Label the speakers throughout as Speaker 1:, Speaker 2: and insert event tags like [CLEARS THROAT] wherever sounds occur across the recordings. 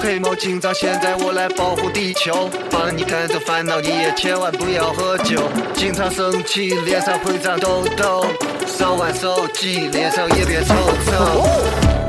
Speaker 1: 黑猫警长，现在我来保护地球，帮你赶走烦恼，你也千万不要喝酒。经常生气，脸上会长痘痘，手挽手机，脸上也别臭臭。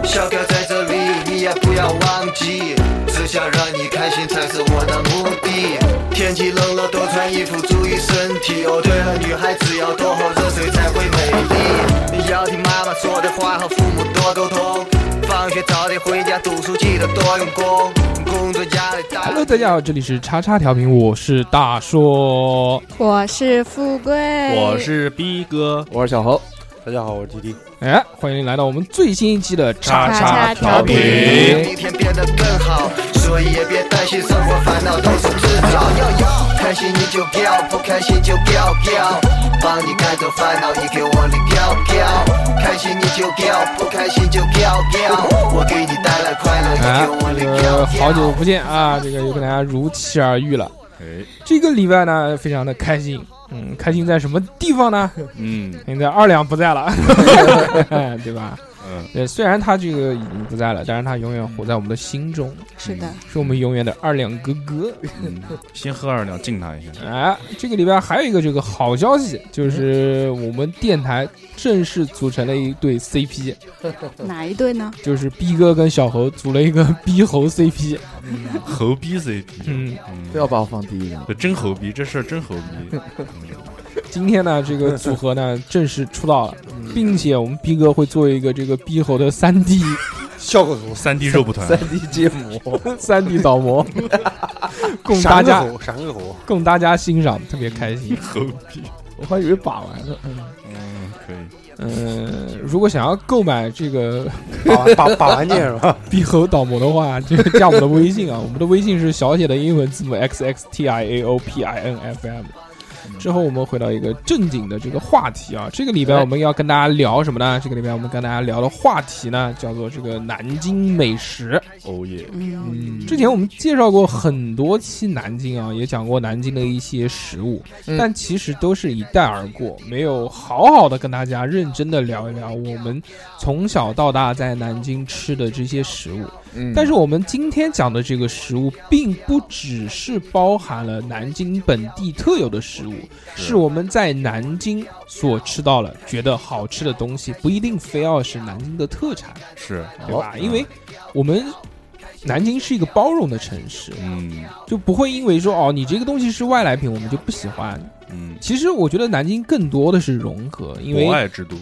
Speaker 1: 小哥在这里，你也不要忘记，只想让你开心才是我的目的。天气冷了，多穿衣服，注意身体。哦，对了，女孩子要多喝热水才会美丽。要听妈妈说的话，和父母多沟通。放学早点回家，读书记得多用功，工作压力大。
Speaker 2: Hello，大家好，这里是叉叉调频，我是大硕。
Speaker 3: 我是富贵，
Speaker 4: 我是逼哥，
Speaker 5: 我是小侯，
Speaker 6: 大家好，我是 T T。
Speaker 2: 哎，欢迎来到我们最新一期的叉
Speaker 3: 叉
Speaker 2: 调
Speaker 3: 调频
Speaker 2: 频。
Speaker 1: 明天变得更好，所以也别担心生活烦恼都是制造。开心你就飙，不开心就飙飙，帮你赶走烦恼，你给我力飙飙。开心你就飙，不开心就飙飙，我给你带来快乐，
Speaker 2: 啊
Speaker 1: 你给我，力
Speaker 2: 这
Speaker 1: 飙
Speaker 2: 个好久
Speaker 1: 飙。
Speaker 2: 不见啊，这个又跟大家如期而遇了。
Speaker 4: 哎，
Speaker 2: 这个礼拜呢，非常的开心。嗯，开心在什么地方呢？
Speaker 4: 嗯
Speaker 2: 现在二两不在
Speaker 4: [LAUGHS]
Speaker 2: 了，对吧？
Speaker 4: 嗯，
Speaker 2: 对，虽然他这个已经不在了，但是他永远活在我们的心中，
Speaker 3: 是的，
Speaker 2: 是我们永远的二两哥哥。
Speaker 4: 嗯先喝二两敬他一下，
Speaker 2: 哎，这个礼拜还有一个这个好消息，就是我们电台正式组成了一对 CP，
Speaker 3: 哪一对呢？
Speaker 2: 就是逼哥跟小猴组了一个逼猴 CP。
Speaker 4: 猴逼 CP，
Speaker 2: 嗯，
Speaker 4: 嗯
Speaker 5: 不要把我放第一人。
Speaker 4: 这真猴逼，这事儿真猴逼，
Speaker 2: 今天呢，这个组合呢正式出道了，
Speaker 5: 嗯
Speaker 2: 并且我们逼哥会做一个这个逼猴的三 D
Speaker 6: 效果图，
Speaker 4: 三 D 肉蒲团
Speaker 5: [LAUGHS] 三 D 建模，
Speaker 2: [LAUGHS] 三 D 倒
Speaker 5: [LAUGHS]
Speaker 2: 模，供大家
Speaker 6: 闪个猴，
Speaker 2: 供大家欣赏，特别开心。
Speaker 4: 猴逼，
Speaker 5: 我还以为把玩了。
Speaker 4: 嗯，可以，
Speaker 2: 嗯，如果想要购买这个
Speaker 6: 把把把玩件是
Speaker 2: [LAUGHS]
Speaker 6: 吧？
Speaker 2: 闭猴倒模的话，就加我们的微信啊，我们的微信是小写的英文字母 x x t i a o p i n f m。之后我们回到一个正经的这个话题啊，这个礼拜我们要跟大家聊什么呢？这个礼拜我们跟大家聊的话题呢，叫做这个南京美食。
Speaker 4: 哦耶，
Speaker 3: 嗯，
Speaker 2: 之前我们介绍过很多期南京啊，也讲过南京的一些食物，
Speaker 5: 嗯
Speaker 2: 但其实都是一带而过，没有好好的跟大家认真的聊一聊我们从小到大在南京吃的这些食物。
Speaker 5: 嗯
Speaker 2: 但是我们今天讲的这个食物，并不只是包含了南京本地特有的食物，是我们在南京所吃到了觉得好吃的东西，不一定非要是南京的特产，
Speaker 4: 是，
Speaker 2: 对吧？因为我们南京是一个包容的城市，
Speaker 4: 嗯
Speaker 2: 就不会因为说哦你这个东西是外来品，我们就不喜欢。
Speaker 4: 嗯，
Speaker 2: 其实我觉得南京更多的是融合，因为
Speaker 4: 博爱之都，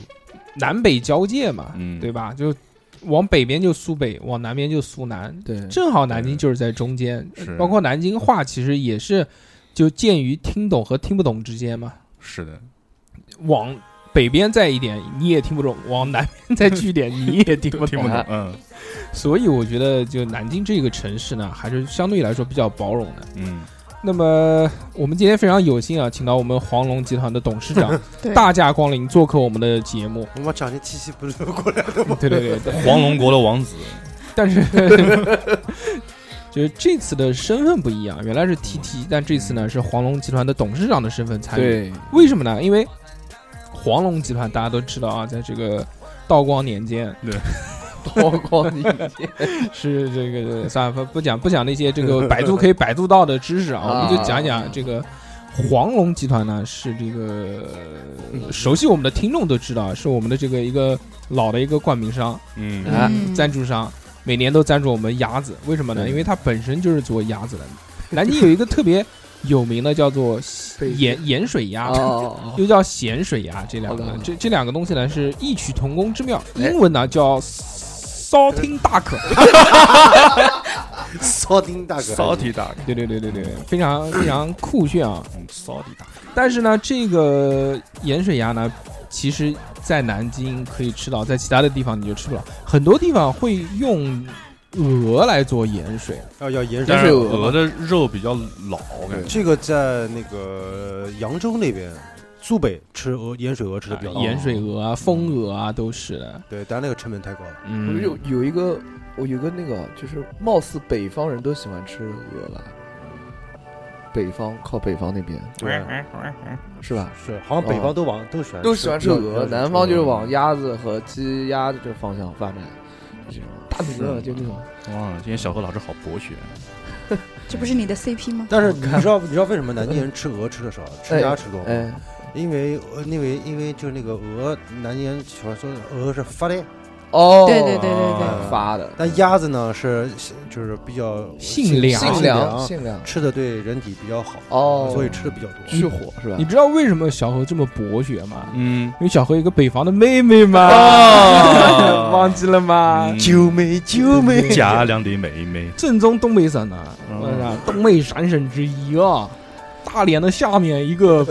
Speaker 2: 南北交界嘛，
Speaker 4: 嗯
Speaker 2: 对吧？就往北边就苏北，往南边就苏南，
Speaker 5: 对，
Speaker 2: 正好南京就是在中间
Speaker 4: 是，
Speaker 2: 包括南京话其实也是就介于听懂和听不懂之间嘛。
Speaker 4: 是的，
Speaker 2: 往北边再一点你也听不懂，往南边再去一点你也听不
Speaker 4: [LAUGHS] 听不
Speaker 2: 懂。
Speaker 4: 懂，嗯
Speaker 2: 所以我觉得就南京这个城市呢，还是相对来说比较包容的。
Speaker 4: 嗯，
Speaker 2: 那么我们今天非常有幸啊，请到我们黄龙集团的董事长
Speaker 3: 对，
Speaker 2: 大驾光临做客我们的节目。
Speaker 6: 我妈长得气息不是过来 [LAUGHS] 的吗？
Speaker 2: 对对对对，
Speaker 4: 嗯黄龙国的王子，
Speaker 2: 但
Speaker 5: [LAUGHS]
Speaker 2: 是 [LAUGHS] 就是这次的身份不一样，原来是 TT，但这次呢是黄龙集团的董事长的身份参与。
Speaker 5: 对，
Speaker 2: 为什么呢？因为黄龙集团大家都知道啊，在这个道光年间 [LAUGHS]
Speaker 5: 包括你，
Speaker 2: 是这个算了不不讲不讲那些这
Speaker 5: [LAUGHS]
Speaker 2: 个百度可以百度到的知识啊，
Speaker 5: 啊
Speaker 2: 我们就讲讲这个。黄龙集团呢是这个呃熟悉我们的听众都知道，是我们的这个一个老的一个冠名商、
Speaker 4: 嗯
Speaker 5: 啊
Speaker 3: 嗯
Speaker 2: 哎赞助商，每年都赞助我们鸭子。为什么呢？因为它本身就是做鸭子的。南京有一个特别有名的叫做盐盐水鸭，
Speaker 5: 哦，
Speaker 2: [LAUGHS] 又叫咸水鸭，这两个
Speaker 5: 好的好的
Speaker 2: 这这两个东西呢是异曲同工之妙，
Speaker 5: 哎
Speaker 2: 英文呢叫 salting
Speaker 5: [LAUGHS]
Speaker 2: duck，
Speaker 6: 骚丁大哥，
Speaker 4: 骚体大哥，
Speaker 2: 对对对对对，非常非常酷炫啊！
Speaker 4: 嗯骚体大哥，
Speaker 2: 但是呢，这个盐水鸭呢，其实在南京可以吃到，在其他的地方你就吃不了，很多地方会用鹅来做盐水，
Speaker 6: 要要盐
Speaker 4: 但
Speaker 6: 水。
Speaker 4: 是
Speaker 5: 是鹅吗
Speaker 4: 鹅的肉比较老，我感觉，
Speaker 6: 这个在那个扬州那边，苏北吃鹅盐水鹅吃的比较
Speaker 4: 哦
Speaker 6: 多。
Speaker 2: 盐水鹅啊、风鹅啊都是的。
Speaker 6: 对，但那个成本太高了。
Speaker 5: 我
Speaker 2: 嗯，
Speaker 5: 有有一个，我有个那个，就是貌似北方人都喜欢吃鹅了。北方，靠北方那边
Speaker 6: 对，
Speaker 5: 是吧？
Speaker 6: 是，好像北方都往都喜欢
Speaker 5: 都喜欢吃鹅，南方就是
Speaker 6: 鹅
Speaker 5: 往鸭子和鸡鸭这方向发展，这种大饼啊，就那种
Speaker 4: 哇，今天小何老师好博学，
Speaker 3: 这不是你的 CP 吗？
Speaker 6: 但是你知道你知道为什么南京人吃鹅吃的少，吃鸭吃多？
Speaker 5: 哎，
Speaker 6: 因为呃，因为因为就是那个鹅，南京人喜欢说鹅是发的，
Speaker 5: 哦，
Speaker 3: 对对对对对，
Speaker 6: 对
Speaker 5: 发的，
Speaker 6: 但鸭子呢是就是比较
Speaker 2: 性凉
Speaker 5: 性
Speaker 6: 性
Speaker 5: 凉性凉，
Speaker 6: 吃的对人体比较好，
Speaker 5: 哦
Speaker 6: 所以吃的比较多。
Speaker 5: 去火是吧
Speaker 2: 你？知道为什么小何这么博学吗？
Speaker 4: 嗯，
Speaker 2: 因为小何有一个北方的妹妹嘛，
Speaker 4: 哦
Speaker 2: [LAUGHS] 忘记了吗？
Speaker 4: 嗯
Speaker 6: 九妹九妹，
Speaker 4: 加两滴美眉，
Speaker 2: 正宗东北省啊，
Speaker 4: 嗯
Speaker 2: 我想东北三省之一啊。大连的下面一
Speaker 4: [LAUGHS]
Speaker 2: 个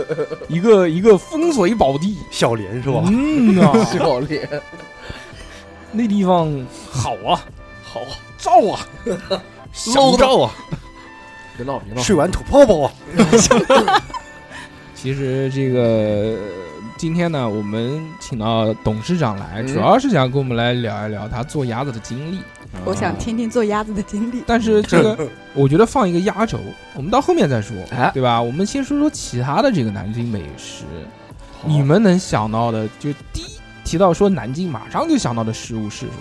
Speaker 2: 一个一个风水宝地，
Speaker 6: 小莲是吧？
Speaker 2: 嗯
Speaker 4: [LAUGHS]
Speaker 2: 啊，
Speaker 5: 小脸，
Speaker 2: 那地方好啊，好啊，照
Speaker 4: [LAUGHS]
Speaker 2: 啊，
Speaker 4: 香照啊，
Speaker 5: 别闹别闹，
Speaker 6: 睡完吐泡泡啊！
Speaker 2: 其实这个呃今天呢，我们请到董事长来，
Speaker 5: 嗯
Speaker 2: 主要是想跟我们来聊一聊他做鸭子的经历。
Speaker 3: 我想听听做鸭子的经历。
Speaker 2: 但是这个，我觉得放一个压轴，我们到后面再说
Speaker 5: 哎，
Speaker 2: 对吧？我们先说说其他的这个南京美食，你们能想到的，就第一提到说南京，马上就想到的食物是什么？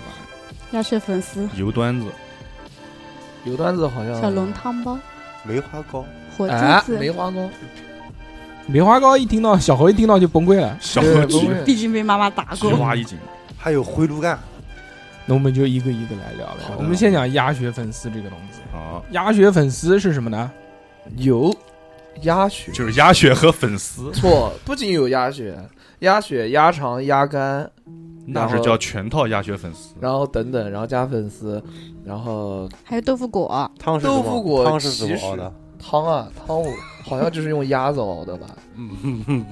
Speaker 3: 鸭血粉丝、
Speaker 4: 油端子，
Speaker 5: 有段子好
Speaker 4: 呃
Speaker 5: 像
Speaker 3: 小笼汤包、
Speaker 6: 梅花糕，
Speaker 3: 火
Speaker 5: 哎
Speaker 3: 鸡，
Speaker 4: 啊
Speaker 3: 子，
Speaker 5: 梅花糕，
Speaker 2: 梅花糕一听到，小侯一听到就崩溃了。
Speaker 4: 小
Speaker 5: 对
Speaker 4: 何
Speaker 5: 不
Speaker 4: 菊
Speaker 5: 会
Speaker 3: 毕竟被妈妈打
Speaker 4: 菊
Speaker 3: 过。
Speaker 4: 花一紧，
Speaker 6: 还有回炉干，
Speaker 2: 那我们就一个一个来聊聊
Speaker 4: 好。的
Speaker 2: 我们先讲鸭血粉丝这个东西。
Speaker 4: 啊，
Speaker 2: 鸭血粉丝是什么呢？
Speaker 5: 有鸭血，
Speaker 4: 就是鸭血和粉丝，
Speaker 5: 错，不仅有鸭血，鸭血、鸭肠、鸭肝，
Speaker 4: 那是叫全套鸭血粉丝。
Speaker 5: 然后等等，然后加粉丝，然后
Speaker 3: 还有豆腐果，
Speaker 6: 汤是怎么
Speaker 5: 豆腐果
Speaker 6: 汤是怎么熬
Speaker 5: 其
Speaker 6: 的？
Speaker 5: 汤啊汤我好像就是用鸭子熬的吧，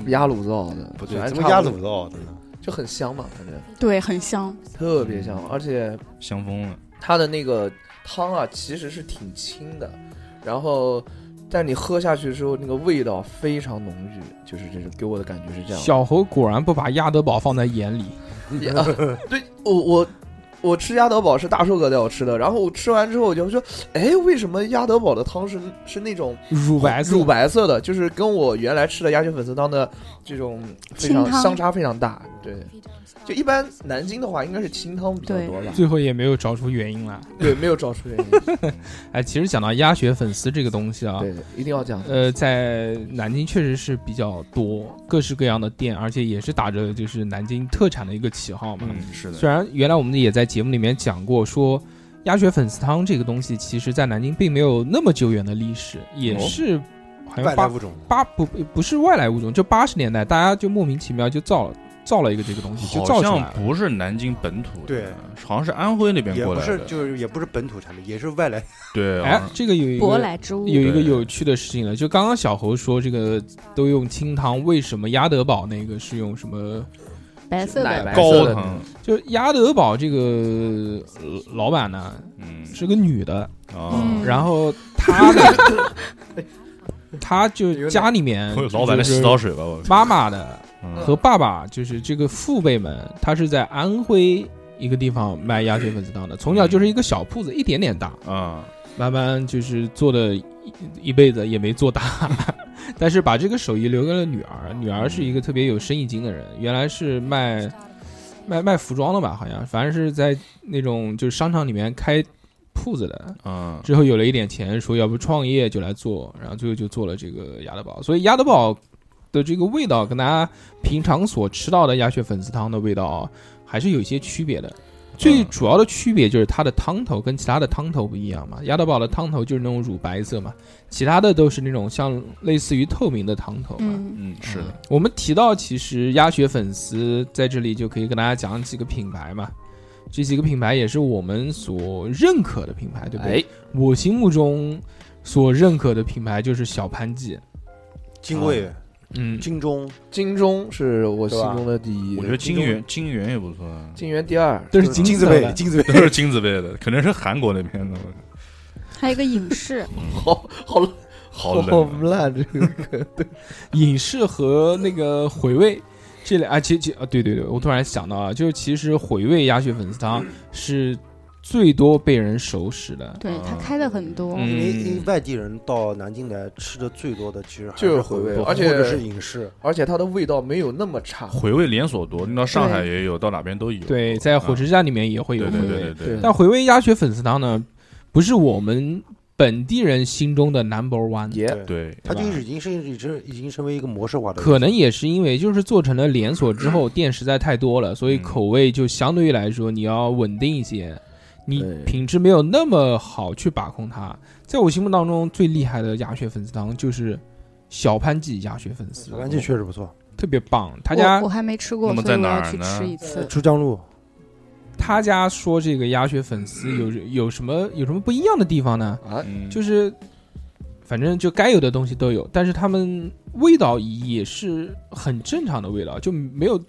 Speaker 5: 鸭卤子熬的，
Speaker 6: 不对
Speaker 5: 反，
Speaker 6: 怎
Speaker 5: 正
Speaker 6: 么
Speaker 5: 差
Speaker 6: 鸭
Speaker 5: 多
Speaker 6: 卤子熬的呢？
Speaker 5: 就很香嘛，反正
Speaker 3: 对，很香。
Speaker 5: 特别香，而且
Speaker 4: 香疯了，
Speaker 5: 它的那个汤啊其实是挺清的，然后。但你喝下去的时候，那个味道非常浓郁，就是这种给我的感觉是这样的。
Speaker 2: 小侯果然不把鸭德堡放在眼里。
Speaker 5: 也啊，对我我我吃鸭德堡是大寿哥带我吃的，然后我吃完之后我就说，哎，为什么鸭德堡的汤是是那种
Speaker 2: 乳白色，
Speaker 5: 哦乳白色的，就是跟我原来吃的鸭血粉丝汤的这种非常
Speaker 3: 清汤
Speaker 5: 相差非常大，对。就一般南京的话，应该是清汤比较多吧？
Speaker 2: 最后也没有找出原因来。
Speaker 5: 对，没有找出原
Speaker 2: [LAUGHS]
Speaker 5: 因。
Speaker 2: 哎，其实讲到鸭血粉丝这个东西啊，
Speaker 5: 对，一定要讲。
Speaker 2: 呃，在南京确实是比较多各式各样的店，而且也是打着就是南京特产的一个旗号嘛。
Speaker 4: 嗯，是的，
Speaker 2: 虽然原来我们也在节目里面讲过说。鸭血粉丝汤这个东西，其实在南京并没有那么久远的历史，也
Speaker 4: 哦
Speaker 2: 是好像
Speaker 6: 嗯外
Speaker 2: 八
Speaker 6: 来物种，
Speaker 2: 八不不是外来物种，就八十年代大家就莫名其妙就造了造了一个这个东西，就造出
Speaker 4: 好
Speaker 2: 来
Speaker 4: 像
Speaker 2: 了。
Speaker 4: 不是南京本土的，
Speaker 6: 对，
Speaker 4: 好像是安徽那边
Speaker 6: 也
Speaker 4: 过
Speaker 6: 不
Speaker 4: 来
Speaker 6: 是
Speaker 4: 的，
Speaker 6: 就是也不是本土产品，也是外来。
Speaker 4: 对，啊
Speaker 2: 哎
Speaker 4: 好像，
Speaker 2: 这个有一
Speaker 3: 舶
Speaker 2: 个
Speaker 3: 来之物，
Speaker 2: 有一个
Speaker 4: 对
Speaker 2: 有趣的事情了，就刚刚小侯说这个都用清汤，为什么鸭德堡那个是用什么？
Speaker 3: 白色
Speaker 5: 奶
Speaker 3: 的，
Speaker 5: 白色
Speaker 4: 高
Speaker 5: 的
Speaker 4: 汤，
Speaker 2: 就鸭德堡这个呃老板呢
Speaker 4: 嗯
Speaker 2: 是个女的，
Speaker 4: 啊，
Speaker 2: 然后她呢，
Speaker 4: [LAUGHS]
Speaker 2: 她就家里面
Speaker 4: 老板的洗澡水吧，我
Speaker 2: 嗯妈妈的
Speaker 4: 嗯
Speaker 2: 和爸爸就是这个父辈们，他是在安徽一个地方卖鸭血粉丝汤的，从小就是一个小铺子，一点点大，
Speaker 4: 啊，
Speaker 2: 慢慢就是做的一一辈子也没做大， [LAUGHS] 但是把这个手艺留给了女儿。女儿是一个特别有生意经的人，原来是卖卖卖服装的吧，好像，反正是在那种就是商场里面开铺子的。
Speaker 4: 嗯，
Speaker 2: 之后有了一点钱，说要不创业就来做，然后最后就做了这个鸭德堡。所以鸭德堡的这个味道跟大家平常所吃到的鸭血粉丝汤的味道还是有一些区别的。最主要的区别就是它的汤头跟其他的汤头不一样嘛，鸭德堡的汤头就是那种乳白色嘛，其他的都是那种像类似于透明的汤头嘛。
Speaker 3: 嗯，
Speaker 4: 嗯，是的，
Speaker 2: 我们提到其实鸭血粉丝在这里就可以跟大家讲几个品牌嘛，这几个品牌也是我们所认可的品牌，对不对？
Speaker 5: 哎，
Speaker 2: 我心目中所认可的品牌就是小潘记，
Speaker 6: 精卫、
Speaker 2: 嗯，
Speaker 6: 精忠，
Speaker 5: 金钟是我心
Speaker 6: 对吧
Speaker 5: 中的第一，
Speaker 4: 我觉得金源金源也不错啊，
Speaker 5: 金源第二，
Speaker 2: 都是
Speaker 5: 吧
Speaker 2: 金
Speaker 6: 金字
Speaker 2: 色
Speaker 6: 辈，
Speaker 2: 的
Speaker 6: 金字辈。
Speaker 4: 都是金字辈的，可能是韩国那边的，
Speaker 3: 还有一个影视，
Speaker 5: 好好
Speaker 4: 好
Speaker 5: 好
Speaker 4: 冷啊，
Speaker 5: 烂这个 [LAUGHS]
Speaker 2: 影视和那个回味
Speaker 4: 嗯
Speaker 2: 这两啊，其其啊，对对对，我突然想到啊，就是其实回味鸭血粉丝汤是最多被人熟识的。
Speaker 3: 对
Speaker 4: 啊
Speaker 3: 他开的很多，
Speaker 4: 嗯
Speaker 6: 因为因为外地人到南京来吃的最多的其实还
Speaker 5: 就是是
Speaker 6: 回
Speaker 5: 回味
Speaker 6: 锅
Speaker 5: 而且
Speaker 6: 或者是影视，
Speaker 5: 而且它的味道没有那么差。
Speaker 4: 回味连锁多，你到上海也有，到哪边都有。
Speaker 2: 对，在火车站里面也会有
Speaker 4: 对
Speaker 2: 回
Speaker 4: 啊对
Speaker 2: 味。
Speaker 4: 对对
Speaker 2: 但回味鸭血粉丝汤呢，不是我们本地人心中的 number one，
Speaker 5: 也
Speaker 6: 对，
Speaker 4: 对，
Speaker 6: 它就是已经是已经已经成为一个模式化的东西，
Speaker 2: 可能也是因为就是做成了连锁之后，店实在太多了，所以
Speaker 4: 嗯
Speaker 2: 口味就相对于来说你要稳定一些，你
Speaker 5: 对
Speaker 2: 品质没有那么好去把控它。在我心目当中最厉害的鸭血粉丝汤就是小潘记鸭血粉丝，哦
Speaker 6: 小番茄确实不错，
Speaker 2: 特别棒。他
Speaker 3: 我
Speaker 2: 家
Speaker 3: 我还没吃过，
Speaker 4: 那么
Speaker 3: 所以我
Speaker 4: 在哪
Speaker 3: 要
Speaker 4: 儿
Speaker 3: 去
Speaker 4: 呢
Speaker 3: 吃一次。
Speaker 6: 珠江路
Speaker 2: 他家说这个鸭血粉丝有有什么有什么不一样的地方呢？
Speaker 5: 啊，
Speaker 4: 嗯
Speaker 2: 就是反正就该有的东西都有，但是他们味道也是很正常的味道，就没有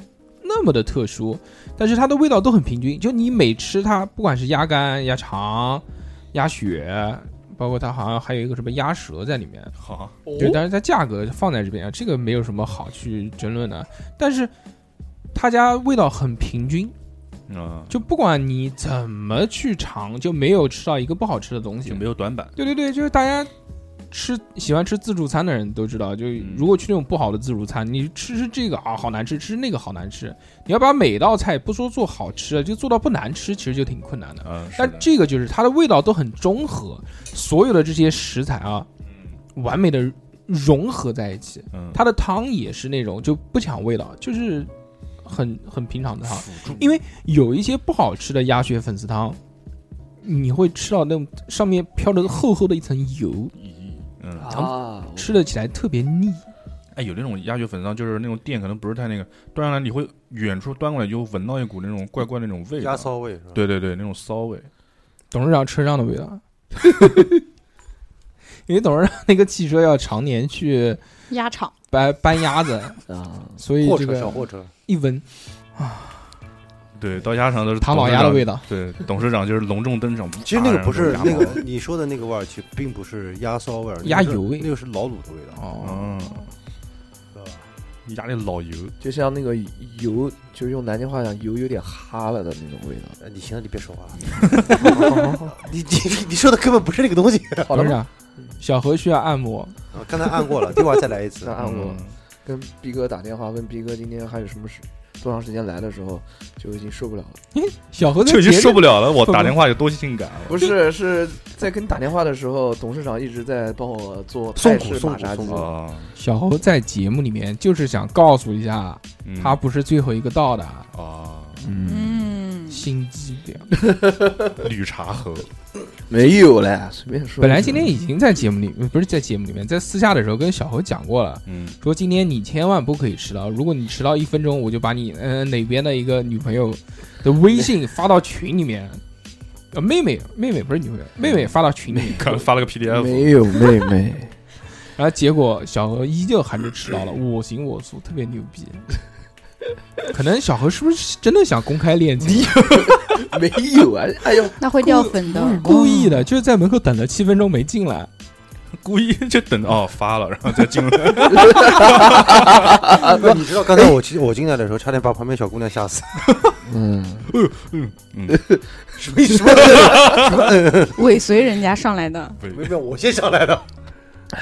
Speaker 2: 那么的特殊，但是它的味道都很平均。就你每吃它，不管是鸭肝、鸭肠、鸭血，包括它好像还有一个什么鸭舌在里面，
Speaker 4: 好，
Speaker 2: 对，但是它价格放在这边啊，这个没有什么好去争论的，但是。他家味道很平均，
Speaker 4: 嗯，
Speaker 2: 就不管你怎么去尝，就没有吃到一个不好吃的东西
Speaker 4: 就。没有短板。
Speaker 2: 对对对，就是大家吃喜欢吃自助餐的人都知道，就
Speaker 4: 嗯
Speaker 2: 如果去那种不好的自助餐，你吃吃这个啊好难吃，吃那个好难吃，你要把每道菜不说做好吃，啊就做到不难吃，其实就挺困难的。
Speaker 4: 嗯，是
Speaker 2: 但
Speaker 4: 的
Speaker 2: 这个就是它的味道都很中和，所有的这些食材啊，完美的融合在一起。
Speaker 4: 嗯，
Speaker 2: 它的汤也是那种就不抢味道，就是很很平常的汤。
Speaker 4: 辅助
Speaker 2: 因为有一些不好吃的鸭血粉丝汤，你会吃到那种上面飘着厚厚的一层油，
Speaker 4: 嗯，
Speaker 5: 啊，
Speaker 2: 吃的起来特别腻。
Speaker 4: 哎，有那种鸭血粉丝汤，就是那种店可能不是太那个，端上来你会远处端过来，你就闻到一股那种怪怪的那种味道
Speaker 6: 鸭。骚味是吧？
Speaker 4: 对对对，那种骚味。
Speaker 2: 董事长车上的味
Speaker 4: [LAUGHS]
Speaker 2: 道，因为董事长那个汽车要常年去
Speaker 3: 鸭肠，
Speaker 2: 搬搬鸭
Speaker 4: [LAUGHS]
Speaker 2: 子，
Speaker 5: 啊，
Speaker 2: 所以
Speaker 6: 货
Speaker 2: 这
Speaker 6: 车小
Speaker 2: 个
Speaker 6: 货车，
Speaker 2: 一闻
Speaker 4: 对，到鸭肠都是
Speaker 2: 唐老鸭的味
Speaker 4: 道。
Speaker 2: 道。
Speaker 4: 对，董事长就是隆重登场。
Speaker 6: 其实那个不是
Speaker 4: 啪
Speaker 6: 那个你说的那个味儿，其实并不是鸭骚味儿，
Speaker 2: 鸭
Speaker 6: 那个是
Speaker 2: 油味
Speaker 6: 那个是老卤的味道，
Speaker 2: 哦，
Speaker 4: 嗯，鸭那老油，
Speaker 5: 就像那个油，就用南京话讲，油有点哈了的那种味
Speaker 6: [LAUGHS]
Speaker 5: 道。
Speaker 6: 呃你行了，你别说话了，你 [LAUGHS] 你你说的根本不是那个东西，
Speaker 5: 好
Speaker 2: 董
Speaker 5: 了
Speaker 2: 事长，
Speaker 5: 吗，
Speaker 4: 嗯
Speaker 2: 小何需要按摩，
Speaker 6: 啊刚才按过了，一会儿再来一次
Speaker 5: 那。按我
Speaker 4: 嗯
Speaker 5: 跟逼哥打电话，问逼哥今天还有什么事，多长时间来的时候，就已经受不了了。
Speaker 2: 小何在
Speaker 4: 就已经
Speaker 2: 别的
Speaker 4: 受不了了。我打电话有多性感了。
Speaker 5: 不是，是在跟你打电话的时候，董事长一直在帮我做
Speaker 6: 送
Speaker 5: 泰
Speaker 6: 苦
Speaker 5: 式
Speaker 6: 送
Speaker 5: 马
Speaker 6: 苦
Speaker 5: 杀
Speaker 6: 送
Speaker 5: 鸡
Speaker 6: 苦。
Speaker 4: 啊，
Speaker 2: 小何在节目里面就是想告诉一下，
Speaker 4: 嗯
Speaker 2: 他不是最后一个到的，
Speaker 4: 啊，
Speaker 2: 嗯，
Speaker 3: 嗯，
Speaker 2: 心机婊。
Speaker 4: 绿茶猴，
Speaker 5: 没有嘞，随便说。
Speaker 2: 本来今天已经在节目里，不是在节目里面，在私下的时候跟小侯讲过了，
Speaker 4: 嗯，
Speaker 2: 说今天你千万不可以迟到，如果你迟到一分钟，我就把你嗯、呃哪边的一个女朋友的微信发到群里面，呃妹妹妹妹不是女朋友，妹妹发到群里面，
Speaker 4: 看发了嗯个 PDF，
Speaker 5: 没有妹妹，
Speaker 2: 然后结果小何依旧还是迟到了，我行我素，特别牛逼。可能小何是不是真的想公开恋情？
Speaker 5: 没有啊！哎呦，
Speaker 3: 那会掉粉的。
Speaker 2: 啊故意的，就是在门口等了七分钟没进来，
Speaker 4: 故意就等哦发了，然后再进来。
Speaker 6: 那你知道刚才我进我进来的时候，差点把旁边小姑娘吓死。
Speaker 5: 嗯，
Speaker 4: 嗯，
Speaker 5: [LAUGHS]
Speaker 6: 为什么？
Speaker 3: 尾随人家上来的，
Speaker 4: 不
Speaker 6: 没有，我先上来的。
Speaker 4: 嗯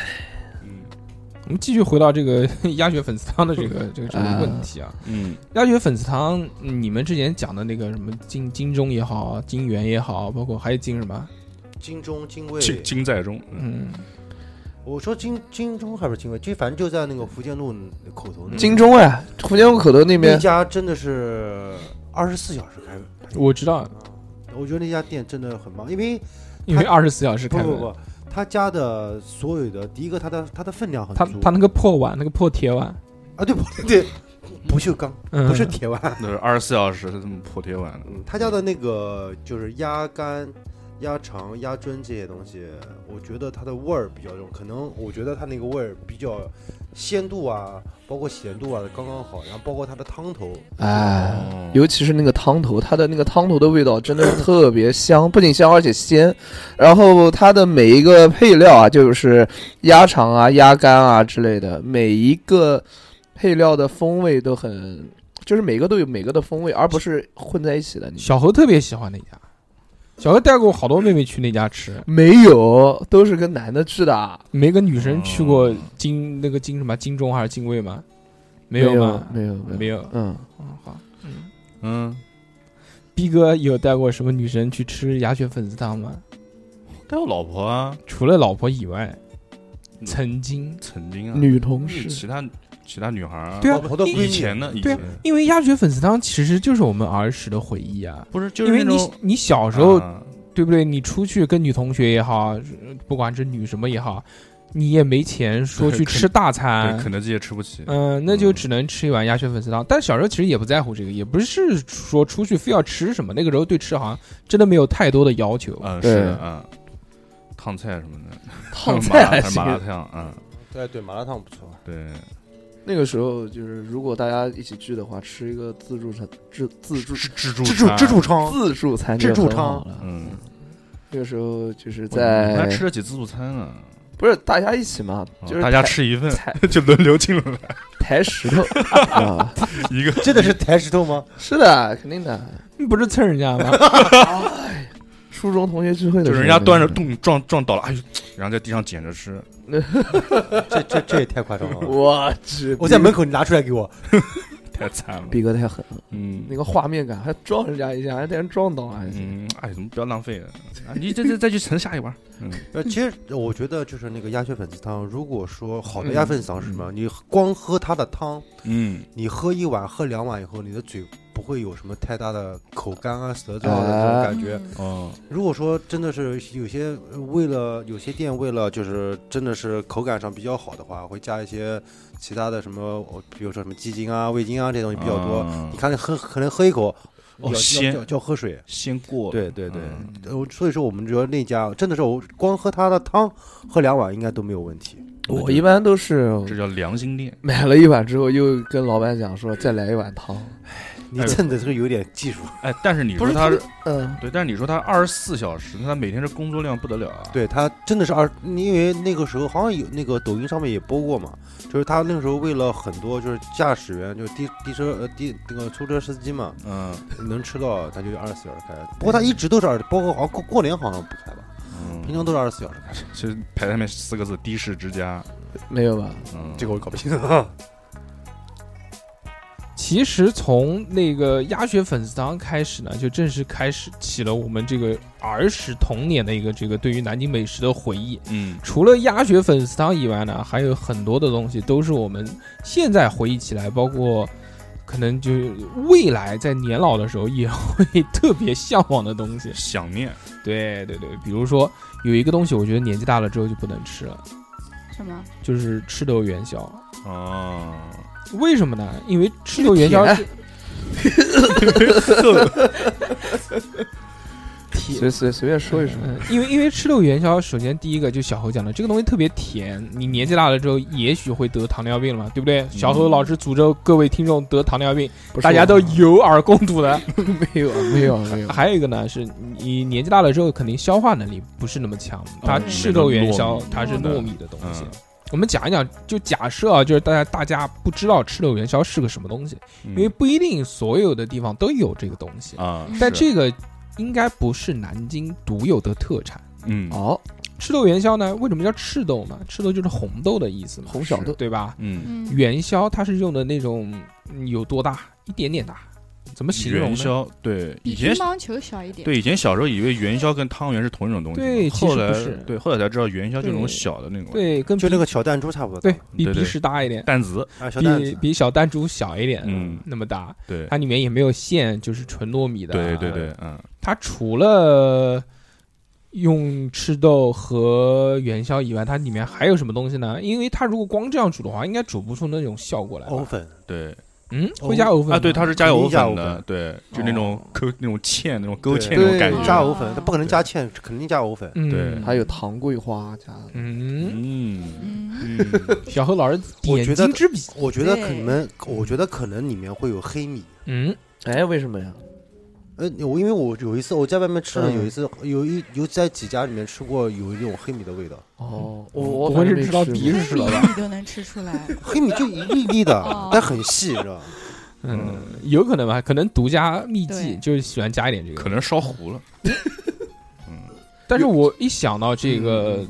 Speaker 2: 我们继续回到这个 [LAUGHS] 鸭血粉丝汤的这个这个这个问题啊。
Speaker 4: [LAUGHS] 嗯
Speaker 2: 鸭血粉丝汤，你们之前讲的那个什么金金钟也好，金源也好，包括还有金什么，
Speaker 6: [LAUGHS] 金钟、金卫，
Speaker 4: 金金在中， [LAUGHS] 嗯
Speaker 2: 嗯，
Speaker 6: 我说金金钟还是金卫，就反正就在那个福建路口头那
Speaker 5: 金钟哎，福建路口头那
Speaker 6: 那
Speaker 5: 边
Speaker 6: 家真的是二十四小时开开
Speaker 2: 我知道，
Speaker 6: 我觉得那家店真的很棒，因为
Speaker 2: 因为二十四小时
Speaker 6: 不
Speaker 2: 开
Speaker 6: 不
Speaker 2: 门，
Speaker 6: 不，他家的所有的第一个，它的它的分量很
Speaker 2: 他
Speaker 6: 足，
Speaker 2: 他那个破碗，那个破铁碗，
Speaker 6: 啊对不对，不锈钢
Speaker 2: 嗯，
Speaker 6: 不是铁碗，
Speaker 4: 那是二十四小时这么破铁碗的，
Speaker 6: 嗯，他家的那个就是鸭肝、鸭肠、鸭胗这些东西，我觉得它的味儿比较重，可能我觉得它那个味儿比较鲜度啊，包括咸度啊刚刚好，然后包括它的汤头，
Speaker 5: 哎。
Speaker 4: 哦
Speaker 5: 尤其是那个汤头，它的那个汤头的味道真的是特别香，不仅香而且鲜。然后它的每一个配料啊，就是鸭肠啊、鸭肝啊之类的，每一个配料的风味都很，就是每个都有每个的风味，而不是混在一起的。你
Speaker 2: 小侯特别喜欢那家，小何带过好多妹妹去那家吃，
Speaker 5: 没有，都是跟男的啊去的，
Speaker 2: 没跟女生去过金那个金什么金钟还是金卫吗？没有吗？
Speaker 5: 没有，没
Speaker 2: 没
Speaker 5: 有，
Speaker 2: 有。
Speaker 5: 嗯，
Speaker 2: 嗯，好。
Speaker 4: 嗯，
Speaker 2: 逼哥有带过什么女生去吃鸭血粉丝汤吗？
Speaker 4: 带我老婆啊，
Speaker 2: 除了老婆以外，
Speaker 4: 嗯
Speaker 2: 曾经
Speaker 4: 曾经啊，
Speaker 5: 女同
Speaker 4: 是
Speaker 5: [LAUGHS] 事，
Speaker 4: 其他其他女孩儿啊
Speaker 2: 对啊
Speaker 6: 老婆的闺蜜
Speaker 4: 以前呢，以
Speaker 2: 对
Speaker 4: 前
Speaker 2: 啊因为鸭血粉丝汤其实就是我们儿时的回忆啊。
Speaker 4: 不是就
Speaker 2: 因
Speaker 4: 是
Speaker 2: 为
Speaker 4: 那
Speaker 2: 你
Speaker 4: 种
Speaker 2: 你小时候、
Speaker 4: 啊
Speaker 2: 对不对？你出去跟女同学也好，不管是女什么也好，你也没钱说
Speaker 4: 对
Speaker 2: 去
Speaker 4: 肯
Speaker 2: 吃大
Speaker 4: 对
Speaker 2: 餐，
Speaker 4: 肯德基也吃不起，
Speaker 2: 哎嗯，那就
Speaker 4: 嗯
Speaker 2: 只能吃一碗鸭血粉丝汤。但小时候其实也不在乎这个，也不是说出去非要吃什么。那个时候对吃好像真的没有太多的要求。
Speaker 4: 嗯，
Speaker 5: 对
Speaker 4: 是的，嗯，烫菜什么的，
Speaker 5: 烫菜还行
Speaker 4: 麻。辣烫，嗯，
Speaker 6: 对对，麻辣烫不错。
Speaker 4: 对，
Speaker 5: 那个时候就是，如果大家一起聚的话，吃一个自助餐，自自助
Speaker 4: 自助
Speaker 6: 自助
Speaker 4: 餐
Speaker 6: 自助，汤，
Speaker 5: 自助餐就
Speaker 6: 自助
Speaker 5: 很
Speaker 6: 汤
Speaker 5: 好了。
Speaker 4: 嗯，
Speaker 5: 那个时候就是
Speaker 4: 我还
Speaker 5: 在
Speaker 4: 吃了几自助餐呢，
Speaker 5: 不是大家一起嘛，
Speaker 4: 啊
Speaker 5: 就是
Speaker 4: 大家
Speaker 5: 抬
Speaker 4: 吃一份
Speaker 5: 抬
Speaker 4: [LAUGHS] 就轮流进来
Speaker 5: 抬石
Speaker 4: [LAUGHS]
Speaker 5: 头啊，
Speaker 4: 一个，
Speaker 6: [LAUGHS] 真的是抬石头吗？
Speaker 5: 是的，肯定的。
Speaker 2: 你不是蹭人家吗？
Speaker 5: 初中同学聚会的时
Speaker 4: 就
Speaker 5: 候，
Speaker 4: 是人家端着咚撞撞倒了，哎呦，然后在地上捡着吃，
Speaker 6: 这这这也太夸张了！
Speaker 5: 我去，
Speaker 6: 我在门口，你拿出来给我。
Speaker 4: 太惨了，
Speaker 5: 逼哥太狠了，
Speaker 4: 嗯
Speaker 5: 那个画面感，还撞人家一下，还带人撞倒了，还行。
Speaker 4: 嗯，哎，怎么不要浪费了？啊你这这再去盛下一碗，嗯，
Speaker 6: 呃，其实我觉得就是那个鸭血粉丝汤，如果说好的
Speaker 5: 嗯
Speaker 6: 鸭血粉丝汤是什么？你光喝它的汤，
Speaker 4: 嗯，
Speaker 6: 你喝一碗、喝两碗以后，你的嘴不会有什么太大的口干啊、舌燥的这种感觉。
Speaker 3: 嗯
Speaker 4: 哦，
Speaker 6: 如果说真的是有些呃为了有些店为了就是真的是口感上比较好的话，会加一些其他的什么，哦比如说什么鸡精啊、味精啊这些东西比较多。
Speaker 4: 啊
Speaker 6: 你看你喝可能喝一口，
Speaker 4: 哦
Speaker 6: 要要
Speaker 4: 鲜
Speaker 6: 要要喝水。
Speaker 4: 先过了，
Speaker 6: 对对对
Speaker 4: 嗯，
Speaker 6: 呃所以说我们觉得那家真的是我光喝它的汤喝两碗应该都没有问题。
Speaker 5: 我一般都是
Speaker 4: 这叫良心店，
Speaker 5: 买了一碗之后，又跟老板讲说再来一碗汤。
Speaker 6: 你
Speaker 4: 哎呦
Speaker 6: 真的是有点技术。
Speaker 4: 哎，但是你说他
Speaker 5: 不是嗯，
Speaker 4: 对，但是你说他二十四小时，那他每天这工作量不得了啊！，
Speaker 6: 对他真的是二，因为那个时候好像有那个抖音上面也播过嘛，就是他那个时候为了很多就是驾驶员，就是的的车呃的那个出租车司机嘛，
Speaker 4: 嗯，
Speaker 6: 能吃到他就二十四小时开，不过他一直都是二，包括好像过过年好像不开吧，平常都是二十四小时开，
Speaker 4: 嗯其实排上面四个字“的士之家
Speaker 5: 没有吧？”，
Speaker 4: 嗯，
Speaker 6: 这个我搞不清楚。
Speaker 2: 其实从那个鸭血粉丝汤开始呢，就正式开始起了我们这个儿时童年的一个这个对于南京美食的回忆。
Speaker 4: 嗯，
Speaker 2: 除了鸭血粉丝汤以外呢，还有很多的东西都是我们现在回忆起来，包括可能就是未来在年老的时候也会 [LAUGHS] 特别向往的东西。
Speaker 4: 想念
Speaker 2: 对对对，比如说有一个东西，我觉得年纪大了之后就不能吃了，
Speaker 3: 什么？
Speaker 2: 就是赤豆元宵。
Speaker 4: 哦，
Speaker 2: 为什么呢？因为赤豆元宵
Speaker 5: 甜 [LAUGHS] 随随随便说一说，
Speaker 2: 嗯，因为因为吃豆元宵，首先第一个就小侯讲的，这个东西特别甜，你年纪大了之后，也许会得糖尿病了嘛，对不
Speaker 4: 嗯
Speaker 2: 对？小侯老师诅咒各位听众得糖尿病，
Speaker 5: 不是
Speaker 2: 大家
Speaker 5: 我
Speaker 2: 都有耳共睹
Speaker 4: [LAUGHS]
Speaker 2: 的。
Speaker 5: 没有没有
Speaker 2: [LAUGHS]
Speaker 5: 没有，
Speaker 2: 还有一个呢，是你年纪大了之后，肯定消化能力不是那么强，它
Speaker 3: 嗯
Speaker 2: 赤豆元
Speaker 4: 那
Speaker 2: 宵
Speaker 4: 种糯米
Speaker 2: 它是糯米的东西
Speaker 4: 嗯。
Speaker 2: 我们讲一讲，就假设啊，就是大家大家不知道赤豆元宵是个什么东西，
Speaker 4: 因
Speaker 2: 因为不一定所有的地方都有这个东西，
Speaker 4: 嗯啊，
Speaker 2: 但
Speaker 4: 是
Speaker 2: 这个应该不是南京独有的特产。
Speaker 4: 嗯
Speaker 5: 哦，
Speaker 2: 赤豆元宵呢，为什么叫赤豆呢？赤豆就是红豆的意思嘛，
Speaker 5: 红小豆
Speaker 2: 对吧？
Speaker 4: 嗯，
Speaker 3: 嗯，
Speaker 2: 元宵它是用的那种嗯有多大？一点点大，怎么形容
Speaker 4: 元
Speaker 2: 呢？
Speaker 4: 宵对以
Speaker 3: 比乒
Speaker 4: 前
Speaker 3: 乓球小一点。
Speaker 4: 对以前小时候以为元宵跟汤圆是同一种东西嘛，
Speaker 2: 对其实
Speaker 4: 后来
Speaker 2: 不是
Speaker 4: 对后来才知道元宵就
Speaker 2: 对
Speaker 4: 那种小的那种
Speaker 2: 对，跟
Speaker 6: [LAUGHS] 就
Speaker 2: 比
Speaker 6: 那个小弹珠差不多大，
Speaker 2: 对比
Speaker 4: 对对
Speaker 2: 鼻屎大一点，
Speaker 4: 担子，
Speaker 6: 啊小弹
Speaker 2: 比
Speaker 6: 珠，
Speaker 2: 比小弹珠小一点，
Speaker 4: 嗯
Speaker 2: 那么大。
Speaker 4: 对
Speaker 2: 它里面也没有馅，就是纯糯米的。
Speaker 4: 对对对，，嗯
Speaker 2: 它除了用赤豆和元宵以外，它里面还有什么东西呢？因为它如果光这样煮的话，应该煮不出那种效果来吧。
Speaker 6: 藕粉，
Speaker 4: 对
Speaker 2: 嗯，会加藕粉吗
Speaker 4: 哦啊，对，它是加
Speaker 6: 肯定
Speaker 4: 油
Speaker 6: 加
Speaker 4: 粉
Speaker 6: 油
Speaker 4: 的，
Speaker 6: 粉
Speaker 4: 对，就那种
Speaker 2: 哦
Speaker 4: 勾那种芡那种勾
Speaker 6: 对
Speaker 4: 芡那种
Speaker 5: 对
Speaker 4: 感
Speaker 3: 哦
Speaker 6: 加
Speaker 4: 觉，
Speaker 6: 藕粉，它不可能加芡，肯定加藕粉。
Speaker 2: 嗯
Speaker 4: 对
Speaker 5: 还有糖桂花加的，
Speaker 2: 嗯，
Speaker 4: 嗯
Speaker 3: 嗯，
Speaker 4: 嗯，
Speaker 2: [LAUGHS] 小何老师
Speaker 6: 我
Speaker 2: 点
Speaker 6: 觉得
Speaker 2: 睛之笔，
Speaker 6: 我觉得
Speaker 3: 对
Speaker 6: 可能，我觉得可能里面会有黑米。
Speaker 2: 嗯，
Speaker 5: 哎，为什么呀？
Speaker 6: 呃，我因为我有一次我在外面吃了，
Speaker 5: 嗯
Speaker 6: 有一次有一有在几家里面吃过有一种黑米的味道，
Speaker 5: 哦，我我
Speaker 2: 不会
Speaker 5: 反正
Speaker 2: 是
Speaker 5: 没
Speaker 2: 知道
Speaker 5: 吃
Speaker 2: 敌
Speaker 5: 过
Speaker 2: 人
Speaker 3: 黑
Speaker 2: 是
Speaker 3: 米
Speaker 2: 老大
Speaker 3: 你都能吃出来，
Speaker 6: 黑米就一粒粒的
Speaker 3: [LAUGHS] 哦，
Speaker 6: 但很细，知道吧？
Speaker 2: 嗯嗯，有可能吧，可能独家秘技
Speaker 3: 对
Speaker 2: 就是喜欢加一点这个。
Speaker 4: 可能烧糊了，
Speaker 2: 但是我一想到这
Speaker 6: 嗯
Speaker 2: 个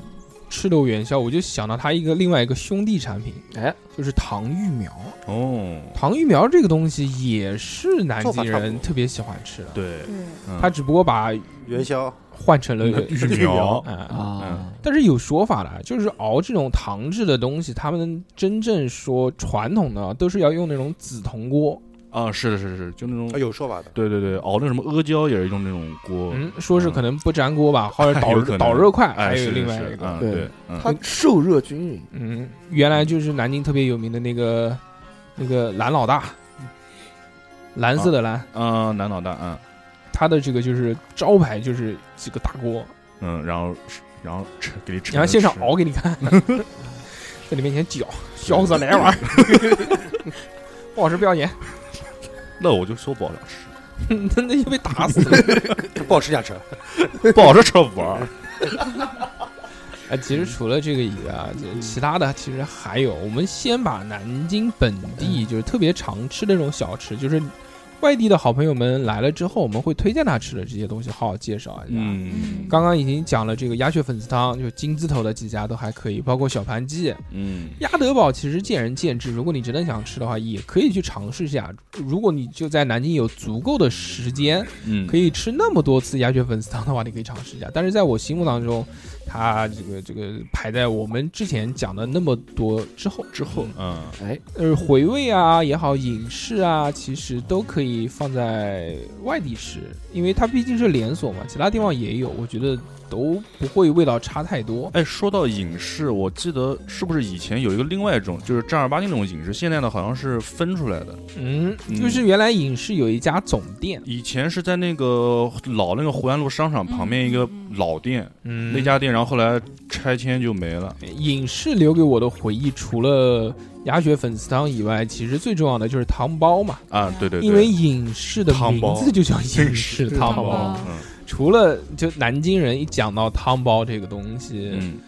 Speaker 2: 赤豆元宵，我就想到它一个另外一个兄弟产品，
Speaker 5: 哎，
Speaker 2: 就是糖芋苗。
Speaker 4: 哦，
Speaker 2: 糖芋苗这个东西也是南
Speaker 6: 做
Speaker 2: 京
Speaker 6: 法差不
Speaker 2: 人
Speaker 6: 多
Speaker 2: 特别喜欢吃的，
Speaker 4: 对，
Speaker 3: 对，
Speaker 4: 嗯
Speaker 2: 他只不过把
Speaker 6: 元宵
Speaker 2: 换成
Speaker 6: 嗯
Speaker 2: 了
Speaker 4: 玉苗，
Speaker 2: 啊、
Speaker 5: 啊，
Speaker 2: 但是有说法的，就是熬这种糖制的东西，他们真正说传统的都是要用那种紫铜锅，
Speaker 4: 啊，是的，是的是的，就那
Speaker 2: 嗯
Speaker 4: 种
Speaker 2: 哎
Speaker 6: 啊，有说法的，
Speaker 4: 对对对，熬那什么阿胶也是用那种锅，
Speaker 2: 嗯，说是可能不粘锅吧，或者导
Speaker 4: 啊有可能
Speaker 2: 导热块，
Speaker 4: 哎，
Speaker 2: 还有
Speaker 4: 是
Speaker 2: 另外
Speaker 4: 是
Speaker 2: 一个，
Speaker 4: 嗯
Speaker 5: 对
Speaker 4: 对，嗯
Speaker 5: 它受热均匀，
Speaker 2: 嗯，原来就是南京特别有名的那个那个蓝老大，蓝色的蓝，
Speaker 4: 啊，男老大，嗯
Speaker 2: 他的这个就是招牌就是几个大锅，
Speaker 4: 嗯，然后是然后吃给你吃，
Speaker 2: 然后现场熬给你
Speaker 4: [LAUGHS]
Speaker 2: 看，在你面前搅，小子来玩儿， [LAUGHS]
Speaker 4: [LAUGHS]
Speaker 2: 不好吃不要钱，
Speaker 4: 那我就说不好吃，
Speaker 2: 那那就被打死了。
Speaker 6: 不好吃假吃。
Speaker 4: 不好吃吃不玩
Speaker 2: [LAUGHS]
Speaker 4: 儿，
Speaker 2: 啊，其实除了这个以外啊，就其他的其实还有。我们先把南京本地就是特别常吃的那种小吃，就是外地的好朋友们来了之后，我们会推荐他吃的这些东西，好好介绍一下。
Speaker 4: 嗯
Speaker 2: 刚刚已经讲了这个鸭血粉丝汤，就是金字头的几家都还可以，包括小盘鸡、
Speaker 4: 嗯
Speaker 2: 鸭德堡，其实见仁见智。如果你真的想吃的话，也可以去尝试一下。如果你就在南京有足够的时间，
Speaker 4: 嗯，
Speaker 2: 可
Speaker 4: 以，
Speaker 2: 以吃那么多次鸭血粉丝汤的话，你可以尝试一下。但是在我心目当中，它这个这个排在我们之前讲的那么多之后，之后，
Speaker 4: 嗯
Speaker 5: 哎，
Speaker 2: 呃，回味啊也好，影视啊，其实都可以放在外地吃，因为它毕竟是连锁嘛，其他地方也有，我觉得都不会味道差太多。
Speaker 4: 哎，说到影视，我记得是不是以前有一个另外一种，就是正儿八经那种影视，现在呢好像是分出来的。
Speaker 2: 嗯，
Speaker 4: 嗯
Speaker 2: 就是原来影视有一家总店，
Speaker 4: 以前是在那个老那个湖南路商场旁边一个老店，
Speaker 2: 嗯
Speaker 4: 那家店，然后后来拆迁就没了。
Speaker 2: 影视嗯留给我的回忆，除了鸭血粉丝汤以外，其实最重要的就是汤包嘛。
Speaker 4: 啊，对对对，
Speaker 2: 因为影视的
Speaker 4: 汤
Speaker 2: 名
Speaker 4: 包
Speaker 2: 字就叫影视汤
Speaker 3: 汤
Speaker 2: 包
Speaker 3: 包。
Speaker 4: 嗯
Speaker 2: 除了就南京人一讲到汤包这个东西，
Speaker 4: 嗯，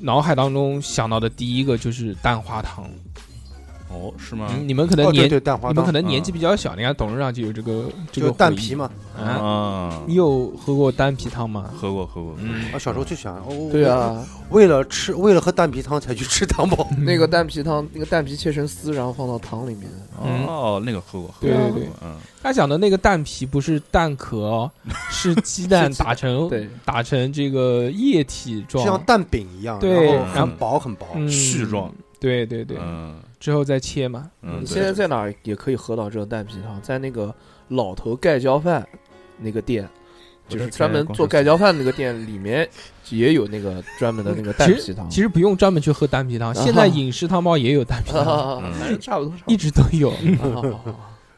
Speaker 2: 脑海当中想到的第一个就是蛋花汤。
Speaker 4: 哦，是吗？
Speaker 2: 嗯你们可能
Speaker 6: 哦，对
Speaker 2: 年
Speaker 6: 对，蛋花
Speaker 2: 你们
Speaker 6: 汤嗯
Speaker 2: 可能年纪比较小，你看董事长就有这个这
Speaker 6: 就
Speaker 2: 个
Speaker 6: 是蛋
Speaker 2: 回忆
Speaker 6: 皮嘛。
Speaker 2: 啊。
Speaker 4: 啊，
Speaker 2: 你有喝过蛋皮汤吗？
Speaker 4: 喝过喝过，
Speaker 2: 嗯，
Speaker 6: 啊，小时候就想，哦，
Speaker 5: 对，啊，
Speaker 6: 为了吃，为了喝蛋皮汤才去吃汤
Speaker 2: 嗯
Speaker 6: 包。
Speaker 5: 那个蛋皮汤，那个蛋皮切成丝，然后放到汤里面，
Speaker 2: 嗯
Speaker 4: 哦，那个喝过，喝
Speaker 2: 对
Speaker 4: 过
Speaker 2: 对
Speaker 4: 喝
Speaker 2: 对
Speaker 4: 过，嗯，
Speaker 2: 他讲的那个蛋皮不是蛋壳
Speaker 4: [LAUGHS]
Speaker 2: 哦，是鸡蛋打成
Speaker 5: 对，
Speaker 2: 打成这个液体
Speaker 6: 就
Speaker 2: 状，
Speaker 6: 像蛋饼一样，
Speaker 2: 对
Speaker 6: 然后
Speaker 4: 然后
Speaker 6: 很薄很薄。
Speaker 2: 嗯
Speaker 4: 絮状，
Speaker 2: 对对对，
Speaker 4: 嗯
Speaker 2: 之后再切嘛。
Speaker 4: 嗯，对
Speaker 5: 你现在在哪儿也可以喝到这种蛋皮汤，在那个老头盖浇饭那个店，
Speaker 4: 我
Speaker 5: 就是
Speaker 4: 在
Speaker 5: 专门
Speaker 4: 逛
Speaker 5: 做
Speaker 4: 市
Speaker 5: 盖浇饭那个店里面也有那个专门的那个蛋皮汤。
Speaker 2: 其实不用专门去喝蛋皮汤，
Speaker 5: 啊
Speaker 2: 现在饮食汤包也有蛋皮
Speaker 5: 啊
Speaker 2: 汤，
Speaker 5: 啊，反正差不多，差
Speaker 2: 一
Speaker 5: 不
Speaker 2: 直都
Speaker 5: [LAUGHS]
Speaker 2: 有。
Speaker 5: 多。啊啊啊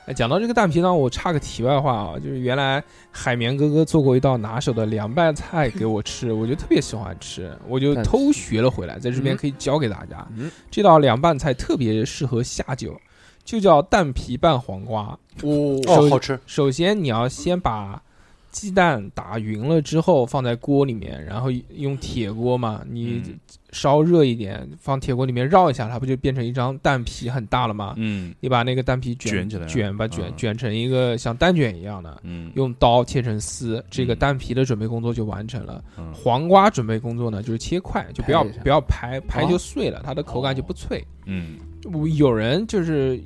Speaker 2: 哎讲到这个蛋皮汤，我插个题外话啊，就是原来海绵哥哥做过一道拿手的凉拌菜给我吃，我就特别喜欢吃，我就
Speaker 5: 蛋皮
Speaker 2: 偷学了回来，在这边
Speaker 5: 嗯
Speaker 2: 可以教给大家。
Speaker 5: 嗯
Speaker 2: 这道凉拌菜特别适合下酒，就叫蛋皮拌黄瓜。
Speaker 6: 哦，
Speaker 2: 手
Speaker 6: 好吃。
Speaker 2: 首先你要先把鸡蛋打匀了之后放在锅里面，然后用铁锅嘛，你
Speaker 4: 嗯
Speaker 2: 烧热一点，放铁锅里面绕一下，它不就变成一张蛋皮很大了吗？
Speaker 4: 嗯
Speaker 2: 你把那个蛋皮卷
Speaker 4: 卷起来
Speaker 2: 卷吧卷
Speaker 4: 嗯
Speaker 2: 卷成一个像蛋卷一样的，
Speaker 4: 嗯，
Speaker 2: 用刀切成丝，这个
Speaker 4: 嗯
Speaker 2: 蛋皮的准备工作就完成了。
Speaker 4: 嗯
Speaker 2: 黄瓜准备工作呢，就是切块，就不要
Speaker 5: 拍一下
Speaker 2: 不要拍拍
Speaker 5: 哦
Speaker 2: 就碎了，它的口
Speaker 4: 哦
Speaker 2: 感就不脆。
Speaker 4: 嗯
Speaker 2: 我有人就是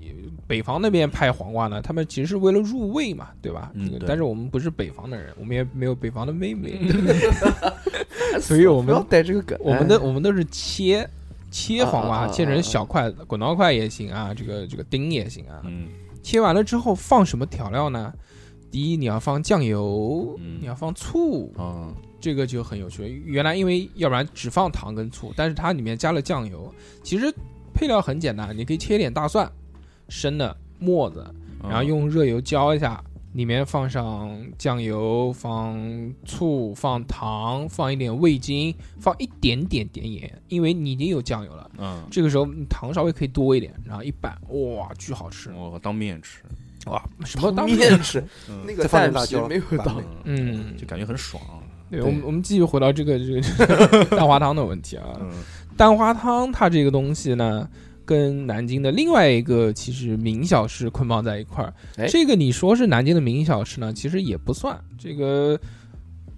Speaker 2: 北方那边拍黄瓜呢，他们其实是为了入味嘛，对吧？
Speaker 4: 嗯
Speaker 2: 这个
Speaker 4: 对
Speaker 2: 但是我们不是北方的人，我们也没有北方的妹
Speaker 4: [LAUGHS]
Speaker 2: 妹， [LAUGHS] 所以我
Speaker 5: 不要
Speaker 2: 们
Speaker 5: 带这个梗。
Speaker 2: 我们的
Speaker 5: 哎
Speaker 2: 我们都是切切黄
Speaker 5: 啊啊
Speaker 2: 瓜，
Speaker 5: 啊
Speaker 2: 切成小块，滚刀块也行啊，这个这个丁也行啊。
Speaker 4: 嗯
Speaker 2: 切完了之后放什么调料呢？第一，你要放酱油，
Speaker 4: 嗯
Speaker 2: 你要放醋，
Speaker 4: 啊，
Speaker 2: 这个就很有趣了。原来因为要不然只放糖跟醋，但是它里面加了酱油。其实配料很简单，你可以切一点大蒜，生的末子，然
Speaker 5: 嗯
Speaker 2: 后用热油浇一下，里面放上酱油、放醋、放糖、放一点味精，放一点点点盐，因为你已经有酱油了。
Speaker 4: 嗯，
Speaker 2: 这个时候嗯糖稍微可以多一点，然后一拌，哇，巨好吃！
Speaker 4: 我当面吃，
Speaker 2: 哇，什么当
Speaker 5: 嗯 [LAUGHS] 面吃，
Speaker 4: 嗯
Speaker 5: 那
Speaker 6: 再
Speaker 5: 个
Speaker 6: 放
Speaker 5: 蛋
Speaker 6: 点辣
Speaker 5: 皮
Speaker 6: 椒
Speaker 5: 没有
Speaker 6: 拌那
Speaker 5: 到
Speaker 6: 个
Speaker 2: 嗯
Speaker 4: 就感觉很爽，
Speaker 2: 对，
Speaker 5: 对
Speaker 2: 我们我们继续回到这个这个这个 [LAUGHS] 蛋花汤的问题
Speaker 5: [LAUGHS]
Speaker 2: 啊。
Speaker 4: 嗯
Speaker 2: 蛋花汤它这个东西呢，跟南京的另外一个其实名小吃捆绑在一块儿
Speaker 5: 哎。，
Speaker 2: 这个你说是南京的名小吃呢，其实也不算。这个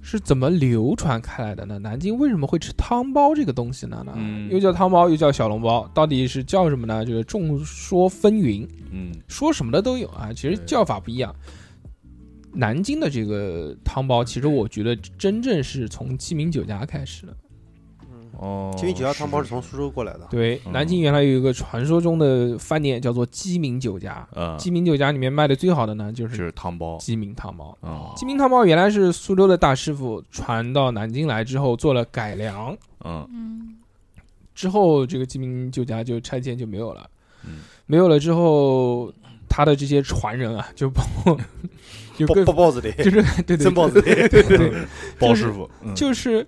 Speaker 2: 是怎么流传开来的呢？南京为什么会吃汤包这个东西呢？呢
Speaker 4: 嗯
Speaker 2: 又叫汤包，又叫小笼包，到底是叫什么呢？就是众说纷纭，
Speaker 4: 嗯
Speaker 2: 说什么的都有啊。其实
Speaker 4: 对
Speaker 2: 叫法不一样。南京的这个汤包，其实我觉得真正是从鸡鸣酒家开始的。
Speaker 6: 嗯，
Speaker 4: 哦，
Speaker 6: 清明酒家汤包是从
Speaker 4: 是
Speaker 6: 苏州过来的，
Speaker 2: 对，
Speaker 4: 嗯
Speaker 2: 南京原来有一个传说中的饭店叫做鸡鸣酒家，
Speaker 4: 呃，
Speaker 2: 鸡鸣酒家里面卖的最好的呢就是
Speaker 4: 是汤包
Speaker 2: 鸡鸣汤包。
Speaker 4: 啊，
Speaker 2: 鸡鸣汤包原来是苏州的大师傅传到南京来之后做了改良，
Speaker 4: 嗯
Speaker 3: 嗯，
Speaker 2: 之后这个鸡鸣酒家就拆迁就没有了，
Speaker 4: 嗯
Speaker 2: 没有了之后，他的这些传人啊，就包括 [LAUGHS] 就
Speaker 6: 包
Speaker 2: 更
Speaker 6: 包包子的，
Speaker 2: 就是 [LAUGHS] 对对
Speaker 6: 真包子的
Speaker 2: [LAUGHS] 对对对，
Speaker 4: 包
Speaker 2: 就是
Speaker 4: 师傅嗯
Speaker 2: 就是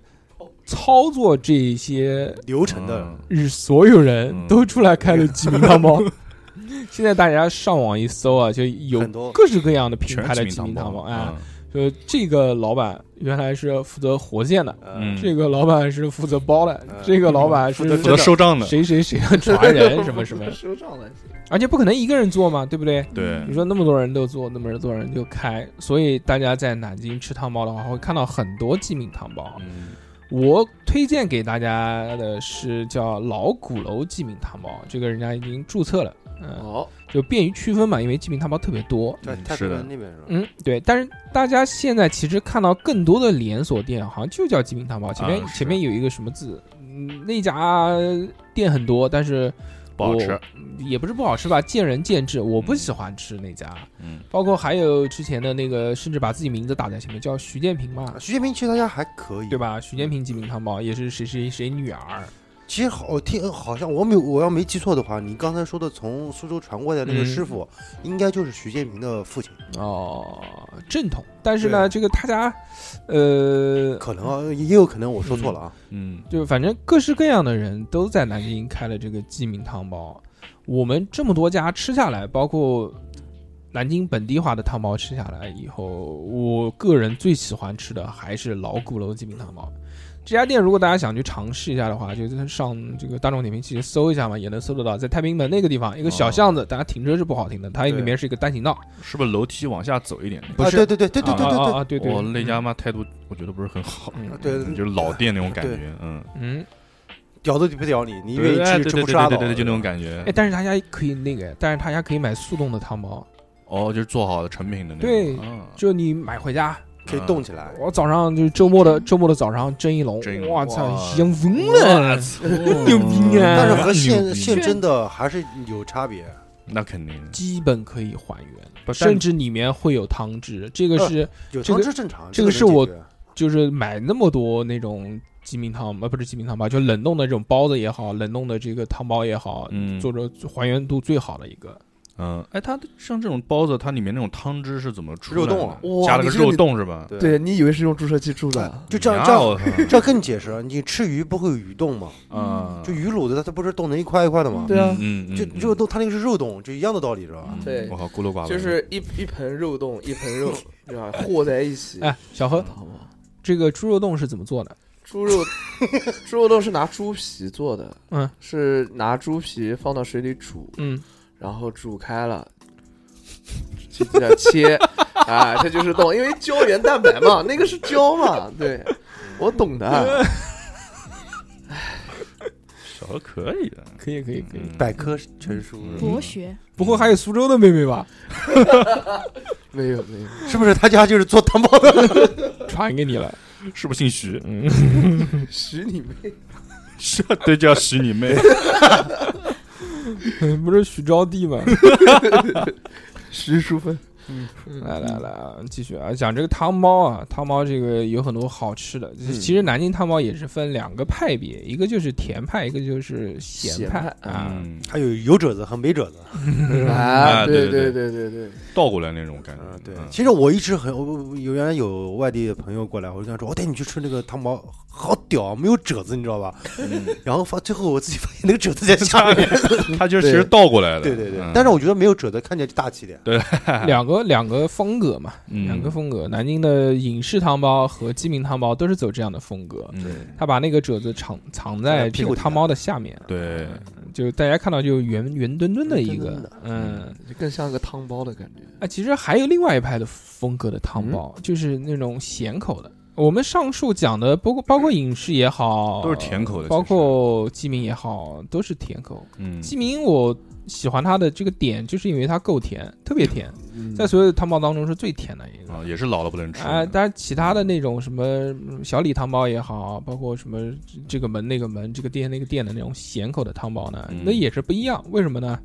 Speaker 2: 操作这些
Speaker 6: 流程的，
Speaker 4: 嗯
Speaker 2: 日所有人
Speaker 4: 嗯
Speaker 2: 都出来开了鸡鸣汤包。现在大家上网一搜啊，就有
Speaker 6: 很多
Speaker 2: 各式各样的品
Speaker 4: 全
Speaker 2: 牌的
Speaker 4: 是
Speaker 2: 鸡鸣
Speaker 4: 鸣
Speaker 2: 汤包。哎，
Speaker 4: 嗯
Speaker 2: 就这个老板原来是负责活见的，
Speaker 6: 嗯
Speaker 4: 嗯
Speaker 2: 这个老板是负责包的
Speaker 6: 嗯，
Speaker 2: 这个老板是
Speaker 6: 负责
Speaker 4: 负责收账的，
Speaker 2: 谁谁谁的传人什么什么
Speaker 5: 收账了。
Speaker 2: 而且不可能一个人做嘛，对不对？
Speaker 4: 对
Speaker 2: 你说那么多人都做，那么多人就开，所以大家在南京吃汤包的话，会看到很多鸡鸣汤包。
Speaker 4: 嗯
Speaker 2: 我推荐给大家的是叫老鼓楼鸡鸣汤包，这个人家已经注册了，嗯，
Speaker 5: 哦，
Speaker 2: 就便于区分嘛，因为鸡鸣汤包特别多。
Speaker 6: 在
Speaker 4: 嗯
Speaker 6: 太
Speaker 4: 是
Speaker 6: 平
Speaker 4: 的
Speaker 6: 门那边是吧？
Speaker 2: 嗯，对，但是大家现在其实看到更多的连锁店，好像就叫鸡鸣汤包，前面、
Speaker 4: 啊是
Speaker 2: 前面有一个什么字，嗯，那家店很多，但是
Speaker 4: 不好
Speaker 2: 我
Speaker 4: 吃，
Speaker 2: 也不是不好吃吧，见仁见智。我不喜欢吃那家，
Speaker 4: 嗯
Speaker 2: 包括还有之前的那个，甚至把自己名字打在前面，叫徐建平嘛
Speaker 6: 啊，徐建平其实他家还可以，
Speaker 2: 对？吧？徐建平鸡鸣汤包也是谁谁谁女儿，
Speaker 6: 其实好，我听好像我没有我要没记错的话，你刚才说的从苏州传过来的那
Speaker 2: 嗯
Speaker 6: 个师傅，应该就是徐建平的父亲，
Speaker 2: 哦，正统。但是
Speaker 6: 对啊
Speaker 2: 呢，这个他家，呃，
Speaker 6: 可能啊，也有可能我说错了啊。
Speaker 4: 嗯
Speaker 2: 就反正各式各样的人都在南京开了这个鸡鸣汤包。我们这么多家吃下来，包括南京本地化的汤包吃下来以后，我个人最喜欢吃的还是老鼓楼鸡鸣汤包。这家店如果大家想去尝试一下的话，就是上这个大众点评其实搜一下嘛，也能搜得到，在太平门那个地方一个小巷子，大家停车是不好停的，它里面是一个单行道，
Speaker 4: 是不是楼梯往下走一点那个？
Speaker 2: 不是
Speaker 6: 啊，对对对对对
Speaker 2: 啊
Speaker 6: 对
Speaker 2: 啊
Speaker 6: 对
Speaker 2: 啊对对，
Speaker 4: 我那家嘛态度我觉得不是很好，
Speaker 2: 嗯，
Speaker 6: 对对，
Speaker 4: 就是老店那种感觉，嗯，
Speaker 2: 嗯，
Speaker 6: 屌都不屌你，你
Speaker 4: 对
Speaker 6: 愿
Speaker 4: 哎对对
Speaker 6: 意吃吃
Speaker 4: 对
Speaker 6: 不吃拉
Speaker 4: 对
Speaker 6: 倒，
Speaker 4: 对对，就那种感觉
Speaker 2: 哎，，但是他家可以那个，但是他家可以买速冻的汤包，
Speaker 4: 哦，就是做好的成品的那种，
Speaker 2: 对
Speaker 4: 啊
Speaker 2: 就你买回家，
Speaker 6: 可以动起来。
Speaker 2: 我早上就是周末的周末的早上蒸一笼
Speaker 4: 蒸一，笼
Speaker 2: 哇操，
Speaker 4: 哇
Speaker 2: 香疯了！牛逼啊
Speaker 6: 但是和
Speaker 4: 嗯牛
Speaker 6: 现
Speaker 4: 逼
Speaker 6: 现真的还是有差别。
Speaker 4: 那肯定，
Speaker 2: 基本可以还原，
Speaker 4: 不
Speaker 2: 甚至里面会有汤汁。这个是
Speaker 4: 呃
Speaker 6: 有
Speaker 2: 这
Speaker 6: 汤
Speaker 2: 个
Speaker 6: 汁正常，
Speaker 2: 这个
Speaker 6: 能
Speaker 2: 是我
Speaker 6: 解决
Speaker 2: 就是买那么多那种鸡鸣汤呃不是鸡鸣汤包，就冷冻的这种包子也好，冷冻的这个汤包也好，
Speaker 4: 嗯
Speaker 2: 做着还原度最好的一个。
Speaker 4: 嗯，哎，它像这种包子，它里面那种汤汁是怎么出来的？
Speaker 6: 肉冻啊
Speaker 5: 哇
Speaker 4: 加了个
Speaker 5: 你这个
Speaker 4: 肉冻是吧？
Speaker 6: 对
Speaker 5: 对你以为是用注射器注的啊？
Speaker 6: 就这样
Speaker 4: 呀
Speaker 6: 这样
Speaker 4: 我操
Speaker 6: 这更解释了。啊你吃鱼不会有鱼冻吗？ [LAUGHS]
Speaker 4: 嗯，
Speaker 6: 就鱼卤子它它不是冻成一块一块的吗？
Speaker 5: 对啊，
Speaker 4: 嗯，嗯
Speaker 6: 就肉，冻它那个是肉冻，就一样的道理是吧
Speaker 4: 嗯？
Speaker 5: 对
Speaker 4: 我靠，孤陋寡闻，
Speaker 5: 就是一一盆肉冻，一盆肉，对吧？和在一起。
Speaker 2: 哎，小
Speaker 4: 嗯
Speaker 2: 何，
Speaker 5: 好吗？
Speaker 2: 这个猪肉冻是怎么做的？
Speaker 5: 猪肉， [LAUGHS] 猪肉冻是拿猪皮做的，
Speaker 2: 嗯，
Speaker 5: 是拿猪皮放到水里煮，
Speaker 2: 嗯，
Speaker 5: 然后煮开了，就这样切， [LAUGHS] 啊，这就是冻，因为胶原蛋白嘛，那个是胶嘛，对，我懂的， [LAUGHS]
Speaker 4: 小的可以的，
Speaker 2: 可以可以可以。
Speaker 4: 嗯
Speaker 6: 百科全书是吧
Speaker 3: 博学，
Speaker 2: 不会还有苏州的妹妹吧？
Speaker 5: 没有没有，
Speaker 6: 是不是？他家就是做汤包的。 [LAUGHS]
Speaker 2: 传给你
Speaker 4: [LAUGHS]
Speaker 2: 了。
Speaker 4: 是不是姓徐？
Speaker 2: 嗯，
Speaker 5: 许你 [LAUGHS] 妹，
Speaker 4: [LAUGHS] 是啊，对，叫徐你
Speaker 6: [LAUGHS]
Speaker 4: 妹。
Speaker 2: 不是徐招娣吗？
Speaker 5: 徐淑芬，
Speaker 2: 来来来啊，继续啊，讲这个汤包啊，汤包这个有很多好吃的。就是其实南京汤包也是分两个派别，一个就是甜派，一个就是咸
Speaker 5: 咸
Speaker 2: 派
Speaker 5: 派
Speaker 2: 啊。
Speaker 4: 嗯，
Speaker 6: 还有有褶子和没褶子。
Speaker 5: [LAUGHS] 啊，
Speaker 4: 对
Speaker 5: 对
Speaker 4: 对
Speaker 5: 对对对，
Speaker 4: 倒过来那种感觉
Speaker 6: 嗯，，对
Speaker 4: 嗯。
Speaker 6: 其实我一直很，我我有原来有外地的朋友过来，我就跟他说，我哦带你去吃那个汤包，好屌啊，没有褶子，你知道吧？
Speaker 4: 嗯
Speaker 6: [LAUGHS] 然后发最后我自己发现那个褶子在
Speaker 4: [LAUGHS]
Speaker 6: 下面。
Speaker 4: 它就是其实倒过来的，
Speaker 6: 对对对
Speaker 4: 嗯，
Speaker 6: 但是我觉得没有褶子看起来就大气点。
Speaker 2: 两个两个风格嘛，
Speaker 4: 嗯
Speaker 2: 两个风格。南京的影视汤包和鸡鸣汤包都是走这样的风格，
Speaker 4: 嗯
Speaker 2: 他把那个褶子藏藏在这
Speaker 6: 屁
Speaker 2: 个
Speaker 6: 股底下
Speaker 2: 汤包的下面，
Speaker 4: 对，
Speaker 6: 嗯
Speaker 2: 就大家看到就圆圆墩墩的一
Speaker 6: 圆
Speaker 2: 个
Speaker 6: 墩墩，
Speaker 2: 嗯。
Speaker 5: 就更像个汤
Speaker 2: 哎
Speaker 5: 包的感觉，
Speaker 4: 嗯
Speaker 2: 啊，其实还有另外一派的风格的汤包，就是那种咸口的。我们上述讲的，包括包括影视也好，
Speaker 4: 都是甜口的
Speaker 2: 包
Speaker 4: 其实
Speaker 2: 括鸡鸣也好，都是甜口。
Speaker 4: 嗯，
Speaker 2: 鸡鸣我喜欢它的这个点，就是因为它够甜，特别甜，
Speaker 4: 嗯
Speaker 2: 在所有的汤包当中是最甜的一个。
Speaker 4: 啊，也是老了不能吃
Speaker 6: 哎
Speaker 2: 啊、当然其他的那种什么嗯小李汤包也好，包括什么这这个门那个门、这个店那个店的那种咸口的汤包呢
Speaker 4: 嗯，
Speaker 2: 那也是不一样。为什么呢？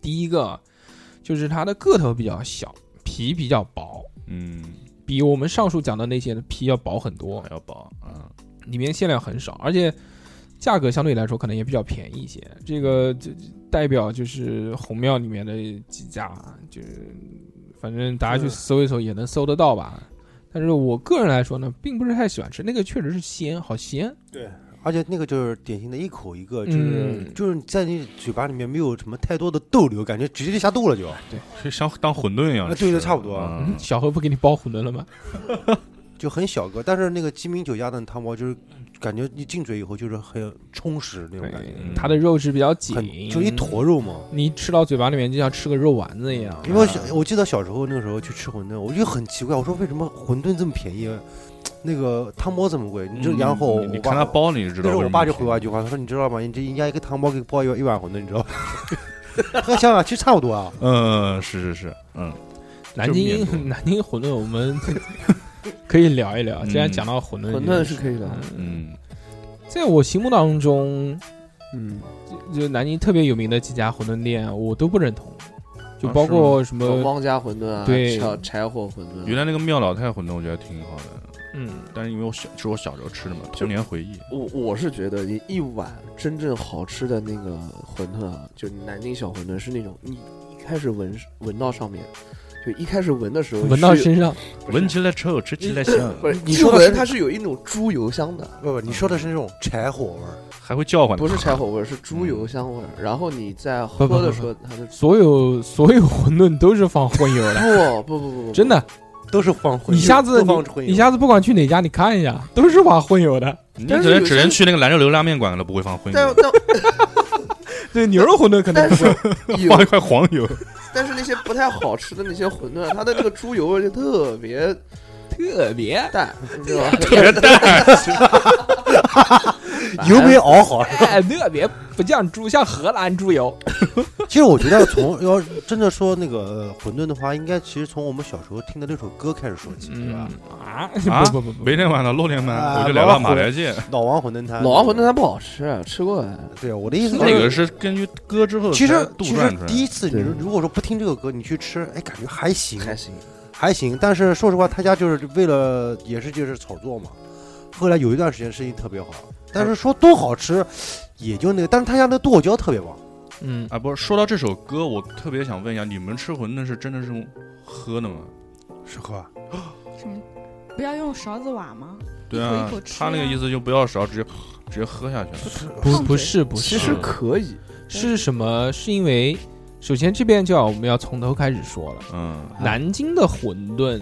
Speaker 2: 第一个就是它的个头比较小，皮比较薄，
Speaker 4: 嗯，
Speaker 2: 比我们上述讲的那些的皮要薄很多
Speaker 4: 还，要薄，嗯，
Speaker 2: 里面馅料很少，而且价格相对来说可能也比较便宜一些。这个就就代表就是红庙里面的几家，啊就是反正大家去
Speaker 6: 嗯
Speaker 2: 搜一搜也能搜得到吧。但是我个人来说呢，并不是太喜欢吃那个，确实是鲜，好鲜。
Speaker 6: 而且那个就是典型的一口一个，就是、
Speaker 2: 嗯
Speaker 6: 就是在你嘴巴里面没有什么太多的逗留，感觉直接就下肚了就。
Speaker 4: 是像当馄饨一样
Speaker 6: 啊
Speaker 4: 吃，
Speaker 6: 对对差不多
Speaker 4: 嗯
Speaker 6: [LAUGHS]
Speaker 2: 嗯， [LAUGHS] 小何不给你包馄饨了吗？
Speaker 6: 就很小个，但是那个鸡鸣酒鸭蛋汤包就是感觉一进嘴以后就是很充实那种感觉，
Speaker 4: 嗯
Speaker 2: 哎它的肉质比较
Speaker 6: 很
Speaker 2: 紧，
Speaker 6: 就一坨肉嘛。
Speaker 2: 你吃到嘴巴里面就像吃个肉丸子一样。啊
Speaker 6: 因为我小我记得小时候那个时候去吃馄饨，我就很奇怪，我说为什么馄饨这么便宜，那个汤包这么贵？你这
Speaker 4: 嗯
Speaker 6: 然后
Speaker 4: 你你
Speaker 6: 我
Speaker 4: 看他
Speaker 6: 爸。
Speaker 4: 包你就知
Speaker 6: 那
Speaker 4: 道为什
Speaker 6: 时候
Speaker 4: 么
Speaker 6: 我
Speaker 4: 甜，
Speaker 6: 爸就回我一句话，他说：“你知道吗？人家人家一个汤包给包一碗一碗馄饨，你知道吗？” [LAUGHS] 和想想其实差不多啊。
Speaker 4: 嗯，是是是，嗯，
Speaker 2: 南
Speaker 4: 就是面多
Speaker 2: 京南京馄饨，我们 [LAUGHS] 可以聊一聊。既然
Speaker 4: 嗯
Speaker 2: 讲到馄饨这
Speaker 5: 馄
Speaker 2: 件事，
Speaker 5: 饨是可以的，
Speaker 2: 嗯，
Speaker 4: 嗯
Speaker 2: 在我心目当中，
Speaker 5: 嗯，
Speaker 2: 就南京特别有名的几家馄饨店，我都不认同，就
Speaker 4: 啊
Speaker 2: 包括什
Speaker 5: 什么
Speaker 2: 么，
Speaker 5: 汪家馄饨啊，
Speaker 2: 对
Speaker 5: 小柴火馄饨啊，
Speaker 4: 原来那个庙老太馄饨我觉得挺好的，
Speaker 2: 嗯，
Speaker 4: 但是因为我小是我小时候吃的嘛，童年回忆，
Speaker 5: 我我是觉得你一碗真正好吃的那个馄饨啊，就南京小馄饨是那种你一开始闻闻到上面，就一开始闻的时候
Speaker 2: 闻到
Speaker 5: 是
Speaker 2: 身上，
Speaker 5: 不是
Speaker 4: 闻起来臭，吃起来香，
Speaker 5: 不是
Speaker 6: 你
Speaker 5: 一
Speaker 6: 说的
Speaker 5: 闻
Speaker 6: 是
Speaker 5: 它是有一种猪油香的，
Speaker 6: 不不，你说的是那种柴火味儿，
Speaker 4: 还会叫唤，
Speaker 5: 不是柴火味儿，是猪油香味儿。然后你在喝
Speaker 2: 不不不
Speaker 5: 的时候，它的
Speaker 2: 所有所有馄饨都是放荤油
Speaker 5: [LAUGHS]
Speaker 2: 的，
Speaker 5: 不不不不不，
Speaker 2: 真的。
Speaker 6: 都是放混。
Speaker 2: 你下次
Speaker 6: 都放
Speaker 2: 你
Speaker 6: 混
Speaker 2: 你下次不管去哪家，你看一下，都是放荤油的。
Speaker 4: 你
Speaker 5: 但
Speaker 4: 只
Speaker 5: 是有
Speaker 4: 能
Speaker 5: 些
Speaker 4: 只能去那个兰州牛肉拉面馆了，不会放荤
Speaker 5: 但
Speaker 4: 油，
Speaker 5: 但
Speaker 2: 对，牛肉馄饨可能
Speaker 5: 但
Speaker 2: 不
Speaker 5: [LAUGHS] 是
Speaker 2: 会。
Speaker 4: 放一
Speaker 5: 有，
Speaker 4: 块黄
Speaker 6: [LAUGHS]
Speaker 4: 油，
Speaker 5: 但是那些不太好吃的那些馄饨，它的那个猪油味就特别
Speaker 2: 特别哎
Speaker 5: 淡，你知道吧？
Speaker 4: 特别淡， [LAUGHS]
Speaker 6: 油没熬好。
Speaker 2: 哎，特别不像猪，像荷兰猪油。
Speaker 6: 其实我觉得从 [LAUGHS] 要真的说那个呃馄饨的话，应该其实从我们小时候听的那首歌开始说起，对吧？
Speaker 2: 啊
Speaker 4: 啊
Speaker 2: 不不不不
Speaker 4: 每，天晚上六点半
Speaker 6: 啊
Speaker 4: 我就来
Speaker 6: 老
Speaker 4: 到
Speaker 6: 虎
Speaker 4: 马来街，
Speaker 6: 老王馄饨摊，
Speaker 5: 老王馄饨它不好吃，吃过哎。
Speaker 6: 对我的意思就
Speaker 4: 那个
Speaker 6: 是，
Speaker 4: 是根据歌之后
Speaker 6: 其
Speaker 4: 才
Speaker 6: 实
Speaker 4: 杜
Speaker 6: 其
Speaker 4: 撰
Speaker 6: 实
Speaker 4: 出来的，
Speaker 6: 第一次你
Speaker 5: 对
Speaker 6: 如如果说不听这个歌，你去吃，哎，感觉还行，
Speaker 5: 还行，
Speaker 6: 还行。但是说实话，他家就是为了也是就是炒作嘛。后来有一段时间生意特别好，但是说都好吃，也就那个，但是他家那剁椒特别棒，
Speaker 2: 嗯，
Speaker 4: 啊，不是说到这首歌，我特别想问一下，你们吃馄饨是真的是用喝的吗？
Speaker 6: 是吧？
Speaker 3: 什么？不要用勺子挖吗？
Speaker 4: 对啊
Speaker 3: 一口一口，吃
Speaker 4: 他那个
Speaker 3: 呀
Speaker 4: 意思就不要勺，直接直接喝下去了。
Speaker 2: 不
Speaker 3: 烫
Speaker 2: 不
Speaker 3: 嘴
Speaker 2: 是不是，
Speaker 5: 其实可以。
Speaker 2: 是什么？是因为首先这边就要我们要从头开始说了。
Speaker 4: 嗯，
Speaker 5: 啊
Speaker 2: 南京的馄饨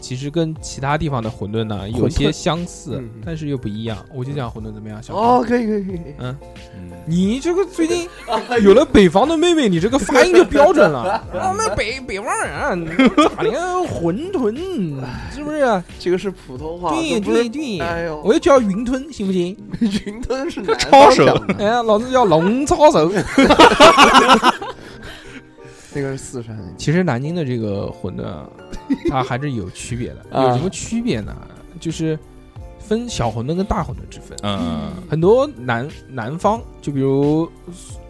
Speaker 2: 其实跟其他地方的馄饨呢有些相似
Speaker 5: 嗯嗯，
Speaker 2: 但是又不一样。我就讲馄饨怎么样，小
Speaker 5: 哦，
Speaker 2: 哦，
Speaker 5: 可以可以可以。
Speaker 4: 嗯
Speaker 2: 你这个最近
Speaker 5: 哎
Speaker 2: 有了北方的妹妹，你这个发音就标准
Speaker 5: [LAUGHS]
Speaker 2: 了。我们北北方人啊咋连馄饨是不
Speaker 5: [LAUGHS]
Speaker 2: 是？
Speaker 5: 这个是普通话，
Speaker 2: 对
Speaker 5: 这啊不是
Speaker 2: 对对
Speaker 5: 哎呦， [LAUGHS]
Speaker 2: 我就叫云吞行不行？
Speaker 5: 云吞是南
Speaker 4: 抄手
Speaker 5: 方讲的，
Speaker 2: 哎，老子叫龙抄手。 [LAUGHS]
Speaker 5: 那个是四川的。
Speaker 2: 其实南京的这个馄饨啊，它还是有区别的。
Speaker 5: 啊
Speaker 2: 有什么区别呢？就是分小馄饨跟大馄饨之分。
Speaker 4: 嗯
Speaker 2: 很多南南方，就比如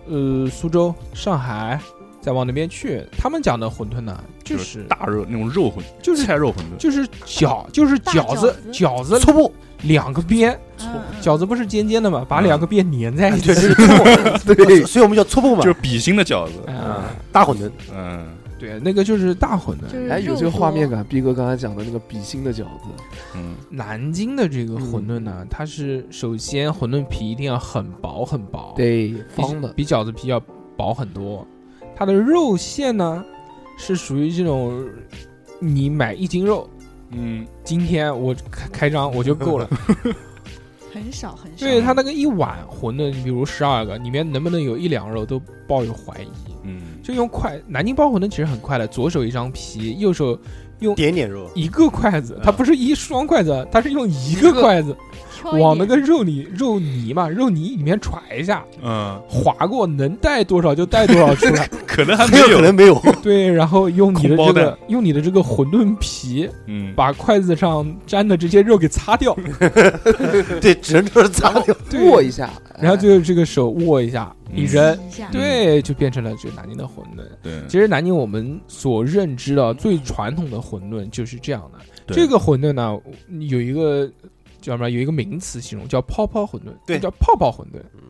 Speaker 2: 呃苏州、上海，再往那边去，他们讲的馄饨呢，就
Speaker 4: 就是大肉那种肉馄，
Speaker 2: 就
Speaker 4: 菜肉馄饨，
Speaker 2: 就是饺，就是
Speaker 3: 大
Speaker 2: 饺子，饺子
Speaker 6: 粗布，
Speaker 2: 两个边，
Speaker 3: 嗯
Speaker 2: 饺子不是尖尖的嘛，把两个边粘在一
Speaker 6: 啊对，这
Speaker 2: 起。
Speaker 6: 是哎粗布，对，所以我们叫粗布嘛，
Speaker 4: 就是比心的饺子。
Speaker 2: 啊，
Speaker 6: 大馄饨。
Speaker 4: 嗯
Speaker 2: 对，那个就是大馄饨。
Speaker 3: 就是
Speaker 5: 哎，有这个画面
Speaker 3: 感。
Speaker 5: 感，逼哥刚才讲的那个比心的饺子，
Speaker 4: 嗯，
Speaker 2: 南京的这个馄饨呢，它是首先馄饨皮一定要很薄很薄，
Speaker 5: 对，
Speaker 2: 比，
Speaker 5: 方的，
Speaker 2: 比饺子皮要薄很多。它的肉馅呢，是属于这种，你买一斤肉，
Speaker 4: 嗯，
Speaker 2: [LAUGHS] 今天我开开张我就够了，
Speaker 3: 很少很少。
Speaker 2: 对它那个一碗馄饨，比如十二个，里面能不能有一两肉都抱有怀疑。
Speaker 4: 嗯，
Speaker 2: 就用筷，南京包馄饨其实很快的，左手一张皮，右手
Speaker 6: 点点肉，
Speaker 2: 一个筷子，它不是一双筷子，它是用嗯一个筷子
Speaker 3: 挑一
Speaker 2: 往那
Speaker 3: 点
Speaker 2: 个肉里肉泥嘛，肉泥里面揣一下， [LAUGHS]
Speaker 4: 嗯，
Speaker 2: 划过，能带多少就带多少出来。
Speaker 4: 可能还没
Speaker 6: 很有可能没有。
Speaker 2: 对，然后用你的
Speaker 4: 空包
Speaker 2: 这
Speaker 4: 的
Speaker 2: 个用你的这个馄饨皮，
Speaker 4: 嗯，
Speaker 2: 把筷子上沾的这些肉给擦
Speaker 5: [LAUGHS]
Speaker 2: 掉，
Speaker 6: [LAUGHS] 对，只能就是擦掉。
Speaker 2: 对
Speaker 5: 握一下，
Speaker 2: 然后
Speaker 5: 哎
Speaker 2: 就这个手握一下，
Speaker 4: 嗯
Speaker 2: 一扔，
Speaker 3: 一下，
Speaker 2: 对，就变成了这南京的馄饨。
Speaker 4: 对，
Speaker 2: 其实南京我们所认知的最传统的馄饨就是这样的。
Speaker 4: 对
Speaker 2: 这个馄饨呢，有一个叫什么？有一个名词形容叫泡泡馄饨，
Speaker 6: 对
Speaker 2: 叫泡泡馄饨。
Speaker 5: 嗯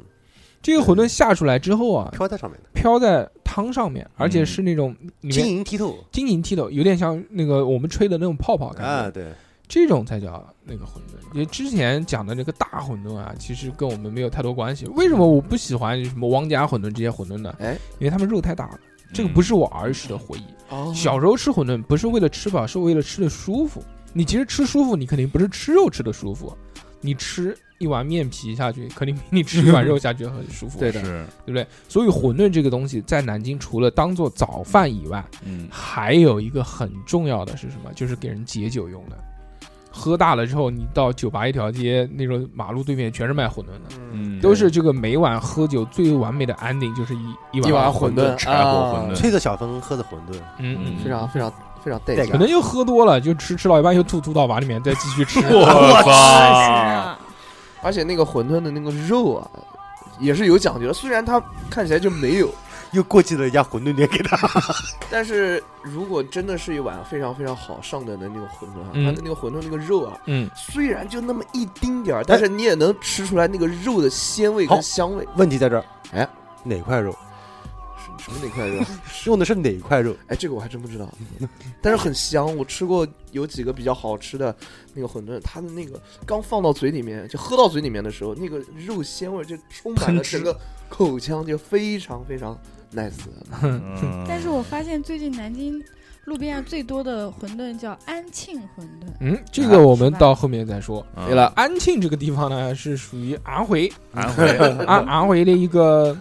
Speaker 2: 这个馄饨下出来之后啊，
Speaker 6: 飘在上面的，
Speaker 2: 飘在汤上面，而
Speaker 4: 嗯
Speaker 2: 且是那种里
Speaker 6: 晶
Speaker 2: 面
Speaker 6: 莹剔透
Speaker 2: 晶莹剔透，有点像那个我们吹的那种泡泡感觉。
Speaker 6: 啊，对，
Speaker 2: 这种才叫那个馄饨。也之前讲的那个大馄饨啊，其实跟我们没有太多关系。为什么我不喜欢什么王家馄饨这些馄饨呢？
Speaker 5: 哎，
Speaker 2: 因为他们肉太大了。这个不是我儿时的回忆。
Speaker 5: 哦
Speaker 2: 小时候吃馄饨不是为了吃饱，是为了吃的舒服。你其实吃舒服，你肯定不是吃肉吃的舒服，你吃一碗面皮下去，肯定比你吃一碗肉下去很舒服，
Speaker 5: [LAUGHS] 对的，
Speaker 4: 嗯是，
Speaker 2: 对不对？所以馄饨这个东西在南京除了当做早饭以外，
Speaker 4: 嗯，
Speaker 2: 还有一个很重要的是什么？就是给人解酒用的。喝大了之后，你到酒吧一条街那种马路对面全是卖馄饨的，
Speaker 6: 嗯，
Speaker 4: 嗯，
Speaker 2: 都是 [LAUGHS] 这个每晚喝酒最完美的安定，就是一一碗
Speaker 5: 一碗
Speaker 2: 馄
Speaker 5: 馄饨
Speaker 4: 柴火
Speaker 5: 啊
Speaker 4: 馄饨
Speaker 6: 吹着小风，喝着馄饨，
Speaker 2: 嗯嗯，
Speaker 5: 非常非常非常带
Speaker 6: 带
Speaker 5: 劲
Speaker 2: 可能又喝多了，就吃吃到一半又吐吐到碗里面，再继续
Speaker 5: [LAUGHS]
Speaker 2: 吃。
Speaker 4: 我操，
Speaker 3: 啊，
Speaker 5: 而且那个馄饨的那个肉啊，也是有讲究的。虽然它看起来就没有，
Speaker 6: 又过继了一家馄饨店给他。
Speaker 5: 但是如果真的是一碗非常非常好上等的那个馄饨啊，
Speaker 2: 嗯
Speaker 5: 它的那个馄饨那个肉啊，
Speaker 2: 嗯，
Speaker 5: 虽然就那么一丁点儿，但是你也能吃出来那个肉的鲜味跟
Speaker 6: 好
Speaker 5: 香味。
Speaker 6: [LAUGHS] 问题在这儿，
Speaker 5: 哎，
Speaker 6: 哪块肉？
Speaker 5: 什什么哪块肉？ [LAUGHS]
Speaker 6: 用的是哪块肉？
Speaker 5: 哎，这个我还真不知道，但是很香。我吃过有几个比较好吃的那个馄饨，它的那个刚放到嘴里面，就喝到嘴里面的时候，那个肉鲜味就充满了
Speaker 4: 喷汁
Speaker 5: 整个口腔，就非常非常 nice。
Speaker 4: 嗯
Speaker 3: 但是我发现最近南京路边上最多的馄饨叫安庆馄饨，
Speaker 2: 嗯，这
Speaker 5: 啊
Speaker 2: 个我们到后面再说。呃
Speaker 4: 嗯
Speaker 5: 对了，
Speaker 2: 安庆这个地方呢，是属于安徽，
Speaker 4: 安徽，
Speaker 5: 嗯
Speaker 4: [LAUGHS]
Speaker 2: 安安徽的一个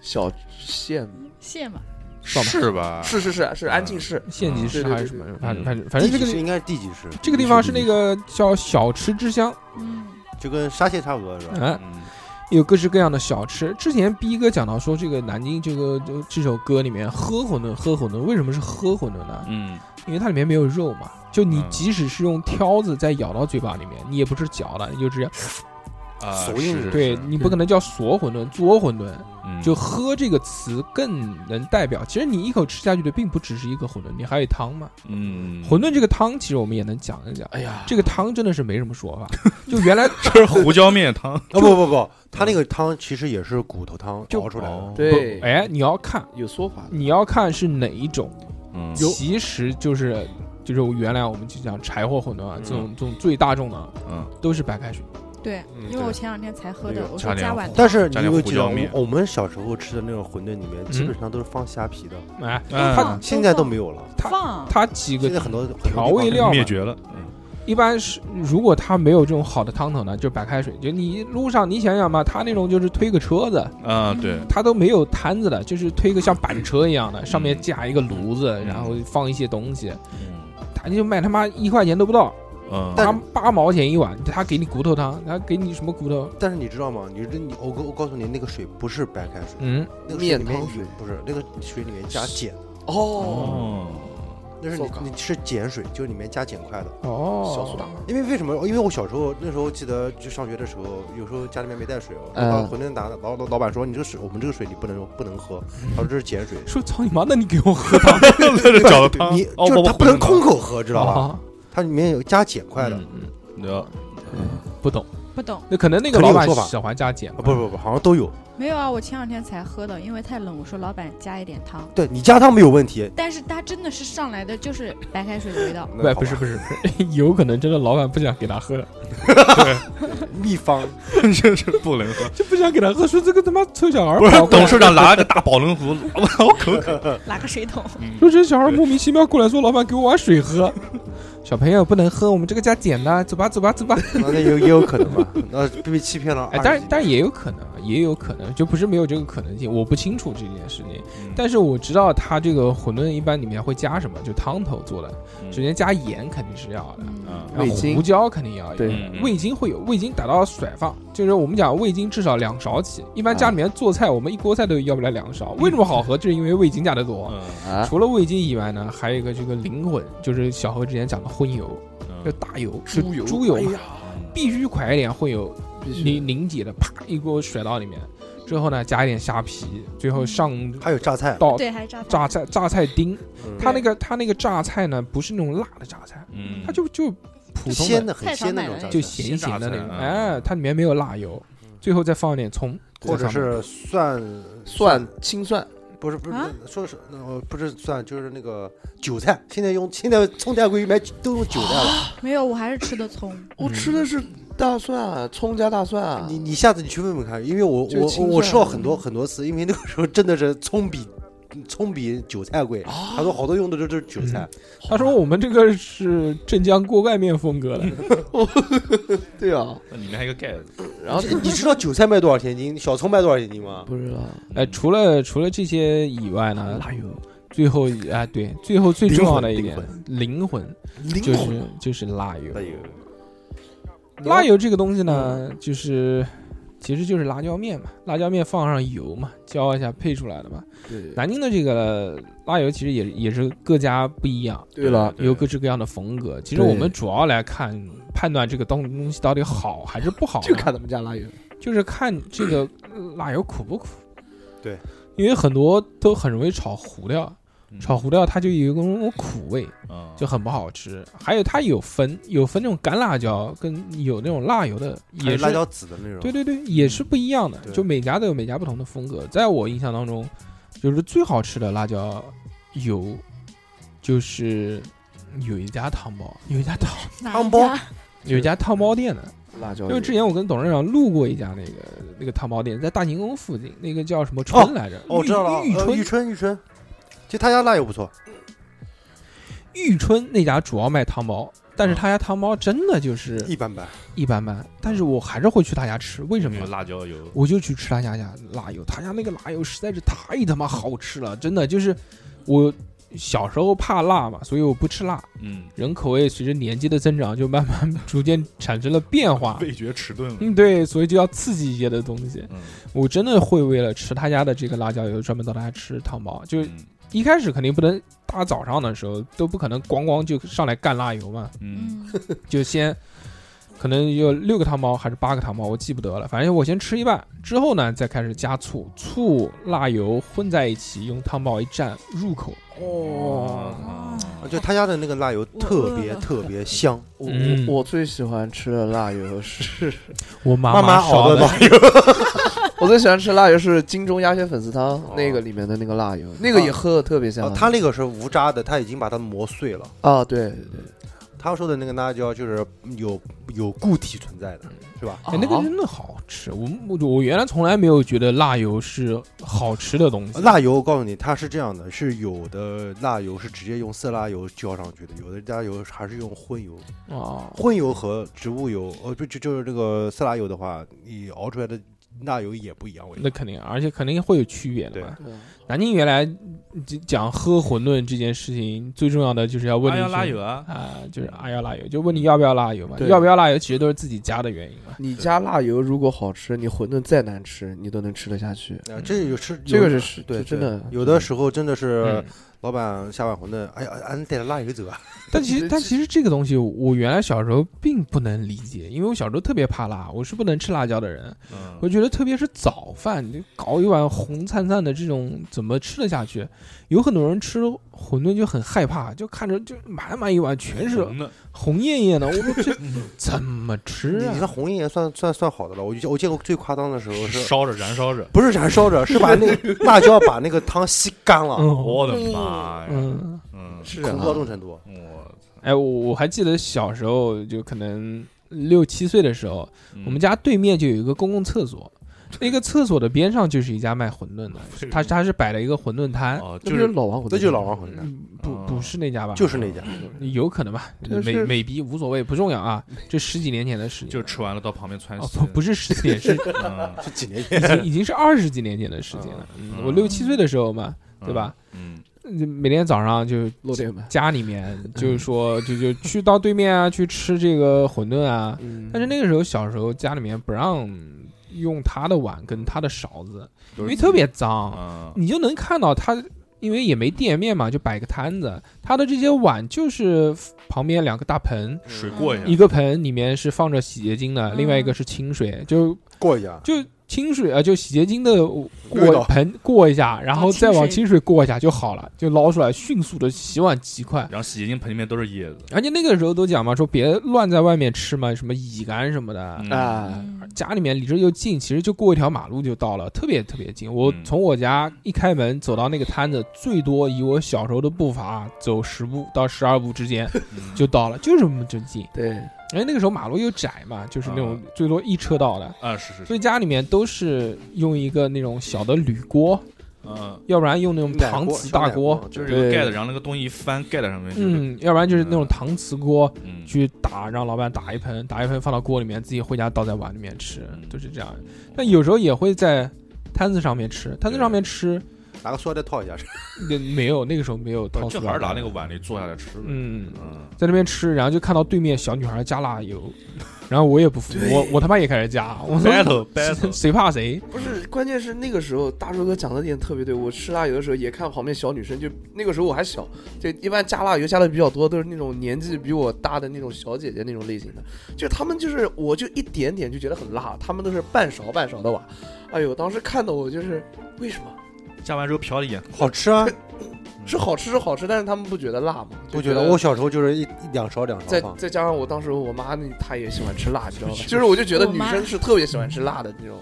Speaker 5: 小县
Speaker 3: 县吧，
Speaker 2: 算吧
Speaker 4: 是吧？
Speaker 5: 是是是是安庆市，
Speaker 2: 县级市
Speaker 5: 啊对对对
Speaker 2: 还是什么
Speaker 5: 对，嗯
Speaker 2: 反正反正反
Speaker 6: 地
Speaker 2: 正这
Speaker 6: 级
Speaker 2: 个
Speaker 6: 市
Speaker 2: 地
Speaker 6: 应该是地级市，
Speaker 2: 这个地方是那个叫小吃之乡，
Speaker 3: 嗯，
Speaker 6: 就跟沙县差不多是吧？
Speaker 2: 嗯，
Speaker 4: 嗯，
Speaker 2: 有各式各样的小吃。之前逼哥讲到说，这个南京这个这这首歌里面喝馄饨，喝馄饨为什么是喝馄饨呢？
Speaker 4: 嗯，
Speaker 2: 因为它里面没有肉嘛，就你
Speaker 4: 嗯
Speaker 2: 即使是用挑子再咬到嘴巴里面，你也不是嚼了，你就直接
Speaker 4: 啊，
Speaker 6: 熟
Speaker 4: 是
Speaker 6: 硬
Speaker 4: 是
Speaker 2: 对
Speaker 4: 是
Speaker 2: 你不可能叫嗦馄饨、嘬馄饨，
Speaker 4: 嗯
Speaker 2: 就喝这个词更能代表。其实你一口吃下去的并不只是一个馄饨，你还有汤嘛。
Speaker 4: 嗯，
Speaker 2: 馄饨这个汤，其实我们也能讲一讲。
Speaker 5: 哎呀，
Speaker 2: 这个汤真的是没什么说法，就原
Speaker 4: [LAUGHS]
Speaker 2: 来
Speaker 4: 这是胡椒
Speaker 2: [LAUGHS]
Speaker 4: 面汤，
Speaker 6: 啊不不不，它那个汤其实也是骨头汤
Speaker 2: 就
Speaker 6: 熬出来的。
Speaker 5: 对，
Speaker 2: 哎，你要看，
Speaker 5: 有说法的，
Speaker 2: 你要看是哪一种，
Speaker 4: 嗯，
Speaker 2: 其实就是就是原来我们就讲柴火馄饨啊，这种这种最大众的啊
Speaker 4: 嗯，
Speaker 2: 都是白开水。
Speaker 3: 对，
Speaker 6: 嗯
Speaker 3: 因为我前两天才喝的
Speaker 6: 对，
Speaker 3: 我
Speaker 4: 差
Speaker 3: 说
Speaker 4: 点
Speaker 3: 加碗
Speaker 6: 但是你
Speaker 4: 加
Speaker 6: 有
Speaker 4: 点
Speaker 6: 没有
Speaker 4: 胡
Speaker 6: 记得
Speaker 4: 椒
Speaker 6: 我们
Speaker 4: 面
Speaker 6: 我们小时候吃的那种馄饨里面，基本上都是放虾皮的，
Speaker 2: 哎，
Speaker 4: 嗯，
Speaker 6: 现在都没有了。
Speaker 2: 它
Speaker 3: 放
Speaker 2: 它几个
Speaker 6: 现在很多很多
Speaker 2: 调味
Speaker 6: 地方
Speaker 2: 料嘛嗯
Speaker 4: 灭绝了，
Speaker 2: 一般是如果它没有这种好的汤头呢，就白开水。就你路上你想想嘛，它那种就是推个车子，
Speaker 4: 嗯啊，对，
Speaker 2: 它都没有摊子的，就是推个像板车一样的，上面
Speaker 4: 嗯
Speaker 2: 架一个炉子，
Speaker 4: 嗯
Speaker 2: 然后放一些东西，
Speaker 4: 嗯
Speaker 2: 它就卖他妈一块钱都不到，
Speaker 4: 嗯，
Speaker 2: 他八毛钱一碗，他给你骨头汤，他给你什么骨头？
Speaker 6: 但是你知道吗？你这你我我告诉你，那个水不是白开水，
Speaker 2: 嗯，
Speaker 6: 那个水里面
Speaker 5: 面汤水
Speaker 6: 不是那个水里面加碱，
Speaker 4: [LAUGHS]
Speaker 5: 哦，
Speaker 4: 哦，
Speaker 6: 那是
Speaker 5: 糟
Speaker 6: 你
Speaker 5: 糕
Speaker 6: 你是碱水，就是里面加碱块的。
Speaker 2: 哦，
Speaker 5: 小苏打，
Speaker 6: 因为为什么？因为我小时候那时候记得，就上学的时候，有时候家里面没带水哦，
Speaker 5: 嗯
Speaker 6: 然后馄饨打老老老板说你这个水，我们这个水你不能不能喝，他说这是碱水， [LAUGHS]
Speaker 2: 说操你妈，那你给我喝汤
Speaker 4: 那是饺子汤，
Speaker 6: 你
Speaker 4: 哦
Speaker 6: 就是他不能空，口喝，知道吧？
Speaker 2: 啊？
Speaker 6: 它里面有加碱块的，啊
Speaker 4: 嗯，嗯
Speaker 2: [LAUGHS] 不懂，
Speaker 3: 不懂，
Speaker 2: 那可能那个
Speaker 6: 肯定
Speaker 2: 老板
Speaker 6: 有说法
Speaker 2: 喜欢加碱，
Speaker 6: 啊不不不，好像都有。
Speaker 3: 没有啊，我前两天才喝的，因为太冷，我说老板加一点汤，
Speaker 6: 对你加汤没有问题，
Speaker 3: 但是它真的是上来的就是白开水的味道，
Speaker 6: 那
Speaker 2: 不
Speaker 6: 好吧
Speaker 2: 不是不是，不是 [LAUGHS] 有可能真的老板不想给他喝了。
Speaker 6: 秘方，
Speaker 4: 就是不能喝，
Speaker 2: 就不想给他喝，说这个他妈臭小孩儿
Speaker 4: 不是
Speaker 2: 跑过来
Speaker 4: 董事长拿着大保温壶，我口渴，嗯
Speaker 3: 拿个水桶，
Speaker 2: 嗯说这小孩儿莫名其妙过来说老板给我碗水喝， [LAUGHS] 小朋友不能喝，我们这个家简单，走吧走吧走吧。
Speaker 6: 那那有也有可能吧？那被欺骗了二
Speaker 2: [LAUGHS]
Speaker 6: 十
Speaker 2: 哎，
Speaker 6: 几年。
Speaker 2: 但是但是也有可能啊，也有可能，就不是没有这个可能性，我不清楚这件事情，
Speaker 4: 嗯
Speaker 2: 但是我知道它这个馄饨一般里面会加什么，就汤头做的，首先加盐肯定是要的，
Speaker 3: 嗯，
Speaker 4: 啊，
Speaker 2: 然
Speaker 5: 味
Speaker 2: 后
Speaker 5: 精
Speaker 2: 胡椒肯定要有，
Speaker 5: 对
Speaker 4: 嗯
Speaker 2: 味精会有，味精打到甩放，就是我们讲味精至少两勺起。一般
Speaker 5: 啊
Speaker 2: 家里面做菜，我们一锅菜都要不了两勺。为什么好喝？就是因为味精加的多。
Speaker 4: 嗯
Speaker 5: 嗯啊，
Speaker 2: 除了味精以外呢，还有一个这个灵魂，就是小何之前讲的荤油，就
Speaker 4: 嗯
Speaker 2: 大油，
Speaker 5: 是
Speaker 2: 就猪油
Speaker 5: 哎
Speaker 2: 嘛，必须快一点荤油
Speaker 5: 必须
Speaker 2: 凝凝结的，啪一锅甩到里面。之后呢，加一点虾皮，最后上
Speaker 5: 嗯
Speaker 6: 还有榨菜，
Speaker 2: 到
Speaker 3: 对，还是炸
Speaker 2: 榨菜榨菜丁。
Speaker 6: 嗯
Speaker 2: 它那个它那个榨菜呢，不是那种辣的榨菜，
Speaker 4: 嗯，
Speaker 2: 它就就普通的
Speaker 6: 鲜的很
Speaker 3: 菜场
Speaker 6: 鲜的
Speaker 3: 买
Speaker 6: 那种
Speaker 3: 的
Speaker 6: 榨
Speaker 3: 那
Speaker 2: 就
Speaker 6: 菜，
Speaker 2: 咸咸的那种，
Speaker 4: 嗯
Speaker 2: 哎，它里面没有辣油
Speaker 6: 嗯，
Speaker 2: 最后再放一点葱，
Speaker 6: 或者
Speaker 2: 在上面
Speaker 6: 是蒜
Speaker 5: 蒜青蒜
Speaker 6: 不是不是
Speaker 3: 啊，
Speaker 6: 说是呃不是蒜，就是那个韭菜。现在用现在葱姜桂鱼买都用韭菜了。
Speaker 3: 没有，我还是吃的葱。
Speaker 5: 我哦吃的是大蒜啊，葱加大蒜啊，
Speaker 6: 你你下次你去问问看，因为我
Speaker 5: 就是
Speaker 6: 我
Speaker 5: 青
Speaker 6: 我我
Speaker 5: 蒜
Speaker 6: 吃到很多很多次，因为那个时候真的是葱比葱比韭菜贵。
Speaker 2: 啊
Speaker 6: 他说好多用的都都是韭菜，
Speaker 2: 他说我们这个是镇江锅盖面风格的，
Speaker 5: 对啊，
Speaker 4: 那里面还有一个盖子，
Speaker 5: 然后
Speaker 6: 你你知道韭菜卖多少钱一斤，小葱卖多少钱一斤吗？
Speaker 5: 不知道
Speaker 2: 哎，除了除了这些以外呢，
Speaker 5: 辣油
Speaker 2: 最后啊对，最后最重要的一
Speaker 6: 灵
Speaker 2: 点
Speaker 6: 魂
Speaker 2: 灵魂
Speaker 6: 灵
Speaker 2: 就是就是辣油，
Speaker 6: 那有
Speaker 2: 辣油这个东西呢，就是其实就是辣椒面嘛，辣椒面放上油嘛，浇一下配出来的嘛。
Speaker 5: 对
Speaker 2: 南京的这个辣油其实也也是各家不一样，
Speaker 5: 对了，
Speaker 2: 有各式各样的风格。其实
Speaker 5: 对
Speaker 2: 我们主要来看判断这个东东西到底好还是不好呢，
Speaker 5: 就看他们家辣油，
Speaker 2: 就是看这个辣油苦不苦。
Speaker 6: 对，
Speaker 2: 因为很多都很容易炒糊掉，
Speaker 4: 嗯
Speaker 2: 炒糊掉它就有一种苦味，
Speaker 4: 啊
Speaker 2: 就很不好吃。还有它有分有分那种干辣椒跟有那种辣油的，
Speaker 6: 还有
Speaker 2: 也是
Speaker 6: 辣椒籽的那种。
Speaker 2: 对对对，也是不一样的。
Speaker 6: 嗯对
Speaker 2: 就每家都有每家不同的风格。在我印象当中，就是最好吃的辣椒油，就是有一家汤包，有一家
Speaker 6: [LAUGHS]
Speaker 2: 汤
Speaker 6: 汤包
Speaker 3: 哪家
Speaker 2: 有一家汤包店的。
Speaker 5: 辣椒
Speaker 2: 因
Speaker 5: 油
Speaker 2: 为之前我跟董事长路过一家那个那个汤包店，在大行宫附近，那个叫什么春来着？
Speaker 6: 哦，我知道了，
Speaker 2: 玉
Speaker 6: 呃玉
Speaker 2: 春
Speaker 6: 春玉春，其实他家辣油不错，
Speaker 2: 玉春那家主要卖汤包，
Speaker 6: 嗯
Speaker 2: 但是他家汤包真的就是
Speaker 6: 一般般。
Speaker 2: 一般般。但是我还是会去他家吃，为什
Speaker 4: 有
Speaker 2: 么
Speaker 4: 没
Speaker 2: 呢
Speaker 4: 有？辣椒油？
Speaker 2: 我就去吃他家家辣油，他家那个辣油实在是太他妈好吃了，真的就是我小时候怕辣嘛，所以我不吃辣。
Speaker 4: 嗯，
Speaker 2: 人口味随着年纪的增长，就慢慢逐渐产生了变
Speaker 4: [LAUGHS]
Speaker 2: 化。
Speaker 4: 味觉迟钝了。
Speaker 2: 嗯，对，所以就要刺激一些的东西。
Speaker 4: 嗯
Speaker 2: 我真的会为了吃他家的这个辣椒油，专门到他家吃汤包。就
Speaker 4: 嗯
Speaker 2: 一开始肯定不能，大早上的时候都不可能咣咣就上来干辣油嘛。
Speaker 4: 嗯，
Speaker 3: 嗯，
Speaker 2: 就先可能有六个汤包还是八个汤包，我记不得了。反正我先吃一半，之后呢再开始加醋，醋辣油混在一起，用汤包一蘸入口。哦，
Speaker 4: 哦
Speaker 6: 啊就他家的那个辣油特别特别香，
Speaker 5: 我
Speaker 2: 嗯
Speaker 5: 我我最喜欢吃的辣油是，
Speaker 2: 我妈
Speaker 6: 慢慢熬
Speaker 2: 烧
Speaker 6: 的
Speaker 2: 的，
Speaker 6: 辣油，
Speaker 5: 我最喜欢吃辣油是荆州鸭血粉丝汤那个里面的那个辣油，那个也喝的特别香
Speaker 6: 啊
Speaker 5: 啊。
Speaker 6: [LAUGHS] 他那个是无渣的，他已经把它磨碎了。
Speaker 5: 啊，对对对，
Speaker 6: 他说的那个辣椒就是有有固体存在的，是吧？
Speaker 2: 哎，那个
Speaker 5: 啊
Speaker 2: 真的好吃。我我我原来从来没有觉得辣油是好吃的东西。
Speaker 6: 辣油，我告诉你，它是这样的，是有的辣油是直接用色拉油浇上去的，有的辣油还是用荤油。
Speaker 2: 哦，
Speaker 6: 荤油和植物油，呃，不就就是这个色拉油的话，你熬出来的辣油也不一样味
Speaker 2: 那
Speaker 6: 道。
Speaker 2: 肯定，而且肯定会有区别的嘛。
Speaker 5: 对
Speaker 2: 南京原来讲讲喝馄饨这件事情，最重要的就是要问
Speaker 4: 啊
Speaker 2: 你
Speaker 4: 要
Speaker 2: 一
Speaker 4: 辣
Speaker 2: 句
Speaker 4: 油啊，
Speaker 2: 啊，就是啊要辣油，就问你要不要辣油嘛，
Speaker 5: 对
Speaker 2: 要不要辣油其实都是自己加的原因嘛。
Speaker 5: 你家辣油如果好吃，你馄饨再难吃，你都能吃得下去。
Speaker 6: 那呃这有是
Speaker 5: 这个是是
Speaker 6: 对
Speaker 5: 是真的
Speaker 6: 有的时候真的
Speaker 2: 嗯
Speaker 6: 是老板下碗馄饨，哎呀，俺带着辣油走啊，
Speaker 2: 但其实，
Speaker 5: 这
Speaker 2: 但其实这个东西，我原来小时候并不能理解，因为我小时候特别怕辣，我是不能吃辣椒的人。
Speaker 4: 嗯
Speaker 2: 我觉得特别是早饭，你搞一碗红灿灿的这种，怎么吃得下去？有很多人吃馄饨就很害怕，就看着就满满一碗全是
Speaker 4: 红的，
Speaker 2: 红艳艳的，我说这 [LAUGHS] 怎么吃
Speaker 6: 你你
Speaker 2: 啊？
Speaker 6: 那红叶算算算好的了，我就我见过最夸张的时候是，
Speaker 4: 烧着燃烧着，
Speaker 6: 不是燃烧着，是把那个辣椒把那个汤吸干了，
Speaker 2: 嗯
Speaker 4: 我的妈呀！
Speaker 2: 嗯，
Speaker 4: 嗯，
Speaker 5: 是
Speaker 6: 恐怖到这种程度。
Speaker 4: 我操！
Speaker 2: 哎，我我还记得小时
Speaker 4: 嗯
Speaker 2: 候就可能六七岁的时候，我们家对面就有一个公共厕所，那个厕所的边上就是一家卖馄饨的，他他是摆了一个馄饨摊，
Speaker 4: 哦，
Speaker 5: 那
Speaker 4: 就
Speaker 5: 不就是
Speaker 4: 是
Speaker 5: 老王馄饨，
Speaker 6: 那就是老王馄饨，
Speaker 2: 嗯不
Speaker 4: 哦
Speaker 2: 不是那家吧？
Speaker 6: 就是那家，
Speaker 2: 有可能吧，
Speaker 5: 但
Speaker 2: 美
Speaker 5: 是
Speaker 2: 美逼无所谓，不重要啊。这十几年前的事情，
Speaker 4: 就吃完了到旁边窜
Speaker 2: 哦
Speaker 4: 稀
Speaker 2: 不，不是十几年，是
Speaker 4: 嗯
Speaker 2: [LAUGHS]
Speaker 6: 是几年
Speaker 2: 已
Speaker 6: 前，
Speaker 2: 经已经是二十几年前的事情了。
Speaker 4: 嗯
Speaker 2: 我六七岁的时候嘛，对吧？
Speaker 4: 嗯，
Speaker 2: 嗯每天早上就
Speaker 5: 露店门。
Speaker 2: 家里面就是说就就去到对面啊去 [LAUGHS] 吃这个馄饨啊，
Speaker 5: 嗯
Speaker 2: 但是那个时候小时候家里面不让用他的碗跟他的勺子，因
Speaker 4: 都
Speaker 2: 为
Speaker 4: 是
Speaker 2: 特别脏，
Speaker 4: 啊，
Speaker 2: 你就能看到他。因为也没店面嘛，就摆个摊子。他的这些碗就是旁边两个大盆，
Speaker 4: 水过一下，
Speaker 6: 嗯
Speaker 2: 一个盆里面是放着洗洁精的，
Speaker 3: 嗯
Speaker 2: 另外一个是清水，就
Speaker 6: 过一下，
Speaker 2: 就清水啊，就洗洁精的
Speaker 6: 味
Speaker 2: 过
Speaker 6: 道
Speaker 2: 盆过一下，然后
Speaker 3: 哦
Speaker 2: 再
Speaker 3: 清
Speaker 2: 往
Speaker 3: 水
Speaker 2: 清水过一下就好了，就捞出来，迅速的洗碗极快。
Speaker 4: 然后洗洁精盆里面都是叶子
Speaker 2: 而且那个时候都讲嘛，说别乱在外面吃嘛，什么乙肝什么的，
Speaker 4: 嗯
Speaker 5: 啊，
Speaker 3: 嗯
Speaker 2: 家里面离这又近，其实就过一条马路就到了，特别特别近。我
Speaker 4: 嗯
Speaker 2: 从我家一开门走到那个摊子，最多以我小时候的步伐走十步到十二步之间
Speaker 4: 嗯
Speaker 2: 就到了，就这么就近。
Speaker 5: 对，
Speaker 2: 因为那个时候马路又窄嘛，就是那种
Speaker 4: 啊
Speaker 2: 最多一车道的，
Speaker 4: 啊，是是是，
Speaker 2: 所以家里面都是用一个那种小的铝锅，
Speaker 4: 嗯，
Speaker 2: 要不然用那种
Speaker 6: 奶
Speaker 2: 搪
Speaker 6: 锅
Speaker 2: 瓷大锅，，
Speaker 6: 就
Speaker 4: 就是是有个
Speaker 5: 对
Speaker 4: 盖子，然后那个东西一翻，盖在上面就是，
Speaker 2: 嗯，要不然就是那种搪瓷锅
Speaker 4: 嗯，
Speaker 2: 去打，让老板打一盆，打一盆放到锅里面，自己回家倒在碗里面吃，
Speaker 4: 嗯
Speaker 2: 就是这样。但有时候也会在摊子上面吃，摊子上面吃
Speaker 6: 拿个塑料袋套一下，
Speaker 2: 也没有，那个时候没有套
Speaker 4: 就
Speaker 2: 塑
Speaker 4: 还
Speaker 2: 料
Speaker 4: 是拿
Speaker 2: 袋
Speaker 4: 那个碗里坐下来吃，
Speaker 2: 嗯，
Speaker 4: 嗯，
Speaker 2: 在那边吃，然后就看到对面小女孩加辣油，然后我也不服，我我他妈也开始加，我说 [LAUGHS]
Speaker 4: battle battle，
Speaker 2: 谁怕谁。
Speaker 5: 不是，关键是那个时候大叔哥讲的点特别对。我吃辣油的时候也看旁边小女生，就那个时候我还小，就一般加辣油加的比较多都是那种年纪比我大的那种小姐姐那种类型的，就他们就是我就一点点就觉得很辣，他们都是半勺半勺的哇。哎呦，当时看的我就是为什么
Speaker 4: 加完之后瞟了一眼，
Speaker 6: 好吃啊，
Speaker 5: 是好吃是好吃，但是他们不觉得辣吗？
Speaker 6: 不
Speaker 5: 就
Speaker 6: 觉
Speaker 5: 觉
Speaker 6: 得？ [LAUGHS] 我小时候就是一一两勺两勺
Speaker 5: 再
Speaker 6: 放，
Speaker 5: 再加上我当时我妈那她也喜欢吃辣，你 [LAUGHS] 知道吧？就是我就觉得
Speaker 3: 我
Speaker 5: 女
Speaker 3: 妈
Speaker 5: 生是特别喜欢吃辣的那种，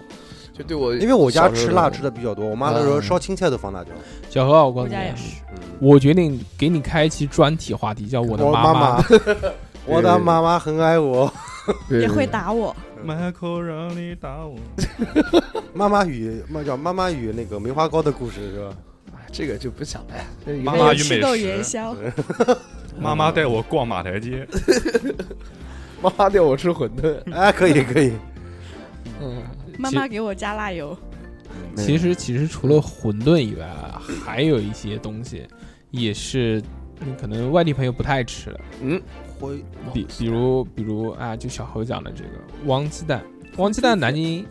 Speaker 5: 就对我
Speaker 6: 因为我家
Speaker 5: 小时候
Speaker 6: 吃
Speaker 5: 的
Speaker 6: 辣
Speaker 5: 我
Speaker 6: 吃的比较多，我妈那时候烧青菜都放辣椒，
Speaker 2: 小何，我告诉
Speaker 3: 我
Speaker 2: 你
Speaker 3: 家也
Speaker 2: 啊，
Speaker 3: 是，
Speaker 6: 嗯，
Speaker 2: 我决定给你开一期专题话题，叫我的
Speaker 6: 我
Speaker 2: 妈
Speaker 6: 妈，我的妈妈很爱我，
Speaker 3: 也会打我。
Speaker 2: 嗯
Speaker 4: Michael 让你打我，
Speaker 6: 妈妈与那叫妈妈与那个梅花糕的故事是吧？
Speaker 5: 哎这个就不讲了。这个
Speaker 4: 妈
Speaker 3: 还
Speaker 4: 妈
Speaker 3: 有
Speaker 4: 与美
Speaker 3: 吃豆
Speaker 4: 食
Speaker 3: 元宵，
Speaker 4: 妈妈带我逛马台街，
Speaker 5: 妈妈带我吃馄
Speaker 6: [LAUGHS]
Speaker 5: 饨，
Speaker 6: 哎，可以可以，
Speaker 5: 嗯，
Speaker 3: 妈妈给我加辣油，
Speaker 2: 其实其实除了馄饨以外啊，还有一些东西也是嗯可能外地朋友不太吃的，
Speaker 6: 回
Speaker 2: 比比如比如啊，就小侯讲的这个汪鸡蛋，汪鸡蛋南京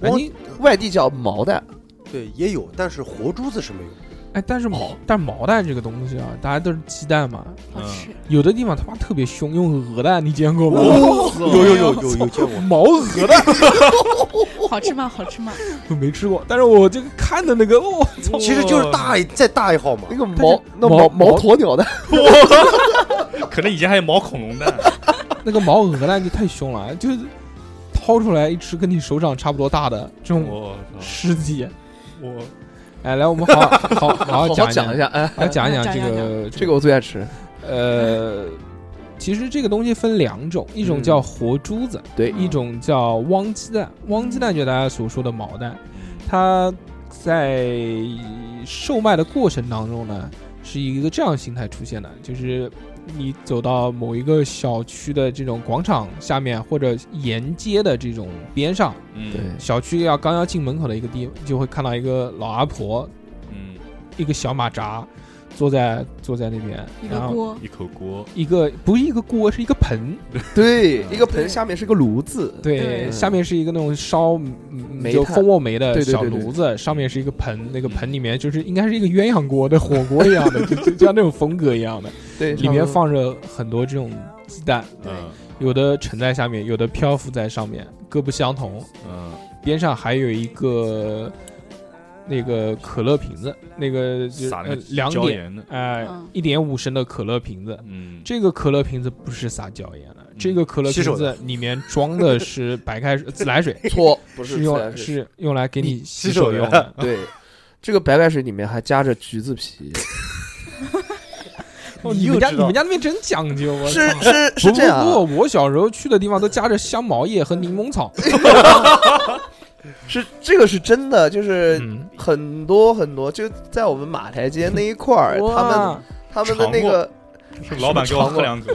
Speaker 2: 南
Speaker 6: 汪
Speaker 2: 京
Speaker 5: 外地叫毛蛋，
Speaker 6: 对也有，但是活珠子是没有。
Speaker 2: 哎，但是毛但是毛蛋这个东西啊，大家都是鸡蛋嘛，
Speaker 3: 好吃。
Speaker 2: 有的地方他妈特别凶，用鹅蛋，你见过吗？
Speaker 6: 哦有有有有有见过，
Speaker 2: [LAUGHS] 毛鹅蛋
Speaker 3: 好吃吗？好吃吗？
Speaker 2: 我没吃过，但是我这个看的那个，哦我、
Speaker 4: [LAUGHS]
Speaker 2: 操，
Speaker 6: 其实就是大一再大一号嘛
Speaker 5: 那。个
Speaker 2: 但是
Speaker 5: 毛那
Speaker 2: 毛
Speaker 5: 毛毛鸵鸟蛋，
Speaker 4: 可能以前还有毛恐龙蛋，
Speaker 2: 那个毛鹅蛋就太凶了，就是掏出来一只跟你手掌差不多大的这种
Speaker 4: 我操
Speaker 2: 尸体。
Speaker 4: 我
Speaker 2: 哎，来，我们好好好好
Speaker 5: 好
Speaker 2: 啊讲嗯
Speaker 5: 讲一
Speaker 2: 下，
Speaker 5: 下，哎，
Speaker 2: 来讲一讲
Speaker 3: 讲
Speaker 2: 这
Speaker 3: 讲
Speaker 2: 个
Speaker 5: 这个我最爱吃，
Speaker 2: 呃，其实这个东西分两种，一种
Speaker 5: 嗯
Speaker 2: 叫活珠子，
Speaker 5: 对
Speaker 2: 一种叫汪鸡蛋。汪鸡蛋就大家所说的毛蛋，它在售卖的过程当中呢，是一个这样形态出现的，就是。你走到某一个小区的这种广场下面，或者沿街的这种边上，
Speaker 4: 嗯
Speaker 5: 对，
Speaker 2: 小区要刚要进门口的一个地，就会看到一个老阿婆，
Speaker 4: 嗯，
Speaker 2: 一个小马扎，坐在坐在那边，
Speaker 3: 一个
Speaker 2: 然后
Speaker 3: 锅，
Speaker 4: 一口锅，
Speaker 2: 一个不是一个锅，是一个盆，
Speaker 5: 对，一个盆
Speaker 3: 对
Speaker 5: 下面是个炉子，
Speaker 2: 对，
Speaker 3: 对
Speaker 2: 下面是一个那种烧嗯
Speaker 5: 煤
Speaker 2: 就
Speaker 5: 炭
Speaker 2: 蜂窝煤的
Speaker 5: 对对对
Speaker 2: 小
Speaker 5: 对
Speaker 2: 炉子，上面是一个盆，那个盆里面就是应该是一个鸳鸯锅的火锅一样的， [LAUGHS] 就就像那种风格一样的，
Speaker 5: 对，
Speaker 2: 里面
Speaker 5: [LAUGHS]
Speaker 2: 放着很多这种鸡蛋，
Speaker 4: 嗯
Speaker 2: 有的沉在下面，有的漂浮在上面，各不相同。
Speaker 4: 嗯，
Speaker 2: 边上还有一个那个可乐瓶子，那个就是
Speaker 4: 撒那
Speaker 2: 呃
Speaker 4: 个
Speaker 2: 两
Speaker 4: 椒
Speaker 2: 点
Speaker 4: 盐的，
Speaker 2: 哎
Speaker 3: 嗯
Speaker 2: 一点五升的可乐瓶子，
Speaker 4: 嗯，
Speaker 2: 这个可乐瓶子不是撒椒盐的，这个可乐
Speaker 6: 洗
Speaker 2: 瓶
Speaker 6: 手
Speaker 2: 子
Speaker 6: 的
Speaker 2: 里面装的是白开水、自来水，
Speaker 5: 搓，不
Speaker 2: 是
Speaker 5: 是自来
Speaker 2: 用
Speaker 5: 水，
Speaker 2: 是用来给你洗
Speaker 6: 洗手
Speaker 2: 用
Speaker 6: 的
Speaker 2: 的。 [LAUGHS]
Speaker 5: 对。这个白开水里面还夹着橘子皮，
Speaker 2: 哦，
Speaker 6: 你
Speaker 2: 你
Speaker 6: 又
Speaker 2: 们家
Speaker 6: 知
Speaker 2: 你
Speaker 6: 道
Speaker 2: 们家那边真讲究，我
Speaker 5: 是
Speaker 2: 操
Speaker 5: [LAUGHS] 是是
Speaker 2: 不
Speaker 5: 这样啊，
Speaker 2: 不不，我小时候去的地方都夹着香茅叶和柠檬草，
Speaker 5: 是这个是真的，就是
Speaker 2: 嗯，
Speaker 5: 很多很多，就在我们马台街那一块儿，他们
Speaker 2: 哇
Speaker 5: 他们的那个，
Speaker 4: 是老板给我喝两口，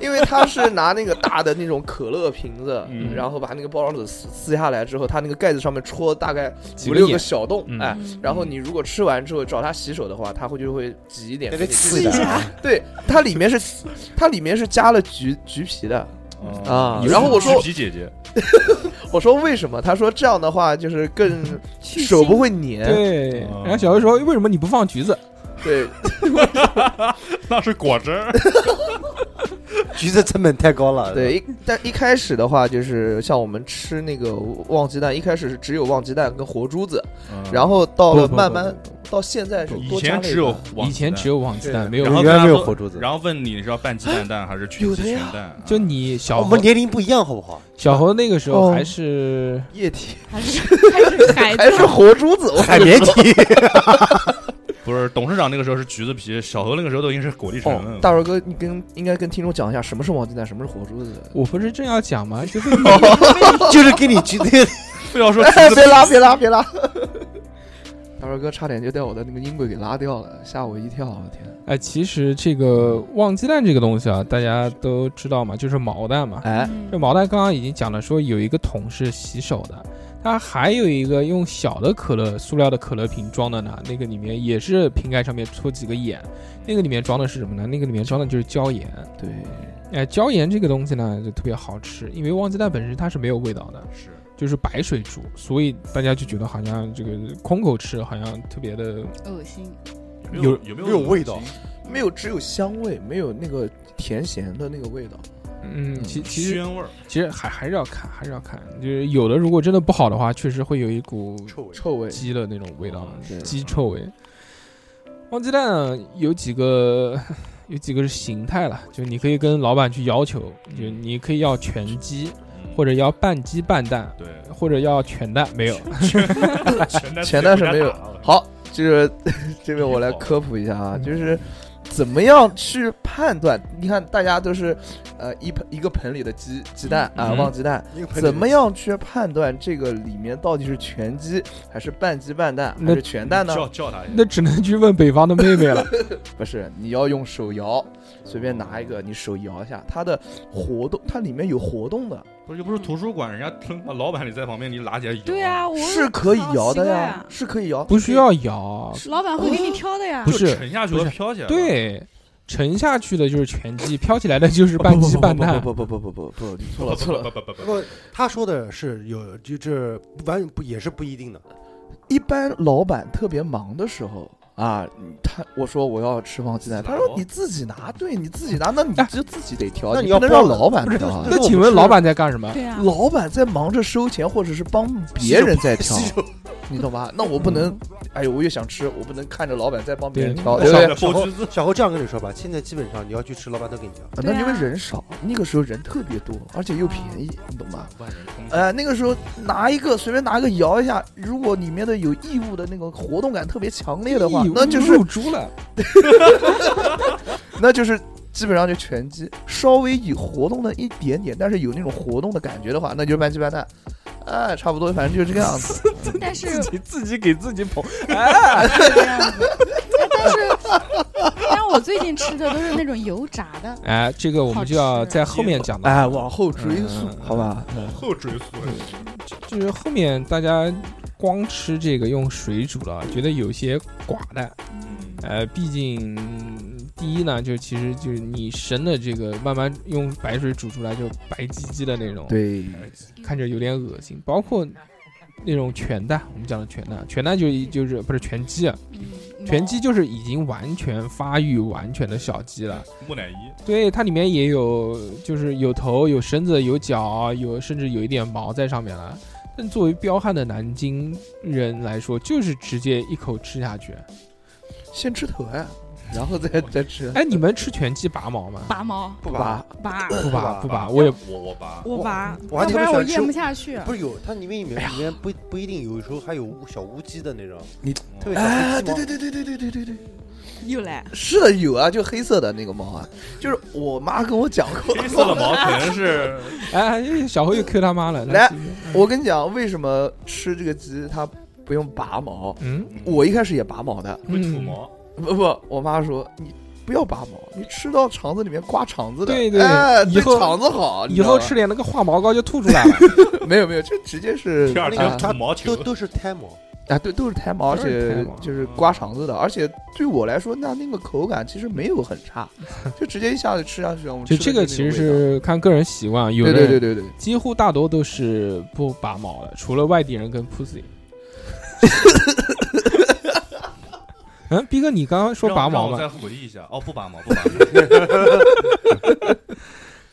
Speaker 5: 因为他是拿那个大的那种可乐瓶子，
Speaker 4: 嗯
Speaker 5: 然后把那个包装纸撕撕下来之后，它那个盖子上面戳大概
Speaker 2: 几
Speaker 5: 五
Speaker 2: 个
Speaker 5: 六
Speaker 2: 眼
Speaker 5: 个小洞，
Speaker 2: 嗯
Speaker 5: 哎。然后你如果吃完之后找他洗手的话，他会就会挤一点
Speaker 6: 那
Speaker 5: 给
Speaker 6: 个
Speaker 5: 你
Speaker 6: 气
Speaker 5: 的
Speaker 6: 的，
Speaker 5: 对，它里面是它里面是加了橘橘皮的，啊
Speaker 4: 嗯你是
Speaker 5: 然后我说
Speaker 4: 橘皮姐姐，
Speaker 5: 我说为什么？他说这样的话就是更
Speaker 3: 去
Speaker 5: 手
Speaker 3: 腥
Speaker 5: 不会粘。
Speaker 2: 对，
Speaker 4: 哦
Speaker 2: 然后小优说：“为什么你不放橘子
Speaker 5: 对，
Speaker 4: 那是果汁
Speaker 5: [LAUGHS]
Speaker 4: 儿，
Speaker 6: 橘子成本太高了。
Speaker 5: 对，一但一开始的话，就是像我们吃那个旺鸡蛋，一开始是只有旺鸡蛋跟活珠子，然后到
Speaker 2: 不
Speaker 5: 了
Speaker 2: 不
Speaker 5: 慢
Speaker 2: 不
Speaker 5: 慢到现在是
Speaker 4: 嗯以
Speaker 5: 多加
Speaker 4: 前
Speaker 5: 了一
Speaker 4: 只有
Speaker 5: 个
Speaker 4: 王？”
Speaker 2: 以前
Speaker 4: 子
Speaker 2: 只有旺鸡蛋，没有
Speaker 4: 然后
Speaker 6: 原
Speaker 4: 跟
Speaker 6: 来
Speaker 4: 他
Speaker 6: 没有
Speaker 4: 说
Speaker 6: 活珠子
Speaker 4: 然后问你是要拌鸡蛋蛋还是全
Speaker 5: 有
Speaker 4: 鸡
Speaker 5: 的
Speaker 4: 全
Speaker 5: 呀
Speaker 4: 蛋？啊
Speaker 2: 就你小
Speaker 6: 我们
Speaker 2: 何
Speaker 6: 年龄不一样，好不好？
Speaker 2: 小何那个时候
Speaker 5: 哦
Speaker 2: 还是
Speaker 5: 液体，
Speaker 3: 还是还是孩
Speaker 5: 还
Speaker 3: 子
Speaker 5: 是活珠子？我
Speaker 6: 海绵体， [LAUGHS]
Speaker 4: 不是董事长那个时候是橘子皮，小何那个时候都已经是果粒橙
Speaker 5: 哦
Speaker 4: 了，。
Speaker 5: 大帅哥，你跟应该跟听众讲一下什么是旺鸡蛋，什么是活珠子。
Speaker 2: 我不是正要讲吗？ [LAUGHS] 就是
Speaker 6: 就是给你橘子。
Speaker 4: 非要说橘
Speaker 5: 哎，
Speaker 4: 子
Speaker 5: [LAUGHS] 别拉，别拉，别拉！大帅哥差点就带我的那个音轨给拉掉了，吓我一跳！我天，
Speaker 2: 哎，其实这个旺鸡蛋这个东西啊，大家都知道嘛，就是毛蛋嘛。
Speaker 5: 哎，
Speaker 2: [LAUGHS]
Speaker 3: 嗯
Speaker 2: 这毛蛋刚刚已经讲了，说有一个桶是洗手的，它还有一个用小的可乐塑料的可乐瓶装的呢，那个里面也是瓶盖上面戳几个眼，那个里面装的是什么呢？那个里面装的就是椒盐。
Speaker 5: 对，
Speaker 2: 哎，椒盐这个东西呢，就特别好吃，因为旺鸡蛋本身它是没有味道的，
Speaker 4: 是
Speaker 2: 就是白水煮，所以大家就觉得好像这个空口吃好像特别的
Speaker 3: 恶心，
Speaker 4: 有没有
Speaker 2: 有
Speaker 4: 有没
Speaker 6: 没有味道
Speaker 5: 没有只有香味，没有那个甜咸的那个味道。
Speaker 2: 嗯，其其实
Speaker 4: 鲜味儿？
Speaker 2: 其实还还是要看，还是要看，就是有的如果真的不好的话，确实会有一股
Speaker 6: 臭味
Speaker 5: 臭味，
Speaker 2: 鸡的那种味道
Speaker 4: 哦，
Speaker 5: 是
Speaker 2: 鸡臭味。旺鸡蛋有几个有几个形态了，就你可以跟老板去要求，就你可以要全鸡，
Speaker 4: 嗯
Speaker 2: 或者要半鸡半蛋，
Speaker 4: 对，
Speaker 2: 或者要全蛋，没有。
Speaker 4: 全
Speaker 5: 前段是没有。好，就是 [LAUGHS] 这边我来科普一下
Speaker 2: 嗯
Speaker 5: 啊，就是怎么样去判断？你看大家都是呃一盆一个盆里的鸡鸡蛋啊，
Speaker 2: 嗯
Speaker 5: 旺鸡蛋， [LAUGHS] 怎么样去判断这个里面到底是全鸡还是半鸡半蛋还
Speaker 2: 那
Speaker 5: 是全蛋呢？
Speaker 4: 叫叫他一下
Speaker 2: 那只能去问北方的妹妹了。
Speaker 5: 不是，你要用手摇，随便拿一个，你手摇一下，它的活动，它里面有活动的，
Speaker 4: 不是又不是图书馆，人家他妈老板你在旁边，你拿起来摇
Speaker 3: 对，啊，我
Speaker 5: 是可以
Speaker 3: 好
Speaker 5: 摇
Speaker 3: 奇
Speaker 5: 的
Speaker 3: 怪
Speaker 5: 呀
Speaker 3: 啊，
Speaker 5: 是可以摇，
Speaker 2: 不需要摇，
Speaker 3: 老板会给你挑的呀
Speaker 2: 不，
Speaker 4: 就是沉下去
Speaker 2: 不
Speaker 4: 了
Speaker 2: 是
Speaker 4: 飘起来。，
Speaker 2: 对，沉下去的就是全鸡，飘起来的就是
Speaker 5: 哦
Speaker 2: 半
Speaker 5: 不
Speaker 2: 鸡
Speaker 5: 不
Speaker 2: 半蛋。
Speaker 5: 不不不不不不不，你
Speaker 4: 不
Speaker 5: 错了错了，
Speaker 4: 不不不不
Speaker 6: 不，他说的是有，就是完不也是不一定的。
Speaker 5: 一般老板特别忙的时候。啊，他我说我要吃旺鸡蛋，
Speaker 6: 啊
Speaker 4: 自己
Speaker 5: 他
Speaker 4: 拿
Speaker 5: 说
Speaker 4: 哦
Speaker 5: 你自己拿，对你自己拿，那你
Speaker 2: 哎
Speaker 5: 就自己得调，
Speaker 6: 那
Speaker 5: 你
Speaker 6: 你要
Speaker 5: 不能
Speaker 6: 包
Speaker 5: 让老板
Speaker 6: 不是
Speaker 5: 调啊。
Speaker 2: 那请问老板在干什么？
Speaker 3: 对啊呀，
Speaker 5: 老板在忙着收钱，或者是帮别人
Speaker 6: [LAUGHS]
Speaker 5: 在挑，你懂吧？那我不
Speaker 6: 嗯
Speaker 5: 能，哎呦，我也想吃，我不能看着老板在帮别人啊
Speaker 2: 对
Speaker 5: 挑，
Speaker 4: 不
Speaker 5: 对不对
Speaker 4: 不？剥橘子，
Speaker 6: 小侯这样跟你说吧，现在基本上你要去吃，老板都给你讲。
Speaker 5: 啊
Speaker 3: 对
Speaker 5: 那因为
Speaker 3: 啊
Speaker 5: 人少，那个时候人特别多，而且又便宜，你懂吧？
Speaker 4: 万人
Speaker 6: 嗯
Speaker 4: 空巷
Speaker 5: 呃，那个时候拿一个随便拿一个摇一下，如果里面的有异物的那个活动感特别强烈的话
Speaker 2: 咦，
Speaker 5: 那就
Speaker 2: 入
Speaker 5: 是
Speaker 2: 猪了。
Speaker 5: 那就是基本上就全鸡，稍微有活动的一点点，但是有那种活动的感觉的话，那就是半鸡半蛋，哎，差不多，反正就是这个样子。
Speaker 3: 但是
Speaker 2: 自己自己给自己捧，
Speaker 3: 这个样子，哎但是但我最近吃的都是那种油炸的，
Speaker 2: 哎，这个我们就要在后面讲到，
Speaker 5: 哎，往后追溯
Speaker 2: 嗯，
Speaker 5: 好吧？
Speaker 4: 后追溯，
Speaker 2: 就是后面大家光吃这个用水煮了，觉得有些寡淡。呃，毕竟第一呢，就其实就是你生的这个慢慢用白水煮出来就白唧唧的那种，
Speaker 5: 对，
Speaker 2: 看着有点恶心。包括那种全蛋，我们讲的全蛋，全蛋就就是不是全鸡啊，
Speaker 3: 嗯
Speaker 2: 全鸡就是已经完全发育完全的小鸡了。
Speaker 4: 木乃伊
Speaker 2: 对，它里面也有，就是有头、有身子、有脚，有甚至有一点毛在上面了。但作为彪悍的南京人来说，就是直接一口吃下去。
Speaker 5: 先吃头呀，然后再再吃。
Speaker 2: 哎，你们吃全鸡拔毛吗？
Speaker 3: 拔毛
Speaker 6: 不
Speaker 5: 吧，
Speaker 2: [LAUGHS]
Speaker 3: 拔，
Speaker 2: 不拔，不
Speaker 6: 不拔
Speaker 2: 拔，我也
Speaker 4: 我我拔，
Speaker 3: 我拔，
Speaker 6: 我还
Speaker 3: 要不
Speaker 6: 特别
Speaker 3: 然我
Speaker 6: 喜欢吃
Speaker 3: 咽不下去。
Speaker 6: 不是有它里面里面里面不不一定，有时候还有乌小乌鸡的那种，
Speaker 5: 你
Speaker 6: 特别小乌鸡
Speaker 5: 哎，
Speaker 6: 吗
Speaker 5: 对对对对对对对对对，
Speaker 3: 又来，
Speaker 5: 是的，有啊，就黑色的那个猫啊，就是我妈跟我讲过。
Speaker 4: 黑色的毛可能是
Speaker 2: 哎，小辉又 Q 他妈了，
Speaker 5: 来
Speaker 2: 继续，
Speaker 5: 我跟你讲，为什么吃这个鸡它不用拔毛？
Speaker 2: 嗯，
Speaker 5: 我一开始也拔毛的，
Speaker 4: 会吐毛，
Speaker 5: 不不，我妈说你不要拔毛，你吃到肠子里面刮肠子的，
Speaker 2: 对对
Speaker 5: 哎，
Speaker 2: 以
Speaker 5: 对
Speaker 2: 后
Speaker 5: 肠子好。你
Speaker 2: 以
Speaker 5: 知道
Speaker 2: 后
Speaker 5: 吧
Speaker 2: 吃点那个化毛膏就吐出
Speaker 5: [LAUGHS]
Speaker 2: 来了，
Speaker 5: 没有没有，就直接是
Speaker 4: 第二
Speaker 5: 那
Speaker 4: 天
Speaker 5: 个
Speaker 4: 吐毛
Speaker 6: 都
Speaker 4: 球，
Speaker 6: 都是胎毛，
Speaker 5: 啊，对，都是胎毛，而
Speaker 2: 都是胎
Speaker 5: 且
Speaker 2: 毛
Speaker 5: 就是刮肠子的，而且对我来说，那那个口感其实没有很
Speaker 2: [LAUGHS]
Speaker 5: 差，就直接一下子吃下去了。我们
Speaker 2: 就这
Speaker 5: 吃的
Speaker 2: 个
Speaker 5: 就
Speaker 2: 其实
Speaker 5: 那味道
Speaker 2: 是看个人习惯，有
Speaker 5: 对
Speaker 2: 的
Speaker 5: 对对
Speaker 2: 人
Speaker 5: 对对，
Speaker 2: 几乎大多都是不拔毛的，除了外地人跟
Speaker 4: [LAUGHS]
Speaker 2: pussy。嗯，逼哥，你刚刚说
Speaker 4: 让
Speaker 2: 拔毛
Speaker 4: 让
Speaker 2: 吗？
Speaker 4: 我再回忆一下，哦，不拔毛，不拔毛，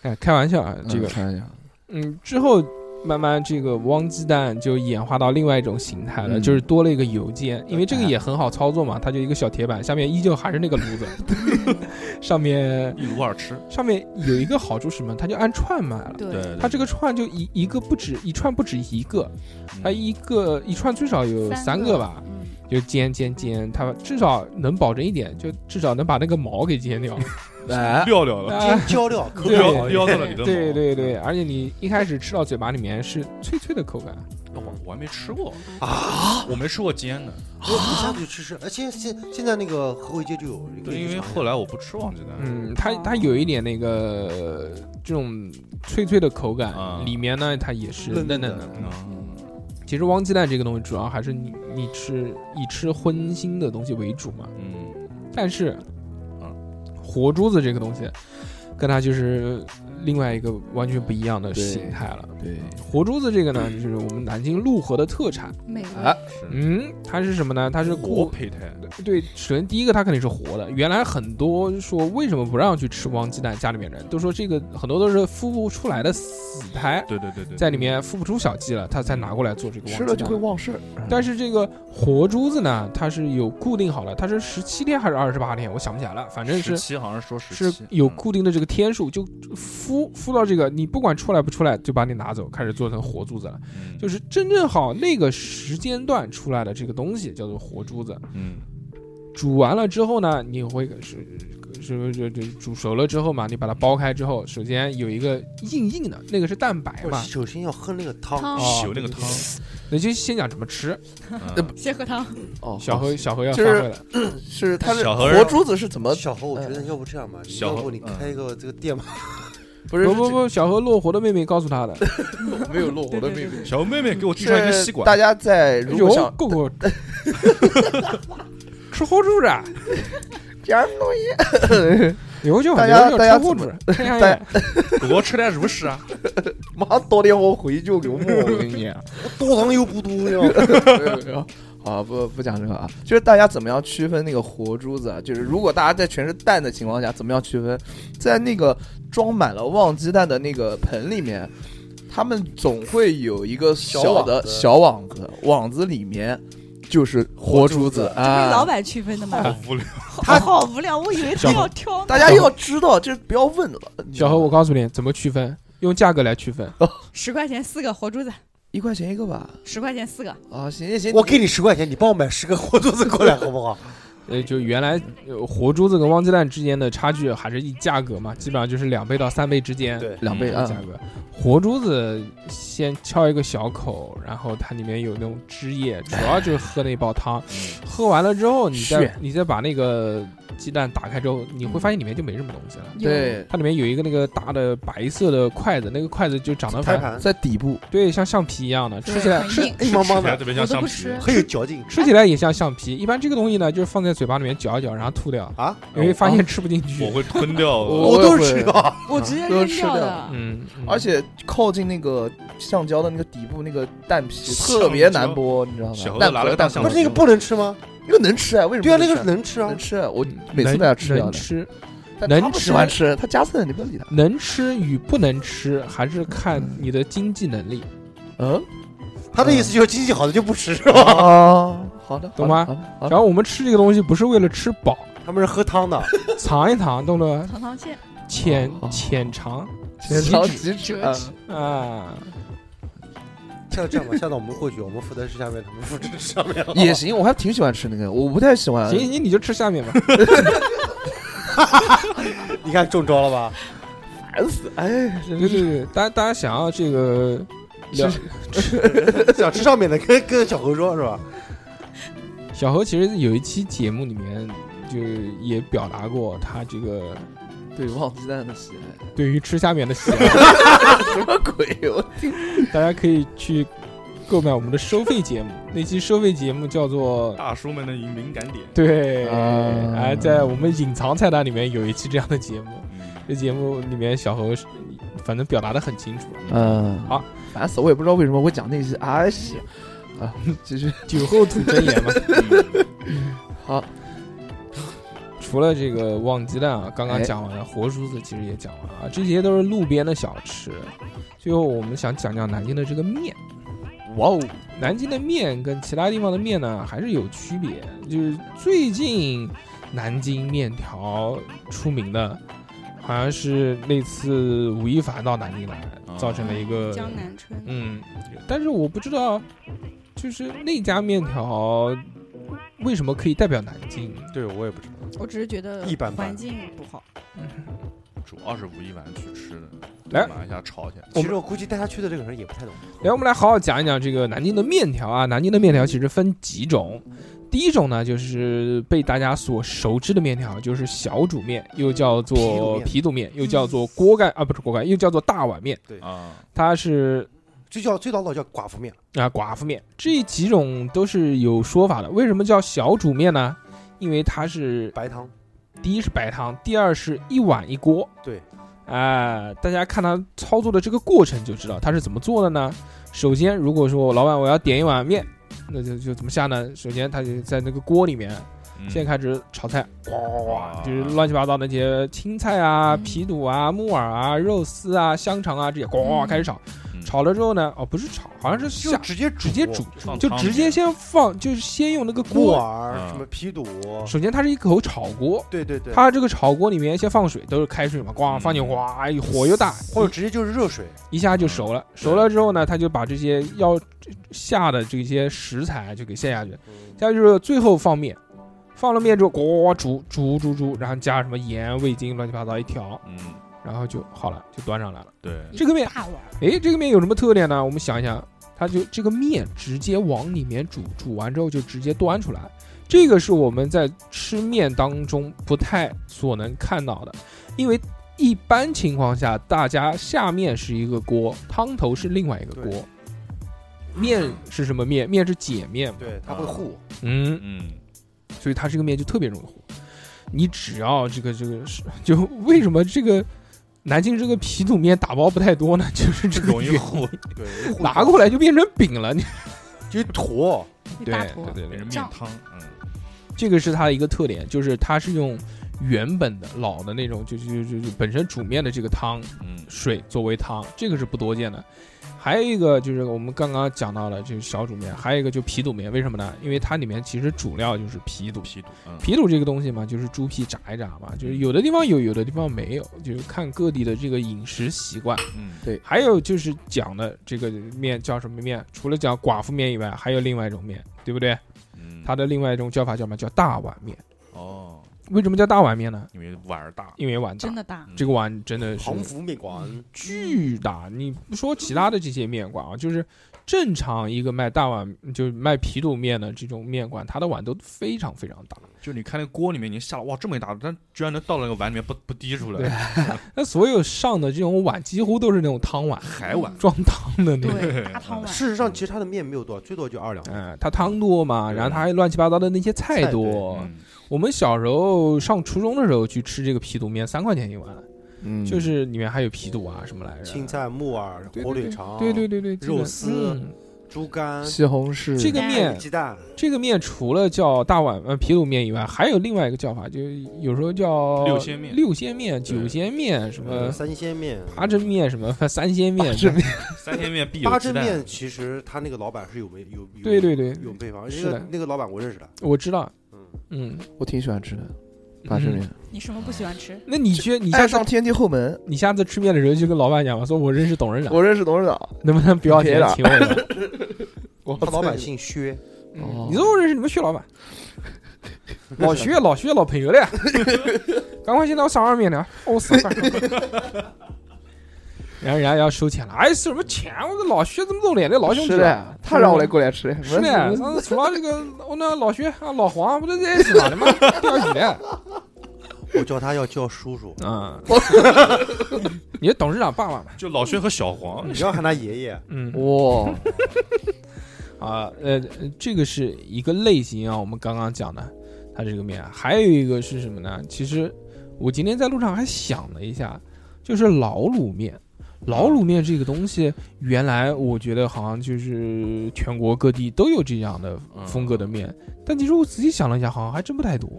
Speaker 2: 哎，开玩笑啊，
Speaker 4: 嗯
Speaker 2: 这个，
Speaker 5: 看一下，
Speaker 2: 嗯，之后慢慢这个汪鸡蛋就演化到另外一种形态了，
Speaker 5: 嗯
Speaker 2: 就是多了一个邮件，因为这个
Speaker 5: 哎
Speaker 2: 也很好操作嘛，它就一个小铁板，下面依旧还是那个炉子，
Speaker 4: [LAUGHS]
Speaker 2: 上面
Speaker 4: 一撸二吃，
Speaker 2: 上面有一个好处是什么，它就按串卖了。
Speaker 4: 对
Speaker 3: 对，，
Speaker 6: 嗯
Speaker 4: 对
Speaker 2: 它这个串就一一个不止一串不止一个，它
Speaker 4: 嗯
Speaker 2: 一个一串最少有
Speaker 3: 三
Speaker 2: 三
Speaker 3: 个
Speaker 2: 个吧，
Speaker 3: 嗯，
Speaker 2: 就煎煎煎，它至少能保证一点，就至少能把那个毛给煎掉。
Speaker 5: 哎，
Speaker 4: 撂撂了，
Speaker 2: 啊
Speaker 6: 焦料口
Speaker 2: 对
Speaker 6: 感好
Speaker 4: 撩撩
Speaker 6: 一点。
Speaker 4: 到了你的毛，
Speaker 2: 对对对，而且你一开始吃到嘴巴里面是脆脆的口感，
Speaker 4: 哦，我我还没吃过啊，我没吃过煎的，
Speaker 6: 我你下去吃吃，哎，现现现在那个河汇街就有，
Speaker 4: 对，因为后来我不吃旺鸡蛋，
Speaker 2: 嗯，它它有一点那个这种脆脆的口感，
Speaker 4: 啊
Speaker 2: 里面呢它也是嫩
Speaker 6: 嫩
Speaker 2: 嫩
Speaker 6: 嫩的
Speaker 2: 的。嗯
Speaker 4: 嗯，
Speaker 2: 其实汪鸡蛋这个东西主要还是你你吃以吃荤腥的东西为主嘛，
Speaker 4: 嗯，
Speaker 2: 但是，呃
Speaker 4: 嗯
Speaker 2: 活珠子这个东西，跟它就是另外一个完全不一样的形态了。
Speaker 5: 对，
Speaker 2: 活珠子这个呢，就是我们南京陆河的特产。
Speaker 3: 美味
Speaker 5: 哎
Speaker 4: 是
Speaker 2: 嗯，它是什么呢？它是
Speaker 4: 活
Speaker 2: 过
Speaker 4: 胚胎，
Speaker 2: 对，首先第一个它肯定是活的。原来很多说为什么不让去吃汪鸡蛋，家里面人都说这个很多都是孵不出来的死胎，
Speaker 4: 对对对对，
Speaker 2: 在里面孵不出小鸡了，它才拿过来做这个
Speaker 5: 吃
Speaker 2: 汪
Speaker 5: 了
Speaker 2: 鸡蛋
Speaker 5: 就会。忘事儿。
Speaker 2: 但是这个活珠子呢，它是有固定好了，它是十七天还是二十八天，我想不起来了，反正是
Speaker 4: 十七好像说十
Speaker 2: 是
Speaker 4: 七嗯
Speaker 2: 有固定的这个天数，就孵孵到这个，你不管出来不出来，就把你拿走，开始做成活珠子了。
Speaker 4: 嗯
Speaker 2: 就是是真正好那个时间段出来的这个东西叫做活珠子。
Speaker 4: 嗯
Speaker 2: 煮完了之后呢，你会是是是是煮熟了之后嘛，你把它剥开之后，首先有一个硬硬的，那个是蛋白
Speaker 6: 不
Speaker 2: 嘛
Speaker 6: 是，首先要喝那个
Speaker 3: 汤
Speaker 6: 汤，
Speaker 2: 哦
Speaker 4: 有那个汤，
Speaker 2: 那就先讲怎么吃。
Speaker 4: 嗯
Speaker 3: 先喝汤，
Speaker 5: 哦，
Speaker 2: 小何小何要发
Speaker 5: 就是
Speaker 2: 挥了，
Speaker 5: 是它是
Speaker 4: 小何
Speaker 5: 活珠子是怎么？
Speaker 6: 小何，我觉得要不这样吧，你
Speaker 4: 小
Speaker 6: 要
Speaker 4: 何
Speaker 6: 不你
Speaker 4: 嗯
Speaker 6: 开一个这个店吧，
Speaker 5: 不是
Speaker 2: 不不，不，小何落活的妹妹告诉他的，
Speaker 5: 是没有落活的秘密。
Speaker 4: 小妹妹给我递上一根
Speaker 5: 是
Speaker 4: 吸管，
Speaker 5: 大家在 [LAUGHS] 如
Speaker 2: 有
Speaker 5: 果 [LAUGHS] 想
Speaker 2: 够够，吃活珠子
Speaker 5: [LAUGHS]
Speaker 2: 啊。
Speaker 5: 点儿东西，
Speaker 2: 有就
Speaker 5: 大家
Speaker 2: 啊有就
Speaker 5: 大家
Speaker 2: 吃货
Speaker 5: 怎
Speaker 2: 主
Speaker 5: 么，
Speaker 2: 看一
Speaker 5: [LAUGHS] 大
Speaker 2: 下
Speaker 5: 家
Speaker 4: 狗狗吃点什么屎
Speaker 2: [LAUGHS]
Speaker 4: 啊？
Speaker 5: 马上打电话回就给我
Speaker 2: 我
Speaker 5: 们。
Speaker 2: 跟你讲，
Speaker 6: 多糖又不多呀。
Speaker 5: 没有没有 [LAUGHS] 啊，不不讲这个啊，就是大家怎么样区分那个活珠子啊？就是如果大家在全是蛋的情况下，怎么样区分？在那个装满了旺鸡蛋的那个盆里面，他们总会有一个小的小
Speaker 6: 小
Speaker 5: 网子，网子里面就是活珠子
Speaker 6: 活
Speaker 3: 这不是老
Speaker 5: 啊。
Speaker 3: 板区分的
Speaker 2: 哎
Speaker 3: 吗？
Speaker 4: 好无聊，
Speaker 3: 他好无聊，我以为他
Speaker 2: 小
Speaker 3: 要挑
Speaker 5: 大家要知道，就是不要问了。
Speaker 6: 嗯
Speaker 2: 小何，我告诉你怎么区分，用价格来区分。
Speaker 3: 十块钱四个活珠子，
Speaker 5: 一块钱一个吧。
Speaker 3: 十块钱四个，
Speaker 5: 啊，行行行，
Speaker 6: [LAUGHS] 我给你十块钱，你帮我买十个活珠子过来好不好？
Speaker 2: 呃，就原来呃活珠子跟汪鸡蛋之间的差距还是以价格嘛，基本上就是两倍到三倍之间。
Speaker 6: 对
Speaker 5: 两倍
Speaker 2: 这
Speaker 5: 啊
Speaker 2: 个，价格，活珠子先敲一个小口，然后它里面有那种汁液，主要就是喝那煲汤。
Speaker 6: 嗯
Speaker 2: 喝完了之后，你再
Speaker 5: 炫
Speaker 2: 你再把那个鸡蛋打开之后，你会发现里面就没什么东西了。
Speaker 3: 有，
Speaker 5: 对，
Speaker 2: 它里面有一个那个大的白色的筷子，那个筷子就长得
Speaker 6: 胎
Speaker 2: 反
Speaker 6: 盘，
Speaker 5: 在底部。
Speaker 2: 对，像橡皮一样的，
Speaker 3: 对
Speaker 2: 吃起来
Speaker 3: 很
Speaker 2: 吃
Speaker 3: 硬
Speaker 6: 硬邦邦的，
Speaker 4: 特别
Speaker 3: 我都
Speaker 4: 像橡
Speaker 3: 不
Speaker 4: 皮
Speaker 3: 吃，
Speaker 6: 很有嚼劲
Speaker 2: 吃起来也像橡皮。一般这个东西呢，就是放在嘴巴里面嚼一嚼，然后吐掉，
Speaker 6: 啊！
Speaker 2: 你
Speaker 5: 哦
Speaker 2: 会发现吃不进
Speaker 4: 我
Speaker 2: 去。
Speaker 4: 会吞掉
Speaker 5: 我
Speaker 6: 我都
Speaker 5: 也
Speaker 6: 是
Speaker 5: 会
Speaker 6: 吃啊掉，
Speaker 3: 我直接
Speaker 5: 都
Speaker 3: 扔
Speaker 5: 吃
Speaker 3: 掉
Speaker 5: 掉
Speaker 3: 的，
Speaker 2: 嗯，嗯
Speaker 5: 而且靠近那个橡胶的那个底部那个蛋皮特别难剥，你知道
Speaker 4: 小
Speaker 5: 吗？
Speaker 4: 猴子
Speaker 5: 蛋
Speaker 4: 拿了
Speaker 5: 壳
Speaker 4: 个
Speaker 5: 蛋
Speaker 4: 大
Speaker 5: 壳
Speaker 4: 橡
Speaker 6: 不
Speaker 4: 胶
Speaker 6: 是那个不能吃吗？
Speaker 5: 那个能吃啊？为什么
Speaker 6: 对啊，
Speaker 5: 能
Speaker 6: 那
Speaker 5: 吃？
Speaker 6: 个能吃啊
Speaker 5: 能。吃啊，我
Speaker 2: 嗯
Speaker 5: 每次
Speaker 2: 能
Speaker 5: 都要吃掉
Speaker 2: 能
Speaker 5: 的，
Speaker 2: 吃
Speaker 5: 但
Speaker 2: 能
Speaker 5: 他不喜欢吃，他夹菜你不要理他。
Speaker 2: 能吃与不能吃，还是看你的经济能力，
Speaker 5: 嗯
Speaker 6: 他的意思就是经济好的就不吃是吧？
Speaker 5: 啊，好的，
Speaker 2: 懂吗
Speaker 5: 好的？好的好的
Speaker 2: 然后我们吃这个东西不是为了吃饱，
Speaker 6: 他们是喝汤的，
Speaker 2: 尝一尝，懂了，
Speaker 3: 尝尝鲜，
Speaker 2: 浅
Speaker 5: 哦
Speaker 2: 浅尝
Speaker 5: 然后几指
Speaker 3: 折
Speaker 5: 啊
Speaker 3: 纸
Speaker 2: 啊。
Speaker 6: 下这样吧，下次我们过去，我们负责吃下面，他们负责吃上面。
Speaker 4: 嗯
Speaker 5: 也行，我还挺喜欢吃那个，我不太喜欢。
Speaker 2: 行行，你就吃下
Speaker 5: [LAUGHS]
Speaker 2: 面吧。
Speaker 6: [LAUGHS] 你看中招了吧？
Speaker 5: 烦死！哎，
Speaker 2: 对对对，大家大家想要这个
Speaker 5: 是
Speaker 6: [LAUGHS] 想吃上面的，跟跟小猴说是吧？
Speaker 2: 小何其实有一期节目里面就也表达过他这个
Speaker 5: 对旺鸡蛋的
Speaker 4: [LAUGHS]
Speaker 5: 喜爱，
Speaker 2: 对于吃下面的喜爱，
Speaker 5: 什么鬼？我
Speaker 2: 大家可以去购买我们的收费节目。那期收费节目叫做
Speaker 4: 大叔们的敏感点。
Speaker 2: 对，
Speaker 5: 啊
Speaker 2: 哎，在我们隐藏菜单里面有一期这样的节目。
Speaker 4: 嗯
Speaker 2: 这节目里面小何是反正表达的很清楚。
Speaker 5: 嗯，
Speaker 2: 好，
Speaker 5: 烦死！我也不知道为什么我讲那些，哎西啊，继续
Speaker 2: 酒后吐真言嘛。
Speaker 5: 好，
Speaker 2: 除了这个旺鸡蛋啊，刚刚讲完了，活珠子其实也讲完了啊，这些都是路边的小吃。最后我们想讲讲南京的这个面，
Speaker 5: 哇哦，
Speaker 2: 南京的面跟其他地方的面呢还是有区别。就是最近南京面条出名的，好像是那次吴亦凡到南京来，
Speaker 4: 啊
Speaker 2: 造成了一个
Speaker 3: 江南春，
Speaker 2: 嗯，但是我不知道，就是那家面条为什么可以代表南京？
Speaker 6: 对，我也不知道。
Speaker 3: 我只是觉得
Speaker 6: 一般般
Speaker 3: 环境不好。
Speaker 4: 主要是吴亦凡去吃的，
Speaker 2: 来
Speaker 4: 马一下炒起来。
Speaker 6: 其实我估计带他去的这个人也不太懂。
Speaker 2: 来，我们来好好讲一讲这个南京的面条啊。南京的面条其实分几种，第一种呢就是被大家所熟知的面条，就是小煮面，又叫做
Speaker 6: 皮
Speaker 2: 皮肚面，又叫做锅盖啊，不是锅盖，又叫做大碗面。
Speaker 4: 啊，
Speaker 2: 它是
Speaker 6: 最叫最老早叫寡妇面，
Speaker 2: 啊，寡妇面这几种都是有说法的。为什么叫小煮面呢？因为它是
Speaker 6: 白糖。
Speaker 2: 第一是白糖，第二是一碗一锅。
Speaker 6: 对，
Speaker 2: 啊、大家看他操作的这个过程就知道他是怎么做的呢。首先，如果说老板我要点一碗面，那就就怎么下呢？首先，他就在那个锅里面
Speaker 4: 嗯
Speaker 2: 先开始炒菜，
Speaker 6: 哇哇
Speaker 2: 就是乱七八糟那些青菜啊、
Speaker 3: 嗯
Speaker 2: 皮肚啊、木耳啊、肉丝啊、香肠啊这些，呱
Speaker 3: 嗯
Speaker 2: 开始炒。
Speaker 4: 嗯
Speaker 2: 炒了之后呢，哦，不是炒，好像是
Speaker 6: 就
Speaker 2: 下，
Speaker 6: 直接煮
Speaker 2: 直接煮，
Speaker 4: 放
Speaker 2: 就
Speaker 4: 汤
Speaker 2: 直
Speaker 4: 里
Speaker 2: 接
Speaker 4: 面
Speaker 2: 先放，就是先用那个
Speaker 6: 木
Speaker 2: 锅。
Speaker 6: 耳
Speaker 4: 嗯
Speaker 6: 什么皮肚，
Speaker 2: 首先，它是一口炒锅，
Speaker 6: 对对对，
Speaker 2: 它这个炒锅里面先放水，都是开水嘛，咣放进去，
Speaker 4: 嗯
Speaker 2: 哇，哎火又大，
Speaker 6: 或者直接就是热水，
Speaker 2: 一下就熟了。熟了之后呢，他就把这些要下的这些食材就给下下去，下去之后最后放面，放了面之后呱煮煮煮煮，然后加什么盐、味精，乱七八糟一调，
Speaker 4: 嗯，
Speaker 2: 然后就好了，就端上来了。
Speaker 4: 对，
Speaker 2: 这个面，
Speaker 3: 大碗，
Speaker 2: 诶，这个面有什么特点呢？我们想一想，它就这个面直接往里面煮，煮完之后就直接端出来。这个是我们在吃面当中不太所能看到的，因为一般情况下，大家下面是一个锅，汤头是另外一个
Speaker 6: 对
Speaker 2: 锅。面是什么面？面是碱面嘛，
Speaker 6: 对，
Speaker 4: 啊
Speaker 6: 它会糊，
Speaker 2: 嗯，
Speaker 4: 嗯，
Speaker 2: 所以它这个面就特别容易糊。你只要这个这个是，就为什么这个南京这个皮肚面打包不太多呢？就是这个
Speaker 4: 容易
Speaker 2: 原
Speaker 4: 糊，
Speaker 6: [LAUGHS] 对，
Speaker 2: 拿过来就变成饼了。你
Speaker 6: 就是坨，
Speaker 3: 一
Speaker 2: 对
Speaker 3: 大坨
Speaker 2: 对对
Speaker 4: 变
Speaker 2: 对
Speaker 4: 成，面
Speaker 3: 胀
Speaker 4: 汤，嗯，
Speaker 2: 这个是它的一个特点，就是它是用原本的老的那种，就就就就本身煮面的这个汤
Speaker 4: 嗯
Speaker 2: 水作为汤，这个是不多见的。还有一个就是我们刚刚讲到了，就是小煮面，还有一个就皮肚面，为什么呢？因为它里面其实主料就是皮肚，
Speaker 4: 皮肚，嗯，
Speaker 2: 皮肚这个东西嘛，就是猪皮炸一炸嘛，就是有的地方有，有的地方没有，就是看各地的这个饮食习惯。
Speaker 4: 嗯，
Speaker 5: 对
Speaker 2: 还有就是讲的这个面叫什么面？除了讲寡妇面以外，还有另外一种面，对不对？
Speaker 4: 嗯，
Speaker 2: 它的另外一种叫法叫什么？叫大碗面。
Speaker 4: 哦，
Speaker 2: 为什么叫大碗面呢？
Speaker 4: 因为碗儿大，嗯
Speaker 2: 因为碗大
Speaker 3: 真，的大，
Speaker 2: 这个碗真的是嗯
Speaker 6: 杭福面馆，
Speaker 2: 巨大。你不说其他的这些面馆啊，就是正常一个卖大碗，就是卖皮肚面的这种面馆，它的碗都非常非常大。
Speaker 4: 就你看那锅里面已经下了哇这么一大，但居然能倒到那个碗里面不不滴出来，
Speaker 2: 那所有上的这种碗几乎都是那种汤碗， [LAUGHS]
Speaker 4: 海碗，
Speaker 2: 装汤的那种。
Speaker 3: 对，大汤碗，
Speaker 6: 事实上其实它的面没有多少，最多就二两，
Speaker 2: 嗯，它汤多嘛，
Speaker 6: 对
Speaker 2: 然后它还乱七八糟的那些菜
Speaker 6: 菜
Speaker 2: 多。
Speaker 4: 嗯
Speaker 2: 我们小时候上初中的时候去吃这个皮肚面，三块钱一碗，
Speaker 5: 嗯
Speaker 2: 就是里面还有皮肚啊什么来着，
Speaker 6: 青，菜、木耳、
Speaker 2: 对对对
Speaker 6: 火腿肠，
Speaker 2: 对对对对，
Speaker 6: 肉丝
Speaker 2: 嗯
Speaker 6: 猪肝、
Speaker 5: 西红
Speaker 4: 嗯
Speaker 5: 柿，
Speaker 2: 这个面
Speaker 6: 鸡蛋，
Speaker 2: 这个面除了叫大碗呃皮肚面以外，还有另外一个叫法，就有时候叫
Speaker 4: 哦六鲜面嗯
Speaker 2: 六鲜面、九鲜面什么
Speaker 6: 三鲜面，
Speaker 2: 呃八珍面什么 [LAUGHS] 三鲜面，
Speaker 5: 这面
Speaker 4: 三鲜面必有
Speaker 6: 八
Speaker 4: 鸡
Speaker 6: 珍
Speaker 4: 蛋，
Speaker 6: 面其实他那个老板是有没有有
Speaker 2: 对对对，
Speaker 6: 有配方，
Speaker 2: 是
Speaker 6: 那
Speaker 2: 的
Speaker 6: 个那个老板我认识的，
Speaker 2: 我知道，
Speaker 6: 嗯，
Speaker 2: 嗯，
Speaker 5: 我挺喜欢吃的，八十米。
Speaker 3: 你什么不喜欢吃？
Speaker 2: 那你去，你下
Speaker 5: 爱
Speaker 6: 哎
Speaker 2: 次
Speaker 5: 上天地后门，
Speaker 2: 你下次吃面的时候就跟老板讲吧，说我认识董事长，
Speaker 5: 我认识董事长，
Speaker 2: 能不能不要钱
Speaker 5: 别了
Speaker 2: 请我一
Speaker 6: [LAUGHS]
Speaker 2: 个？
Speaker 5: 我
Speaker 6: 他老板姓薛，
Speaker 5: 哦
Speaker 2: 嗯你说我认识你们薛老板，老薛老薛老朋友了呀，赶快去到上二面聊，我死了。啊然后人家要收钱了，哎，收什么钱？我这老薛这么露脸的老兄弟啊
Speaker 5: 是的，他让我来过来吃啊的，
Speaker 2: 是的，上次除了这个，我那老薛啊老黄不都在一起吗？他妈钓鱼的。
Speaker 6: 我叫他要叫叔叔，
Speaker 5: 嗯
Speaker 2: 啊， [LAUGHS] 你是董事长爸爸嘛？
Speaker 4: 就老薛和小黄
Speaker 6: [LAUGHS] 你，要喊他爷爷。
Speaker 2: 嗯
Speaker 5: 哇，
Speaker 2: 啊，呃，这个是一个类型啊，我们刚刚讲的，它这个面啊，还有一个是什么呢？其实我今天在路上还想了一下，就是老卤面。老卤面这个东西，原来我觉得好像就是全国各地都有这样的
Speaker 4: 嗯
Speaker 2: 风格的面，但其实我仔细想了一下，好像还真不太多。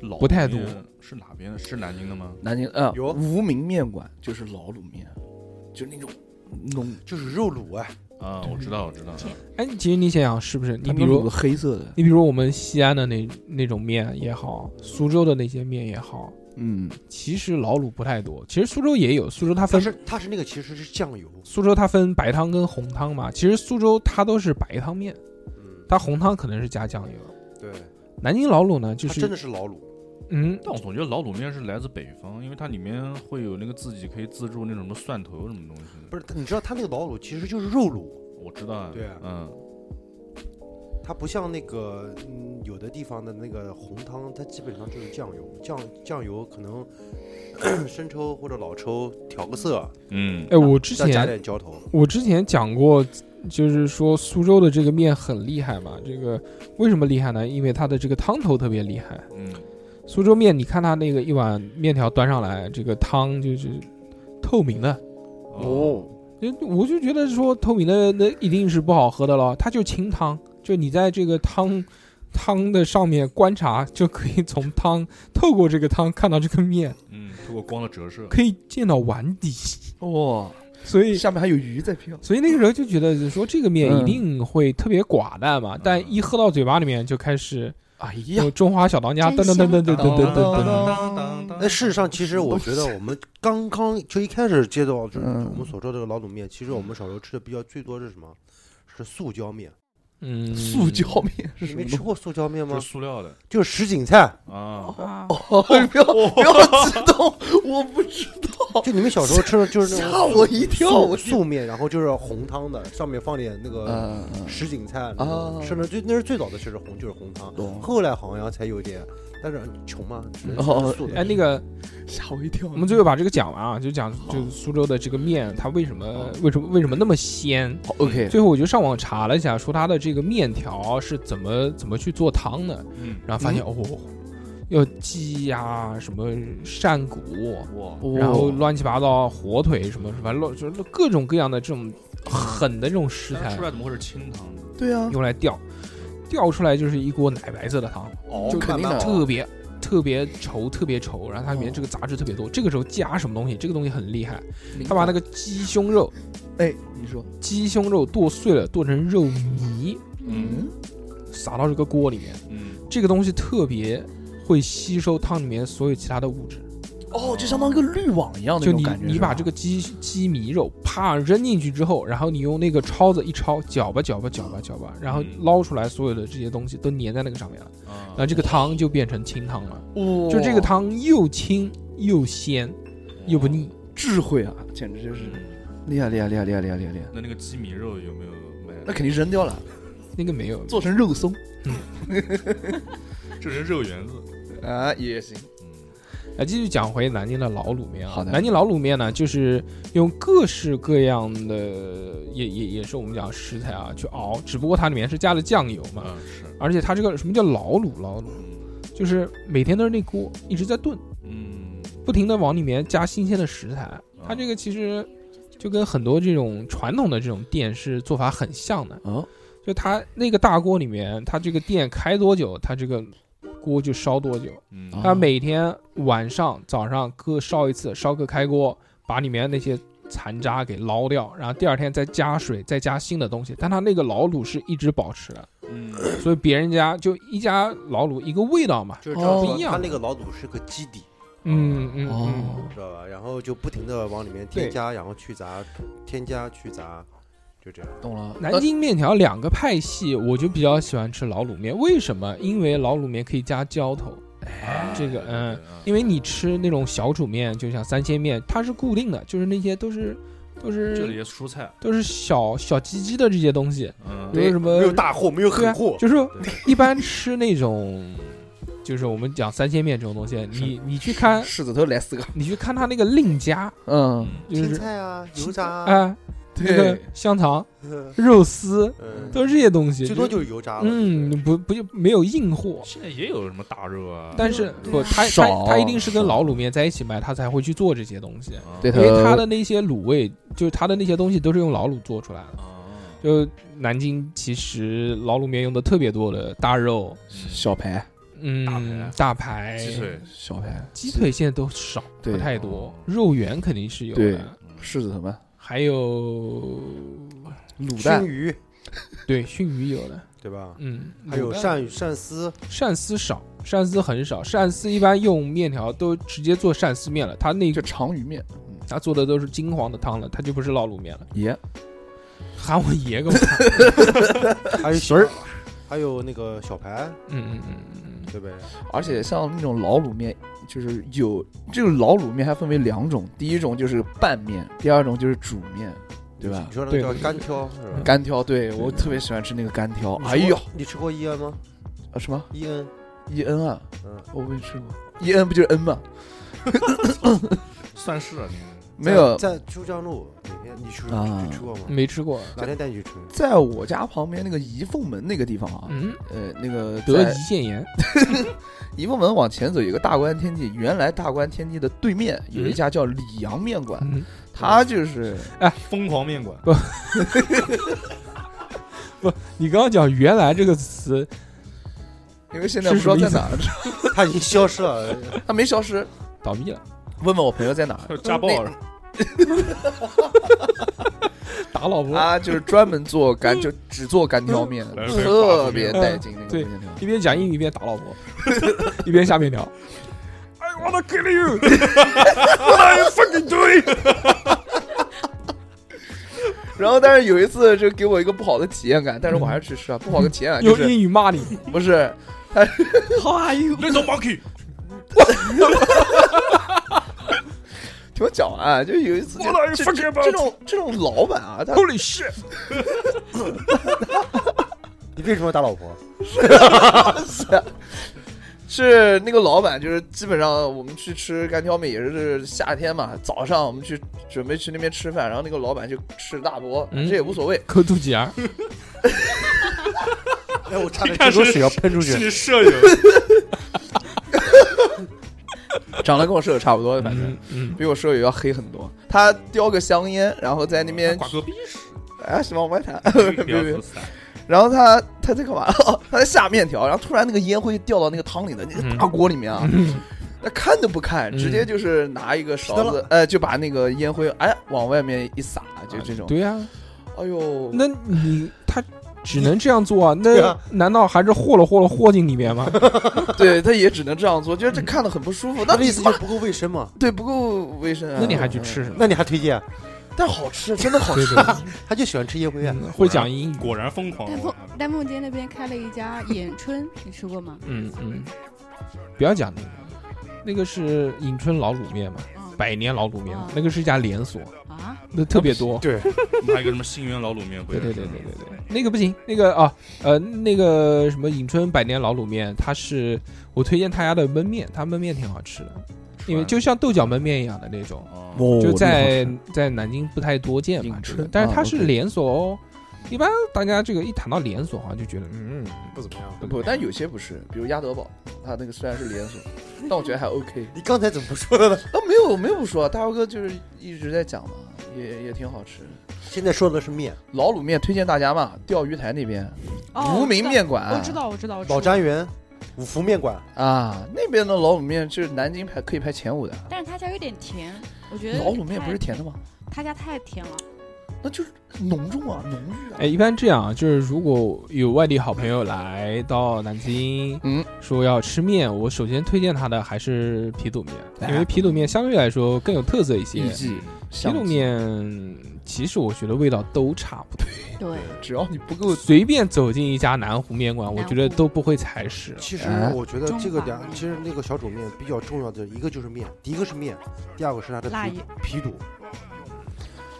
Speaker 4: 老
Speaker 2: 不太
Speaker 4: 面
Speaker 2: 多
Speaker 4: 是哪边的？是南京的吗？
Speaker 5: 南京啊，
Speaker 6: 有
Speaker 5: 无名面馆就是老卤面，就是那种浓，
Speaker 6: 就是肉卤哎，
Speaker 4: 啊，我知道，我知道，
Speaker 2: 哎，其实你想想是不是？你
Speaker 5: 它
Speaker 2: 比
Speaker 5: 那种
Speaker 2: 如
Speaker 5: 有黑色的，
Speaker 2: 你比如我们西安的那那种面也好，苏州的那些面也好，
Speaker 5: 嗯，
Speaker 2: 其实老卤不太多。其实苏州也有，苏州它
Speaker 6: 但
Speaker 2: 分
Speaker 6: 是他是那个其实是酱油，
Speaker 2: 苏州它分白汤跟红汤嘛。其实苏州它都是白汤面，
Speaker 6: 嗯，
Speaker 2: 它红汤可能是加酱油。
Speaker 6: 对，
Speaker 2: 南京老卤呢，就
Speaker 6: 他真
Speaker 2: 是
Speaker 6: 的是老卤，
Speaker 2: 嗯，
Speaker 4: 但我总觉得老卤面是来自北方，因为它里面会有那个自己可以自助那种什么蒜头什么东西的。
Speaker 6: 不是，你知道他那个老卤其实就是肉卤，
Speaker 4: 我知道啊，
Speaker 6: 对啊
Speaker 4: 嗯，
Speaker 6: 它不像那个嗯有的地方的那个红汤，它基本上就是酱油，酱酱油可能 [CLEARS THROAT] 生抽或者老抽调个色，
Speaker 4: 嗯，
Speaker 2: 哎，我之
Speaker 6: 再加
Speaker 2: 前
Speaker 6: 点浇头，
Speaker 2: 我之前讲过，就是说苏州的这个面很厉害嘛。这个为什么厉害呢？因为它的这个汤头特别厉害。
Speaker 4: 嗯，
Speaker 2: 苏州面，你看它那个一碗面条端上来，这个汤就是透明的。
Speaker 4: 哦，，
Speaker 2: 就我就觉得说透明的那一定是不好喝的了，它就清汤，就你在这个汤汤的上面观察，就可以从汤透过这个汤看到这个面，
Speaker 4: 嗯，透过光的折射，
Speaker 2: 可以见到碗底，
Speaker 5: 哇，
Speaker 2: 所以。
Speaker 5: 下面还有鱼在飘，
Speaker 2: 所以那个时候就觉得，就是说这个面一定会特别寡淡嘛，但一喝到嘴巴里面就开始
Speaker 5: 哎呀
Speaker 2: 有，中华小当家，噔噔噔噔噔噔噔噔噔，
Speaker 4: 哎
Speaker 6: 那事实上，其实我觉得我们刚刚就一开始接到，就是
Speaker 5: 嗯
Speaker 6: 我们所说的这个老卤面，其实我们小时候吃的比较最多是什么？是塑胶面。
Speaker 2: 嗯，
Speaker 5: 塑胶面是
Speaker 6: 你
Speaker 5: 什么
Speaker 6: 没
Speaker 5: 东
Speaker 6: 吃
Speaker 5: 西？
Speaker 6: 过塑胶面
Speaker 4: 就
Speaker 6: 吗
Speaker 4: 是？塑料的
Speaker 6: 就是什锦菜，
Speaker 4: 啊，
Speaker 3: 啊，
Speaker 5: 哦， [LAUGHS] 不要不要激 [LAUGHS] 动，我不知道，
Speaker 6: 就你们小时候吃的就是那
Speaker 5: 哦 [LAUGHS] 吓
Speaker 6: 种
Speaker 5: 我一跳，
Speaker 6: 素
Speaker 5: 我是
Speaker 6: 素面，然后就是红汤的，上面放点那个
Speaker 5: 嗯，嗯
Speaker 6: 什锦菜
Speaker 2: 哦
Speaker 5: 啊
Speaker 6: 甚至最那是最早的吃的红就是红汤，
Speaker 5: 懂
Speaker 6: 后来好像才有点，但是穷嘛，只能
Speaker 5: 哦
Speaker 6: 吃素的
Speaker 2: 哎，那个
Speaker 5: 吓我一跳，
Speaker 2: 我们最后把这个讲完啊，就讲就是苏州的这个面，它为什么为什么为什么那么鲜？
Speaker 5: 好 OK，
Speaker 2: 最后我就上网查了一下，说它的这个面条啊是怎么怎么去做汤的，
Speaker 4: 嗯，
Speaker 2: 然后发现、哦，要鸡呀、什么扇骨，
Speaker 4: 哇，
Speaker 2: 然后
Speaker 5: 哦
Speaker 2: 乱七八糟火腿什么，反正乱就是各种各样的这种狠的这种食
Speaker 4: 但
Speaker 2: 材
Speaker 4: 是出
Speaker 5: 嗯
Speaker 4: 来怎么会是清汤的？
Speaker 5: 对啊，
Speaker 2: 用来吊，吊出来就是一锅奶白色的汤，
Speaker 5: 哦
Speaker 2: 就
Speaker 5: 肯定
Speaker 6: 慢慢
Speaker 5: 的，
Speaker 2: 特别。特别稠，特别稠，然后它里面这个杂质特别多。这个时候加什么东西？这个东西很厉害，他把那个
Speaker 5: 个
Speaker 2: 鸡胸肉，
Speaker 5: 哎，你说，
Speaker 2: 鸡胸肉剁碎了，剁成肉泥，
Speaker 4: 嗯
Speaker 2: 撒到这个锅里面。
Speaker 4: 嗯，
Speaker 2: 这个东西特别会吸收汤里面所有其他的物质。
Speaker 5: 哦，就相当于跟滤网一样的
Speaker 2: 就
Speaker 5: 那种
Speaker 2: 你
Speaker 5: 感觉，
Speaker 2: 你
Speaker 5: 是
Speaker 2: 把
Speaker 5: 吧
Speaker 2: 这个鸡鸡米肉啪扔进去之后，然后你用那个抄子一抄，搅吧搅吧搅吧搅吧，然后
Speaker 4: 嗯
Speaker 2: 捞出来所有的这些东西都粘在那个上面了，
Speaker 4: 啊
Speaker 2: 然后这个汤就变成清汤了。
Speaker 5: 哇，
Speaker 2: 就这个汤又清又鲜
Speaker 5: 啊
Speaker 2: 又不。腻。
Speaker 5: 智慧啊，简直就是
Speaker 4: 嗯
Speaker 5: 厉害厉害厉害厉害厉害厉害厉害，
Speaker 4: 那那个鸡米肉有没有卖？
Speaker 5: 那肯定扔掉了，
Speaker 2: 那个没有，
Speaker 5: 做成肉松
Speaker 4: 这是肉圆子。
Speaker 5: 啊也行，
Speaker 4: 嗯
Speaker 2: 来哎继续讲回南京的老卤面啊。
Speaker 5: 好的
Speaker 2: 南京老卤面呢，就是用各式各样的，也也也是我们讲食材啊去熬，只不过它里面是加了酱油嘛。
Speaker 4: 啊是，
Speaker 2: 而且它这个什么叫老卤老卤，
Speaker 4: 嗯
Speaker 2: 就是每天都是那锅一直在炖，
Speaker 4: 嗯，啊
Speaker 2: 不停的往里面加新鲜的食材。它这个其实就跟很多这种传统的这种店是做法很像的，
Speaker 5: 哦，
Speaker 2: 就它那个大锅里面，它这个店开多久，它这个锅就烧多久。
Speaker 4: 嗯
Speaker 5: 啊
Speaker 2: 他每天晚上、早上各烧一次，烧个开锅，把里面那些残渣给捞掉，然后第二天再加水，再加新的东西。但它那个老卤是一直保持的，
Speaker 4: 嗯，
Speaker 2: 所以别人家就一家老卤一个味道嘛。
Speaker 6: 就是这样
Speaker 5: [LAUGHS] 哦
Speaker 6: 说
Speaker 2: 不一样
Speaker 6: 它那个老卤是个基底，
Speaker 2: 嗯嗯
Speaker 5: 哦
Speaker 2: 嗯，
Speaker 6: 知道吧？然后就不停的往里面
Speaker 2: 对
Speaker 6: 添加，然后去杂，添加去杂，就这样。
Speaker 5: 懂了。
Speaker 2: 南京面条两个派系，我就比较喜欢吃老卤面。为什么？因为老卤面可以加浇头。
Speaker 6: 哎
Speaker 2: 这个嗯，
Speaker 4: 啊
Speaker 2: 因为你吃那种小煮面，就像三鲜面，它是固定的，就是那些都是都
Speaker 4: 这里
Speaker 2: 是
Speaker 4: 也蔬菜，
Speaker 2: 都是小小鸡鸡的这些东西，
Speaker 4: 嗯，
Speaker 2: 没有什么
Speaker 6: 没有大货，没有
Speaker 2: 呃对
Speaker 6: 狠
Speaker 2: 啊
Speaker 6: 货，，
Speaker 2: 就是一般吃那种，就是我们讲三鲜面这种东西，你你去看
Speaker 5: 狮子头来四个，
Speaker 2: 你去看它那个另加，
Speaker 5: 嗯，
Speaker 2: 就
Speaker 6: 青
Speaker 2: 是
Speaker 6: 菜啊，油炸啊，
Speaker 2: 啊，那个香肠、
Speaker 6: 嗯，
Speaker 2: 肉丝都是这些东西，
Speaker 6: 最多就是油炸了。
Speaker 2: 嗯，不不就没有硬货。
Speaker 4: 现在也有什么大热啊，
Speaker 2: 但是
Speaker 3: 对
Speaker 2: 不，
Speaker 3: 啊
Speaker 2: 他他
Speaker 5: 少
Speaker 2: 他一定是跟老卤面在一起卖，他才会去做这些东西。
Speaker 4: 啊
Speaker 5: 对
Speaker 2: 因为
Speaker 5: 头
Speaker 2: 它的那些卤味，就是它的那些东西都是用老卤做出来的。
Speaker 4: 啊
Speaker 2: 就南京其实老卤面用的特别多的大肉，
Speaker 5: 小排，
Speaker 2: 嗯，大排、
Speaker 4: 鸡腿，
Speaker 2: 哎
Speaker 5: 小排，
Speaker 2: 鸡腿现在都少，
Speaker 5: 对
Speaker 2: 不太多
Speaker 4: 哦。
Speaker 2: 肉圆肯定是有
Speaker 5: 对
Speaker 2: 的，
Speaker 4: 嗯
Speaker 5: 狮子头嘛，
Speaker 2: 还有
Speaker 5: 卤
Speaker 6: 熏
Speaker 5: 蛋，
Speaker 6: 鱼，
Speaker 2: 对熏鱼有的，
Speaker 6: 对吧？
Speaker 2: 嗯，
Speaker 6: 还有
Speaker 2: 卤蛋
Speaker 6: 鳝鳝丝，
Speaker 2: 鳝丝少，鳝丝很少，鳝丝一般用面条都直接做鳝丝面了，它那
Speaker 5: 就
Speaker 2: 个
Speaker 5: 长鱼面，
Speaker 2: 它做的都是金黄的汤了，它就不是老卤面了。
Speaker 5: 耶，
Speaker 2: 喊我爷个，
Speaker 6: 还有
Speaker 5: 水儿，
Speaker 6: 还有那个小排，
Speaker 2: 嗯嗯嗯嗯嗯，
Speaker 6: 对不对？
Speaker 5: 而且像那种老卤面，就是有这个老卤面还分为两种，第一种就是拌面，第二种就是煮面，对吧
Speaker 6: 你？说那
Speaker 2: 对
Speaker 6: 个叫
Speaker 2: 对
Speaker 6: 干挑是吧？
Speaker 5: 干挑，对我特别喜欢吃那个干挑。哎
Speaker 6: 你吃
Speaker 5: 呦
Speaker 6: 过，，你吃过伊恩吗？
Speaker 5: 啊什么
Speaker 6: 伊恩，
Speaker 5: 伊恩啊，
Speaker 6: 嗯，
Speaker 5: 我没吃过，伊恩不就是恩吗？
Speaker 4: 算是啊你
Speaker 5: 没有，
Speaker 6: 在在珠江路哪天你去
Speaker 5: 啊
Speaker 6: 你去过吗？
Speaker 2: 嗯没吃过，
Speaker 6: 哪天带你去吃？
Speaker 5: 在我家旁边那个怡凤门那个地方啊，
Speaker 2: 嗯，
Speaker 5: 呃，那个
Speaker 2: 得
Speaker 5: 在
Speaker 2: 胰腺炎，
Speaker 5: 怡凤门往前走有个大观天地，原来大观天地的对面有一家叫李阳面馆，
Speaker 2: 嗯，
Speaker 5: 它就是
Speaker 4: 疯狂面馆，
Speaker 2: 你刚刚讲“原来”这个词，
Speaker 5: 因为现在不知道在哪儿，
Speaker 6: [LAUGHS] 他已经消失了，
Speaker 5: 它没消失。
Speaker 2: 倒闭了，
Speaker 5: 问问我朋友在哪
Speaker 4: [LAUGHS]
Speaker 5: 儿
Speaker 4: 家暴啊
Speaker 2: 打老婆，
Speaker 5: 啊，就是专门做干，就只做干挑面，
Speaker 4: 来回
Speaker 5: 特别带劲那
Speaker 2: 对
Speaker 5: 个面条。
Speaker 2: 一边讲英语一边打老婆， [LAUGHS] 一边下面条。I wanna kill you！ [LAUGHS]
Speaker 5: 然后，但是有一次就给我一个不好的体验感，但是我还是去吃啊，不好的体验感就
Speaker 2: 用
Speaker 5: 是
Speaker 2: 英语骂你。
Speaker 5: 不是
Speaker 2: [LAUGHS] How are you？
Speaker 4: ，Little Monkey，
Speaker 5: 听我讲完啊，就有一次就
Speaker 4: What are you
Speaker 5: 这
Speaker 4: fucking
Speaker 5: 这
Speaker 4: about？
Speaker 5: 这种这种老板啊，
Speaker 4: [LAUGHS]
Speaker 5: 他
Speaker 2: Holy shit！
Speaker 6: 你为什么要打老婆？
Speaker 5: 是那个老板，就是基本上我们去吃干挑面也是夏天嘛，早上我们去准备去那边吃饭，然后那个老板就吃大锅，
Speaker 2: 嗯
Speaker 5: 这也无所谓。
Speaker 2: 抠肚脐眼儿，
Speaker 6: 哎，我差点这口水要喷出去。
Speaker 4: 你舍友，
Speaker 5: 长得跟我舍友差不多，反正
Speaker 2: 嗯嗯，
Speaker 5: 比我舍友要黑很多。他叼个香烟，然后在那边
Speaker 4: 嗯挂个逼屎，
Speaker 5: 啊什么我外 [LAUGHS] 谈，
Speaker 4: 不要说散
Speaker 5: 然后他他在干嘛？ [LAUGHS] 哦，他在下面条，然后突然那个烟灰掉到那个汤里的那个大锅里面啊。那看都不看，
Speaker 2: 嗯
Speaker 5: 直接就是拿一个勺
Speaker 6: 吃
Speaker 5: 子，哎，就把那个烟灰哎往外面一撒，就这种。
Speaker 2: 啊对呀、
Speaker 5: 哎呦，
Speaker 2: 那你他只能这样做啊？
Speaker 6: 对
Speaker 2: 那
Speaker 6: 啊
Speaker 2: 难道还是和了和了和进里面
Speaker 6: [LAUGHS]
Speaker 2: 吗？
Speaker 5: [LAUGHS] 对他也只能这样做，就是这
Speaker 2: 嗯
Speaker 5: 看的很不舒服。那
Speaker 6: 那意思就不够卫生
Speaker 5: [LAUGHS]
Speaker 6: 嘛？
Speaker 5: 对不够卫生啊。
Speaker 2: 那你还去吃什 [LAUGHS] 么？
Speaker 6: 那你还推荐？啊
Speaker 5: 但好吃，真的好吃。
Speaker 6: 他就喜欢吃烟灰啊。
Speaker 2: 嗯会讲英语，
Speaker 4: 果然疯狂啊
Speaker 3: 丹，凤丹凤街那边开了一家演春，你吃过吗？
Speaker 2: 嗯嗯，不要讲那个，那个是迎春老卤面嘛，
Speaker 3: 嗯
Speaker 2: 百年老卤面嘛，那个是一家连锁，
Speaker 3: 啊，
Speaker 2: 那特别多。
Speaker 6: [LAUGHS] 对，
Speaker 4: 还有一个什么新源老卤面会啊
Speaker 2: 对
Speaker 4: 是
Speaker 2: 对
Speaker 4: 吧，
Speaker 2: 对对对对，那个不行，那个啊，呃，那个什么迎春百年老卤面，它是我推荐他家的焖面，他焖面挺好吃的，因为就像豆角焖面一样的那种，
Speaker 4: 哦，
Speaker 5: 哦
Speaker 2: 就在在南京不太多见嘛
Speaker 5: 迎，
Speaker 2: 这
Speaker 5: 春
Speaker 2: 个但是它
Speaker 5: 啊
Speaker 2: 是
Speaker 5: ，OK
Speaker 2: 连锁哦。一般大家这个一谈到连锁，好像就觉得嗯，
Speaker 6: 不怎么样。
Speaker 5: 不，但有些不是，比如鸭德堡，它那个虽然是连锁，
Speaker 2: 嗯
Speaker 5: 但我觉得还
Speaker 2: [LAUGHS]
Speaker 5: OK。
Speaker 6: 你刚才怎么不说的呢？
Speaker 5: 啊，没有没有不说，大姚哥就是一直在讲嘛，也也挺好吃。
Speaker 6: 现在说的是面，
Speaker 5: 老卤面推荐大家嘛，钓鱼台那边
Speaker 3: 哦，
Speaker 5: 无名面
Speaker 3: 我
Speaker 5: 馆，
Speaker 3: 知道，我知道，我知道，
Speaker 6: 老
Speaker 3: 我吃过
Speaker 6: 詹。园、五福面馆，
Speaker 5: 啊，那边的老卤面就是南京排可以排前五的。
Speaker 3: 但是它家有点甜，我觉得
Speaker 5: 老卤面
Speaker 3: 太
Speaker 5: 不是甜的吗？
Speaker 3: 他家太甜了，
Speaker 7: 那就是浓重啊，浓郁啊。
Speaker 2: 哎，一般这样啊，就是如果有外地好朋友来到南京，
Speaker 5: 嗯，
Speaker 2: 说要吃面，我首先推荐他的还是皮肚面，
Speaker 5: 哎
Speaker 2: 因为皮肚面相对来说更有特色一些。
Speaker 5: 意记
Speaker 2: 皮肚面其实我觉得味道都差不多，
Speaker 3: 对，
Speaker 5: 只要你不够
Speaker 2: 随便走进一家南湖面馆，我
Speaker 3: 南湖
Speaker 2: 觉得都不会踩屎。
Speaker 6: 其实
Speaker 5: 哎
Speaker 6: 我觉得这
Speaker 3: 中
Speaker 6: 个
Speaker 3: 华
Speaker 6: 两，
Speaker 3: 面
Speaker 6: 其实那个小煮面比较重要的一个就是面，第一个是面，第二个是它的
Speaker 3: 辣嗯
Speaker 6: 皮皮肚。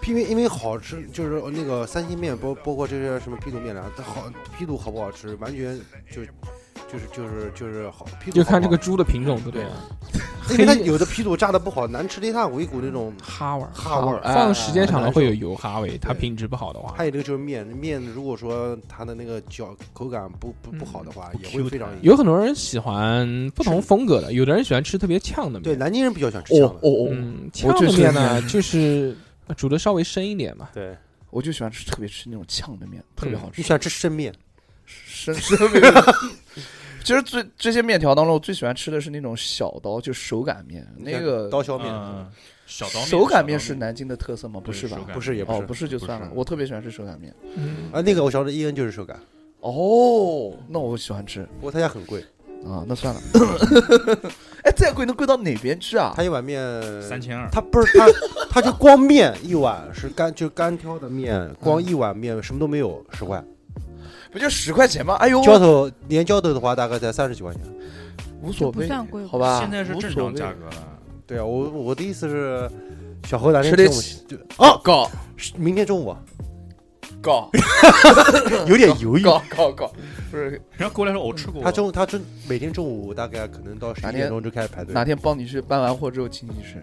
Speaker 6: 因为因为好吃，就是那个三鲜面，包包括这些什么皮肚面啊，它好皮肚好不好吃，完全就就是就是就是好皮肚
Speaker 2: 就
Speaker 6: 好不好
Speaker 2: 看这个猪的品种，对不对？啊
Speaker 6: 吃，因为它
Speaker 2: 黑
Speaker 6: 有的皮肚炸的不好，难吃的一塌糊涂，一股那种
Speaker 2: 哈味儿，
Speaker 6: 哈味儿。
Speaker 5: 哎
Speaker 2: 放时间长了会有油哈味，它品质不好的话
Speaker 6: 还，有一个就是面，面如果说它的那个嚼口感不不不好的话，也会非常影响
Speaker 2: 有很多人喜欢不同风格的，有的人喜欢吃特别呛的
Speaker 6: 对
Speaker 2: 面，
Speaker 6: 南京人比较喜欢吃
Speaker 5: 哦
Speaker 6: 香
Speaker 5: 哦
Speaker 6: 的，
Speaker 5: 哦，
Speaker 2: 嗯，
Speaker 5: 我
Speaker 2: 呛
Speaker 5: 就
Speaker 2: 的
Speaker 5: 是
Speaker 2: 面呢就是 [LAUGHS] 煮的稍微深一点嘛，
Speaker 6: 对，
Speaker 7: 我就喜欢吃特别吃那种呛的面，特别好
Speaker 6: 你
Speaker 7: 吃
Speaker 6: 喜。欢吃生面，
Speaker 5: [LAUGHS] 生生面。其实最这些面条当中，我最喜欢吃的是那种小刀，就手擀面。那个
Speaker 6: 刀削面，
Speaker 4: 嗯，小刀面
Speaker 5: 手擀面
Speaker 4: 小
Speaker 5: 是
Speaker 4: 刀面
Speaker 5: 南京的特色吗？不
Speaker 4: 对
Speaker 5: 是吧
Speaker 4: 手？擀
Speaker 6: 不是也不
Speaker 5: 哦
Speaker 6: 是，，
Speaker 5: 不是就
Speaker 4: 不
Speaker 5: 算了。
Speaker 4: 是
Speaker 5: 我特别喜欢吃手擀面。
Speaker 2: 嗯，
Speaker 6: 啊，那个我小时候一人就是手擀，
Speaker 5: 哦，那我喜欢吃
Speaker 6: 不过他家很贵，
Speaker 5: 啊，那算了。 [COUGHS] 哎，再贵能贵到哪边去啊
Speaker 6: 他？一碗面
Speaker 4: 三，千二，
Speaker 6: 他不是他他就光面一碗是干就干挑的面，
Speaker 5: 嗯
Speaker 6: 光一碗面什么都没有十块，
Speaker 5: 不就十块钱吗？哎呦，
Speaker 6: 浇头连浇头的话大概才三十几块钱。
Speaker 5: 无所
Speaker 3: 不
Speaker 5: 谓，
Speaker 3: 算贵
Speaker 5: 好吧？
Speaker 4: 现在是
Speaker 5: 无
Speaker 4: 正
Speaker 5: 所
Speaker 4: 常
Speaker 5: 谓
Speaker 4: 价格了。
Speaker 6: 对啊，我我的意思是，小侯哪天
Speaker 5: 吃得
Speaker 6: 中午
Speaker 5: 起
Speaker 6: 就
Speaker 5: 哦，高
Speaker 6: 明天中午啊
Speaker 5: 高
Speaker 6: 有点犹豫，
Speaker 5: 高高高，不是
Speaker 4: 然后过来说我吃过，
Speaker 6: 他中他中每天中午大概可能到十
Speaker 5: 哪
Speaker 6: 一
Speaker 5: 天
Speaker 6: 点钟就开始排队，
Speaker 5: 哪天帮你去搬完货之后请你吃。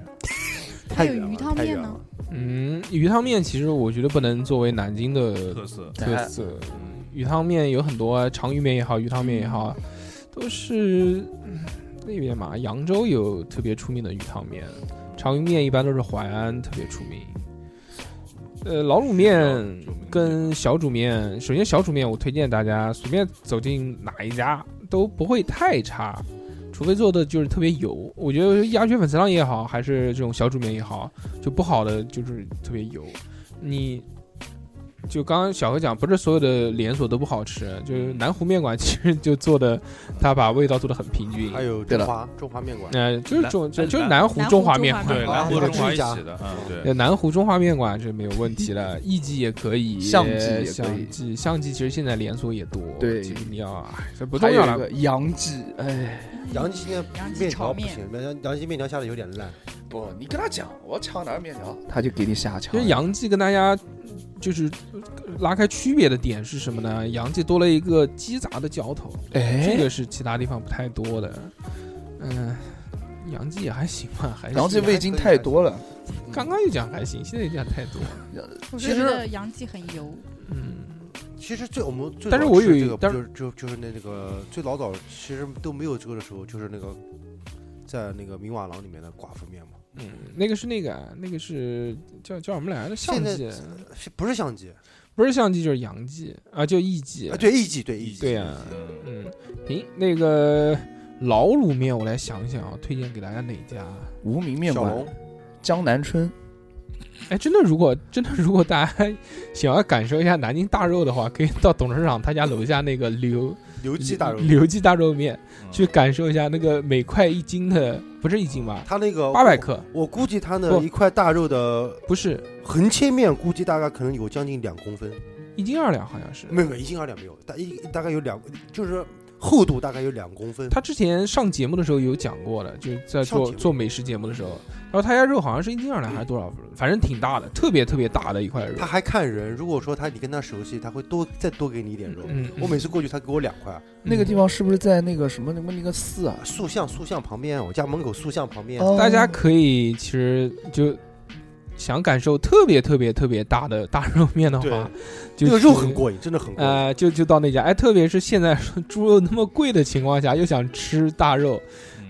Speaker 6: 太
Speaker 3: 有
Speaker 6: 远
Speaker 3: 鱼
Speaker 6: 了
Speaker 3: 汤
Speaker 6: 太
Speaker 3: 面
Speaker 6: 远
Speaker 3: 呢
Speaker 6: 了
Speaker 2: 嗯，鱼汤面其实我觉得不能作为南京的
Speaker 4: 特色，
Speaker 2: 特
Speaker 5: 哎
Speaker 2: 色，嗯鱼汤面有很多，啊长鱼面也好，鱼汤面也好，啊都是嗯那边嘛。扬州有特别出名的鱼汤面，长鱼面一般都是淮安特别出名。呃，老卤面跟小煮面，首先小煮面我推荐大家随便走进哪一家都不会太差，除非做的就是特别油。我觉得鸭血粉丝汤也好，还是这种小煮面也好，就不好的就是特别油。你就刚刚小何讲，不是所有的连锁都不好吃，就是南湖面馆其实就做的，他把味道做的很平均。
Speaker 6: 还有
Speaker 5: 嗯
Speaker 6: 中
Speaker 5: 对了
Speaker 6: 华中华面馆，
Speaker 2: 呃，就是中就
Speaker 4: 南
Speaker 2: 就是
Speaker 4: 南
Speaker 2: 南湖
Speaker 3: 南湖
Speaker 2: 中华
Speaker 3: 中
Speaker 2: 面
Speaker 3: 华
Speaker 2: 馆
Speaker 4: 对，
Speaker 3: 面
Speaker 2: 嘛，
Speaker 4: 南湖
Speaker 6: 啊
Speaker 4: 中华一
Speaker 6: 这一家
Speaker 4: 起的，嗯，对，
Speaker 2: 对南湖中华面馆是没有问题的，艺记也可以，
Speaker 5: 象记也可以
Speaker 2: 象记象记其实现在连锁也多，
Speaker 5: 对
Speaker 2: 其实你要哎这不
Speaker 5: 不
Speaker 2: 重要了。，
Speaker 5: 杨记，哎，
Speaker 6: 杨记现在
Speaker 3: 嗯杨记
Speaker 6: 面
Speaker 3: 炒
Speaker 6: 条不
Speaker 3: 面
Speaker 6: 行，杨杨记面条下的有点烂，
Speaker 5: 不，你跟他讲，我抢哪个面条，他就给你下抢
Speaker 2: 其。实杨记跟大家就是拉开区别的点是什么呢？杨记多了一个鸡杂的浇头，这
Speaker 5: 哎， [LAUGHS]
Speaker 2: 个是其他地方不太多的。嗯，杨记也还行吧，还
Speaker 5: 杨记
Speaker 2: 行
Speaker 5: 味精太多了，
Speaker 2: 刚刚又讲还行，现在又讲太多。
Speaker 3: 我
Speaker 6: 其
Speaker 3: 是觉
Speaker 6: 实
Speaker 3: 得杨记很油，
Speaker 2: 嗯，
Speaker 6: 其实最我们最
Speaker 2: 但是
Speaker 6: 早
Speaker 2: 我
Speaker 6: 吃
Speaker 2: 有一
Speaker 6: 这个不
Speaker 2: 但
Speaker 6: 就是就就是那那个最老早其实都没有这个的时候，就是那个在那个明瓦廊里面的寡妇面嘛，
Speaker 2: 那个是那个，那个是叫叫什么来着？相
Speaker 6: 现在
Speaker 2: 机
Speaker 6: 是不是香鸡
Speaker 2: 不是相机就是杨记啊，就艺记
Speaker 6: 啊？。对，一记对一记，
Speaker 2: 对呀、嗯，
Speaker 4: 嗯，
Speaker 2: 行，那个老卤面我来想想啊，推荐给大家哪家？啊
Speaker 5: 无名面
Speaker 6: 小
Speaker 5: 馆，
Speaker 6: 龙
Speaker 5: 江南春，
Speaker 2: 哎，真的，如果真的如果大家 [LAUGHS] 想要感受一下南京大肉的话，可以到董事长他家楼下那个刘
Speaker 6: 刘记大肉，
Speaker 2: 刘记大肉面
Speaker 4: 嗯
Speaker 2: 去感受一下那个每块一斤的，不是一斤吧？
Speaker 6: 他那个
Speaker 2: 八百，克，
Speaker 6: 我估计他那
Speaker 2: 不
Speaker 6: 一块大肉的
Speaker 2: 不是
Speaker 6: 横切面估计大概可能有将近两公分，
Speaker 2: 一斤二两，好像是。
Speaker 6: 没有没有一斤二两没有，大一大概有两，就是厚度大概有两公分。
Speaker 2: 他之前上节目的时候有讲过的，就是在
Speaker 6: 上
Speaker 2: 做
Speaker 6: 节目
Speaker 2: 做美食节目的时候，然后他家肉好像是一斤二两还是多少，反正挺大的，特别特别大的一块肉
Speaker 6: 他。还看人，如果说他你跟他熟悉，他会多再多给你一点肉。
Speaker 2: 嗯，
Speaker 6: 我每次过去，他给我两块。
Speaker 5: 那个地方是不是在那个什么什么那个寺啊？
Speaker 6: 呃塑像，塑像旁边，我家门口塑像旁边，
Speaker 5: 哦
Speaker 2: 嗯大家可以其实就想感受特别特别特别大的大肉面的
Speaker 6: 对
Speaker 2: 话，就
Speaker 6: 这个肉
Speaker 2: 去
Speaker 6: 很。过瘾，真的很过啊瘾。
Speaker 2: 呃，就就到那家，哎，特别是现在猪肉那么贵的情况下，又想吃大肉，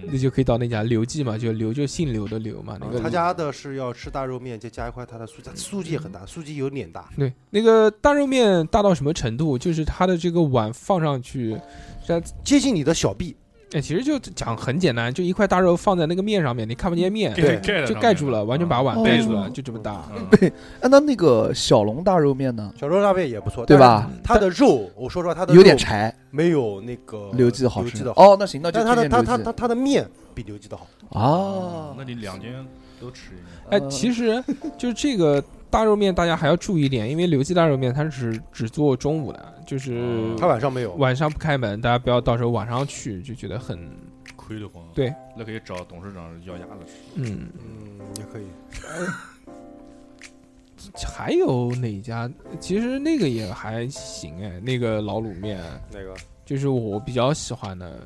Speaker 2: 那
Speaker 4: 嗯
Speaker 2: 就可以到那家刘记嘛，就刘就姓刘的刘嘛，那个
Speaker 6: 啊他家的是要吃大肉面，再加一块他的素，他素鸡也很大，素鸡有脸大，
Speaker 2: 对，那个大肉面大到什么程度？就是它的这个碗放上去，在
Speaker 6: 接近你的小臂，
Speaker 2: 哎，其实就讲很简单，就一块大肉放在那个面上面，你看不见面，
Speaker 4: 给
Speaker 7: 对
Speaker 4: 盖
Speaker 2: 就盖住了，完全把碗盖
Speaker 4: 盖
Speaker 2: 住
Speaker 4: 住
Speaker 2: 了，
Speaker 4: 了。
Speaker 2: 就这么大。 [LAUGHS]
Speaker 4: 嗯
Speaker 7: 哎，那那个小龙大肉面呢？
Speaker 6: 小肉大便也不错，
Speaker 7: 对
Speaker 6: 但是
Speaker 7: 吧？
Speaker 6: 它的肉，我说实话，它的
Speaker 7: 有点
Speaker 6: 肉
Speaker 7: 柴，
Speaker 6: 没有那个
Speaker 7: 刘记好
Speaker 6: 刘
Speaker 7: 吃
Speaker 6: 记的好，
Speaker 7: 哦，那行，那就
Speaker 6: 但它
Speaker 7: 推荐
Speaker 6: 的
Speaker 7: 刘
Speaker 6: 它它
Speaker 7: 记
Speaker 6: 它它的面比刘记的好。
Speaker 2: 哦
Speaker 7: 啊。
Speaker 4: 那你两间都吃一个。
Speaker 7: 呃
Speaker 2: 哎，其实就是这个大肉面，大家还要注意一点，因为刘记大肉面它是只只做中午的，就是
Speaker 6: 嗯它晚上没有，
Speaker 2: 晚上不开门，大家不要到时候晚上去就觉得很
Speaker 4: 亏得慌。
Speaker 2: 对，
Speaker 4: 那可以找董事长要鸭子吃。
Speaker 2: 嗯。
Speaker 6: 嗯，也可以。
Speaker 2: 还有哪家？其实那个也还行哎，那个老卤面
Speaker 6: 哪个
Speaker 2: 就是我比较喜欢的，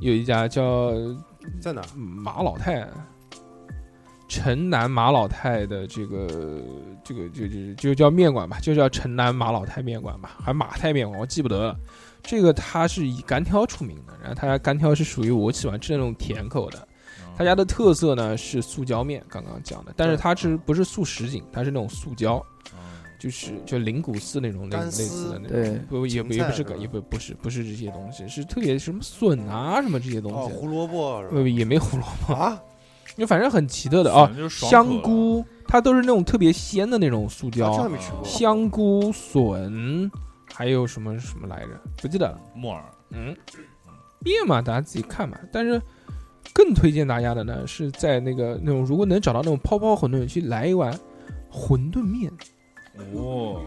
Speaker 2: 有一家叫
Speaker 6: 在哪？
Speaker 2: 马老太，城南马老太的这个这个就就就叫面馆吧，就叫城南马老太面馆吧，还马太面馆，我记不得了。这个它是以干挑出名的，然后它家干挑是属于我喜欢吃那种甜口的。
Speaker 4: 嗯
Speaker 2: 它家的特色呢是素椒面，刚刚讲的，但是它
Speaker 6: 嗯
Speaker 2: 是不是素什锦，它是那种素椒，就是就灵骨丝那种类
Speaker 6: 哦干
Speaker 2: 类
Speaker 6: 丝
Speaker 2: 似的那种。
Speaker 7: 对，
Speaker 2: 不也不
Speaker 6: 芹
Speaker 2: 也
Speaker 6: 菜
Speaker 2: 不是
Speaker 6: 是
Speaker 2: 干
Speaker 6: 吧
Speaker 2: 也不不是不是这些东西，是特别什么笋啊什么这些东
Speaker 6: 哦，
Speaker 2: 西，
Speaker 6: 胡萝卜
Speaker 7: 呃
Speaker 2: 不也没胡萝
Speaker 6: [LAUGHS]
Speaker 2: 卜，
Speaker 6: 啊，
Speaker 2: 就反正很奇特
Speaker 4: 是
Speaker 2: 的啊，，
Speaker 4: 就是爽口
Speaker 2: 香菇，它都是那种特别鲜的那种塑
Speaker 6: 啊这还
Speaker 2: 胶，
Speaker 6: 没吃过。
Speaker 2: 香菇、笋，还有什么什么来着？不记得了。
Speaker 4: 木耳，
Speaker 2: 嗯，面嘛，大家自己看吧。但是更推荐大家的呢，是在那个那种如果能找到那种泡泡馄饨，去来一碗馄饨面。
Speaker 4: 哦，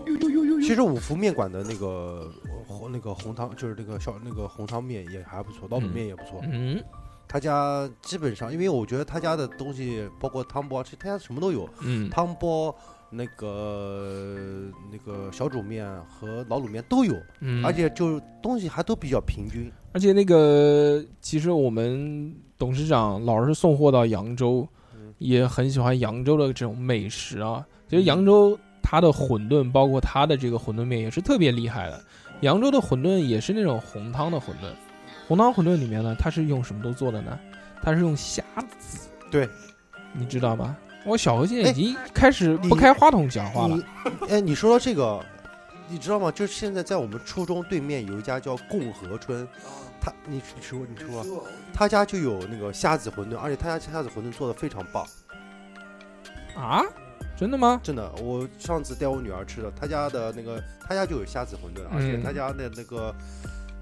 Speaker 6: 其实五福面馆的那个红那个红汤，就是那个小那个红汤面也还不错，老卤面也不错。
Speaker 2: 嗯
Speaker 6: 他家基本上，因为我觉得他家的东西，包括汤包，其实他家什么都有，
Speaker 2: 嗯，
Speaker 6: 汤包、那个那个小煮面和老卤面都有，
Speaker 2: 嗯
Speaker 6: 而且就是东西还都比较平均。
Speaker 2: 而且那个，其实我们董事长老是送货到扬州，
Speaker 6: 嗯
Speaker 2: 也很喜欢扬州的这种美食啊。其实扬州它的馄饨，包括它的这个馄饨面也是特别厉害的。扬州的馄饨也是那种红汤的馄饨，红汤馄饨里面呢，它是用什么都做的呢？它是用虾子，
Speaker 6: 对，
Speaker 2: 你知道吗？我小何现在
Speaker 6: 哎
Speaker 2: 已经开始
Speaker 6: 你
Speaker 2: 不开话筒讲话了
Speaker 6: 你。哎，你说到这个，你知道吗？就是现在在我们初中对面有一家叫共和春，他你你吃过你啊吃过，他家就有那个虾子馄饨，而且他家虾子馄饨做的非常棒，
Speaker 2: 啊？真的吗？
Speaker 6: 真的。我上次带我女儿吃的，他家的那个他家就有虾子馄饨，而且
Speaker 2: 嗯
Speaker 6: 他家的那个。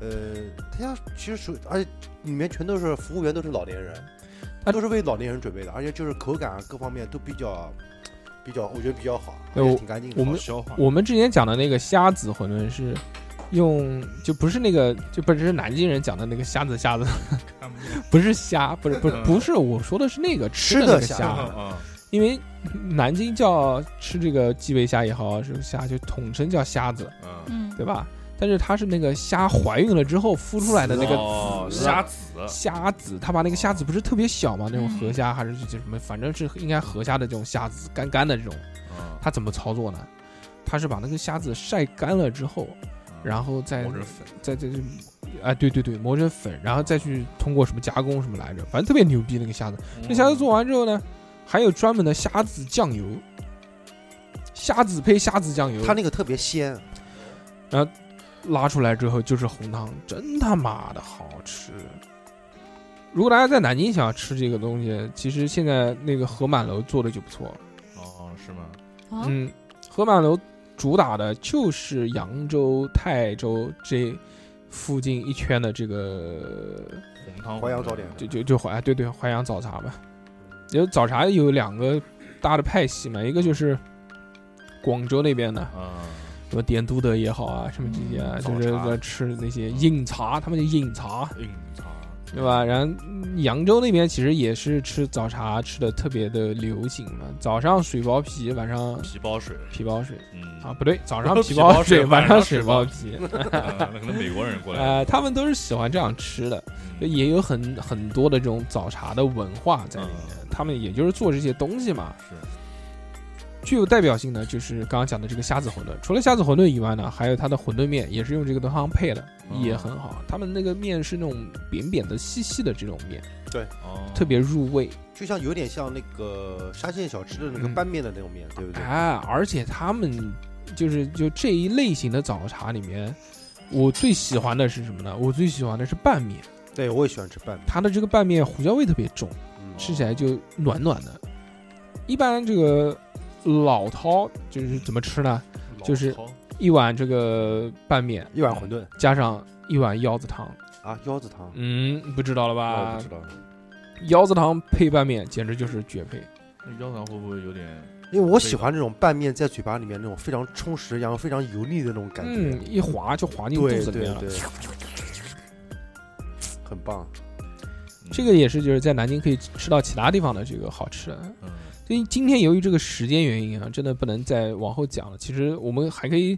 Speaker 6: 呃，他家其实属，而且里面全都是服务员，都是老年人，
Speaker 2: 啊
Speaker 6: 都是为老年人准备的，而且就是口感啊各方面都比较，比较，我觉得比较好，
Speaker 2: 哎
Speaker 6: 而且
Speaker 2: 我
Speaker 6: 挺干净的。
Speaker 2: 我们
Speaker 4: 好消化。
Speaker 2: 我们之前讲的那个虾子馄饨是用，就不是那个，就不是南京人讲的那个虾子虾子， [LAUGHS]
Speaker 4: 看不见
Speaker 2: 不是虾，不是不是
Speaker 4: 嗯
Speaker 2: 不是，我说的是那个吃的
Speaker 6: 吃
Speaker 2: 那
Speaker 6: 的
Speaker 2: 个虾，
Speaker 4: 啊，
Speaker 2: 因为南京叫吃这个基围虾也好，这个虾就统称叫虾子，
Speaker 4: 嗯，
Speaker 3: 嗯，
Speaker 2: 对吧？但是它是那个虾怀孕了之后孵出来的那个嗯
Speaker 4: 哦
Speaker 2: 籽
Speaker 4: 虾子，
Speaker 2: 虾子，他把那个虾子不是特别小嘛，那种河虾还是就什么，反正是应该河虾的这种虾子，干干的这种，
Speaker 4: 嗯
Speaker 2: 他怎么操作呢？他是把那个虾子晒干了之后，然后再
Speaker 4: 磨成粉，
Speaker 2: 再再去，啊，对对对，磨成粉，然后再去通过什么加工什么来着，反正特别牛逼那个虾子。
Speaker 4: 嗯
Speaker 2: 那虾子做完之后呢，还有专门的虾子酱油，虾子配虾子酱油，
Speaker 6: 他那个特别鲜，
Speaker 2: 拉出来之后就是红汤，真他妈的好吃。如果大家在南京想要吃这个东西，其实现在那个河满楼做的就不错了。
Speaker 4: 哦，是吗？
Speaker 3: 啊，
Speaker 2: 嗯，河满楼主打的就是扬州、泰州这附近一圈的这个
Speaker 4: 红汤
Speaker 6: 淮扬早点
Speaker 2: 就就就淮哎对对淮扬早茶吧，有早茶有两个大的派系嘛，一个就是广州那边的，
Speaker 4: 啊，
Speaker 2: 什么点都德也好啊，什么这些啊，
Speaker 4: 嗯
Speaker 2: 就是
Speaker 4: 早茶
Speaker 2: 在吃那些饮茶，他们的饮茶，
Speaker 4: 硬茶，
Speaker 2: 对吧？然后嗯扬州那边其实也是吃早茶吃的特别的流行嘛，早上水包皮，晚上
Speaker 4: 皮包水，
Speaker 2: 皮包水
Speaker 4: 嗯
Speaker 2: 啊，，不对，早上
Speaker 4: 皮
Speaker 2: 皮包
Speaker 4: 包水
Speaker 2: 水，晚
Speaker 4: 晚
Speaker 2: 上
Speaker 4: 上
Speaker 2: 水
Speaker 4: 水
Speaker 2: 包
Speaker 4: 包
Speaker 2: 皮，
Speaker 4: 啊 [LAUGHS] 那可能美国人过来，
Speaker 2: 呃，他们都是喜欢这样吃的。
Speaker 4: 嗯
Speaker 2: 也有很很多的这种早茶的文化在里面，
Speaker 4: 嗯
Speaker 2: 他们也就是做这些东西嘛。
Speaker 4: 是
Speaker 2: 具有代表性的就是刚刚讲的这个虾子馄饨，除了虾子馄饨以外呢，还有它的馄饨面也是用这个东汤配的，
Speaker 4: 嗯
Speaker 2: 也很好。他们那个面是那种扁扁的、细细的这种面，
Speaker 4: 哦，
Speaker 2: 特别入味
Speaker 6: 就像有点像那个沙县小吃的那个
Speaker 2: 嗯
Speaker 6: 拌面的那种面，对不对？
Speaker 2: 啊！而且他们就是就这一类型的早茶里面，我最喜欢的是什么呢？我最喜欢的是拌面。
Speaker 6: 对，我也喜欢吃拌面。
Speaker 2: 它的这个拌面胡椒味特别重，
Speaker 4: 哦
Speaker 6: 嗯，
Speaker 2: 吃起来就暖暖的。一般这个老饕就是怎么吃呢？就是一碗这个拌面
Speaker 6: 一碗馄饨
Speaker 2: 加上一碗腰子汤，
Speaker 6: 啊，腰子汤。哦
Speaker 2: 嗯，不知道了
Speaker 6: 我
Speaker 2: 吧
Speaker 6: 不知？道，
Speaker 2: 腰子汤配拌面简直就是绝配。
Speaker 4: 那腰肠会不会有点？
Speaker 6: 因为我喜欢这种拌面在嘴巴里面那种非常充实，然后非常油腻的那种感觉。
Speaker 2: 嗯，一滑就滑进肚
Speaker 6: 对
Speaker 2: 子里
Speaker 6: 对
Speaker 2: 面了。
Speaker 6: 对，很棒。
Speaker 4: 嗯
Speaker 2: 这个也是就是在南京可以吃到其他地方的这个好吃的。
Speaker 4: 嗯，
Speaker 2: 所以今天由于这个时间原因啊，真的不能再往后讲了。其实我们还可以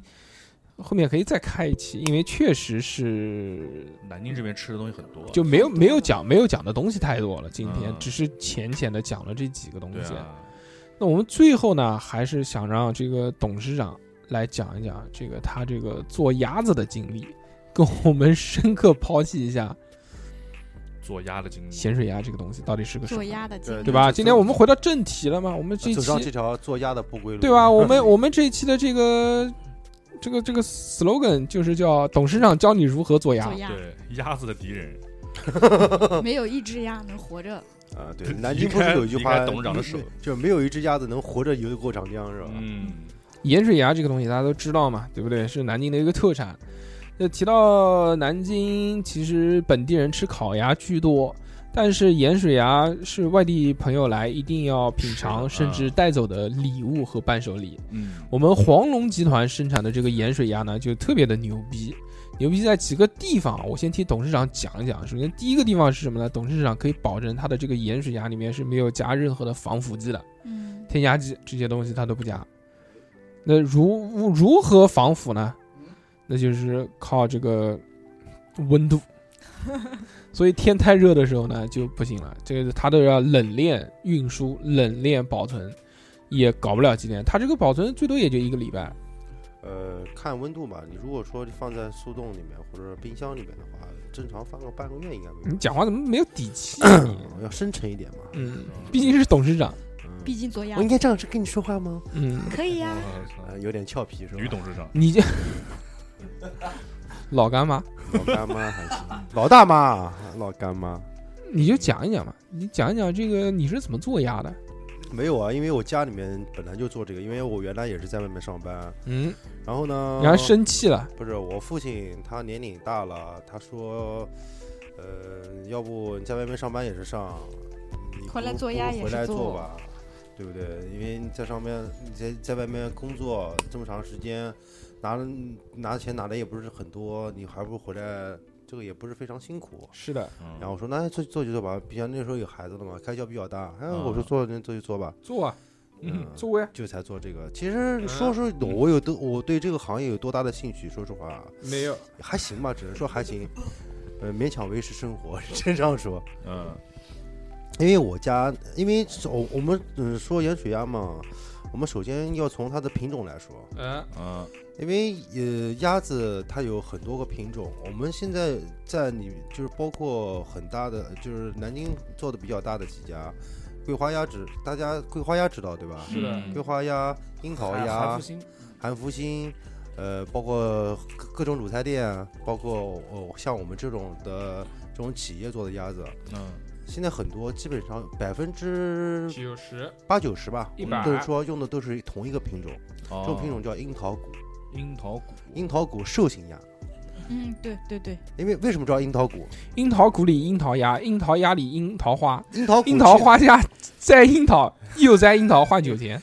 Speaker 2: 后面可以再开一期，因为确实是
Speaker 4: 南京这边吃的东西很多，
Speaker 2: 就没有没有讲没有讲的东西太多了。今天
Speaker 4: 嗯
Speaker 2: 只是浅浅的讲了这几个东
Speaker 4: 对
Speaker 2: 西。
Speaker 4: 啊，
Speaker 2: 那我们最后呢，还是想让这个董事长来讲一讲这个他这个做鸭子的经历，跟我们深刻剖析一下
Speaker 4: 做鸭的经历，
Speaker 2: 咸水鸭这个东西到底是个什
Speaker 3: 做
Speaker 2: 么，
Speaker 3: 鸭的经历，
Speaker 2: 对吧？
Speaker 6: 做
Speaker 2: 今天我们回到正题了嘛，我们这一
Speaker 6: 走上
Speaker 2: 期
Speaker 6: 这条做鸭的不归路，
Speaker 2: 对
Speaker 3: [LAUGHS]
Speaker 2: 啊吧？我们我们这一期的这个这个这个 slogan 就是叫董事长教你如何做鸭
Speaker 3: 做。鸭
Speaker 4: 对鸭子的敌人，
Speaker 3: 没有一只鸭能活着。
Speaker 6: 啊，对，
Speaker 4: 离开
Speaker 6: 南京不是有一句
Speaker 4: 离
Speaker 6: 话，
Speaker 4: 开董事长的手
Speaker 6: [LAUGHS] 就是没有一只鸭子能活着游得过长江，是吧？
Speaker 4: 嗯，
Speaker 2: 盐水鸭这个东西大家都知道嘛，对不对？是南京的一个特产。那提到南京，其实本地人吃烤鸭居多，但是盐水鸭是外地朋友来一定要品尝，
Speaker 4: 是的
Speaker 2: 甚至带走的礼物和伴手礼。
Speaker 4: 嗯，
Speaker 2: 我们黄龙集团生产的这个盐水鸭呢，就特别的牛逼。牛逼在几个地方，我先替董事长讲一讲。首先，第一个地方是什么呢？董事长可以保证他的这个盐水鸭里面是没有加任何的防腐剂的。
Speaker 3: 嗯，
Speaker 2: 添加剂这些东西它都不加。那如如何防腐呢？那就是靠这个温度。所以天太热的时候呢就不行了，这个它都要冷链运输、冷链保存，也搞不了几天。它这个保存最多也就一个礼拜。
Speaker 6: 呃，看温度吧。你如果说放在速冻里面或者冰箱里面的话，正常放个半个月应该没
Speaker 2: 你
Speaker 6: 有。
Speaker 2: 讲话怎么没有底气、啊？
Speaker 6: 嗯要深沉一点嘛。
Speaker 2: 嗯，毕竟是董事长。
Speaker 6: 嗯
Speaker 3: 毕竟做鸭
Speaker 6: 我应该这样跟你说话吗？
Speaker 2: 嗯，
Speaker 3: 可以呀、
Speaker 4: 我操
Speaker 6: 呃，有点俏皮是吧？
Speaker 4: 女董事长，
Speaker 2: 你这老干妈，
Speaker 6: 老干妈还行，老大妈，老干妈。
Speaker 2: 你就讲一讲吧，你讲一讲这个你是怎么做鸭的？
Speaker 6: 没有啊，因为我家里面本来就做这个，因为我原来也是在外面上班，
Speaker 2: 嗯，
Speaker 6: 然后呢，
Speaker 2: 你还生气了？
Speaker 6: 不是我父亲，他年龄大了，他说，呃，要不你在外面上班也是上，你
Speaker 3: 回来
Speaker 6: 不
Speaker 3: 做
Speaker 6: 不
Speaker 3: 鸭
Speaker 6: 如
Speaker 3: 也
Speaker 6: 回
Speaker 3: 是
Speaker 6: 来
Speaker 3: 做
Speaker 6: 吧，对不对？因为你在上面，你在在外面工作这么长时间，拿了拿的钱拿的也不是很多，你还不如回来，这个也不是非常辛苦。
Speaker 2: 是的，
Speaker 4: 嗯
Speaker 6: 然后我说那做做就做吧，毕竟那时候有孩子了嘛，开销比较大。哎，
Speaker 4: 啊
Speaker 6: 我说做那做就做吧，
Speaker 2: 做啊，
Speaker 6: 嗯
Speaker 2: 做呀，
Speaker 6: 就才做这个。其实说说我有多，我对这个行业有多大的兴趣，说实话，
Speaker 2: 没有，
Speaker 6: 还行吧，只能说还行，呃，勉强维持生活，真这样说。
Speaker 4: 嗯，
Speaker 6: 因为我家，因为是我我们嗯说盐水鸭嘛，我们首先要从它的品种来说，
Speaker 2: 嗯，
Speaker 4: 嗯，
Speaker 6: 因为呃鸭子它有很多个品种，我们现在在你就是包括很大的，就是南京做的比较大的几家，桂花鸭知大家桂花鸭知道对吧？
Speaker 2: 是的
Speaker 4: 嗯
Speaker 6: 桂花鸭、樱桃
Speaker 4: 韩
Speaker 6: 鸭
Speaker 4: 韩复、兴
Speaker 6: 韩福星，呃，包括各各种卤菜店，啊包括哦像我们这种的这种企业做的鸭子，
Speaker 4: 嗯，
Speaker 6: 现在很多基本上百分之
Speaker 2: 九十
Speaker 6: 八九十吧，
Speaker 2: 100
Speaker 6: 都是说用的都是同一个品种，这
Speaker 2: 哦
Speaker 4: 这
Speaker 6: 种品种叫樱桃骨，
Speaker 4: 樱桃谷，
Speaker 6: 樱桃骨瘦型鸭。
Speaker 3: 嗯，对对对，
Speaker 6: 因为为什么叫樱桃骨？
Speaker 2: 樱桃谷里樱桃芽，樱桃芽里樱桃花，
Speaker 6: 樱桃骨
Speaker 2: 樱桃花下栽樱桃，又栽樱桃换酒
Speaker 6: [LAUGHS]
Speaker 2: 钱。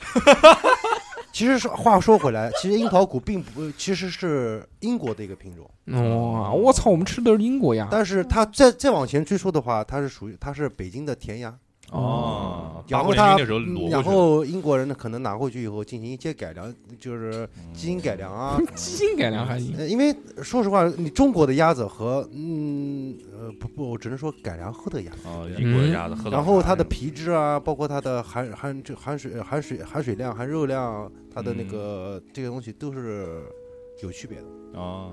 Speaker 6: 其实是话说回来，其实樱桃骨并不，其实是英国的一个品种，
Speaker 2: 哇、我操，我们吃的都是英国鸭
Speaker 6: 哦但是它再再往前追溯的话，它是属于它是北京的田鸭，
Speaker 4: 哦，
Speaker 6: 然
Speaker 4: 八
Speaker 6: 后
Speaker 4: 国
Speaker 6: 它
Speaker 4: 联军的时候
Speaker 6: 嗯
Speaker 4: 挪
Speaker 6: 然
Speaker 4: 过去
Speaker 6: 后英国人呢可能拿回去以后进行一些改良，就是
Speaker 4: 嗯
Speaker 6: 基因改
Speaker 2: [LAUGHS]
Speaker 6: 良啊，
Speaker 2: 基因改良还行。
Speaker 6: 呃，因为说实话，你中国的鸭子和嗯呃不不，我只能说改良后的鸭子，
Speaker 4: 的啊，英国的鸭子，喝
Speaker 6: 然后
Speaker 4: 老茶
Speaker 6: 它的皮质啊，包括它的含含这含水含水含水量、含肉量，它的那个
Speaker 4: 嗯
Speaker 6: 这个东西都是有区别的，
Speaker 4: 啊，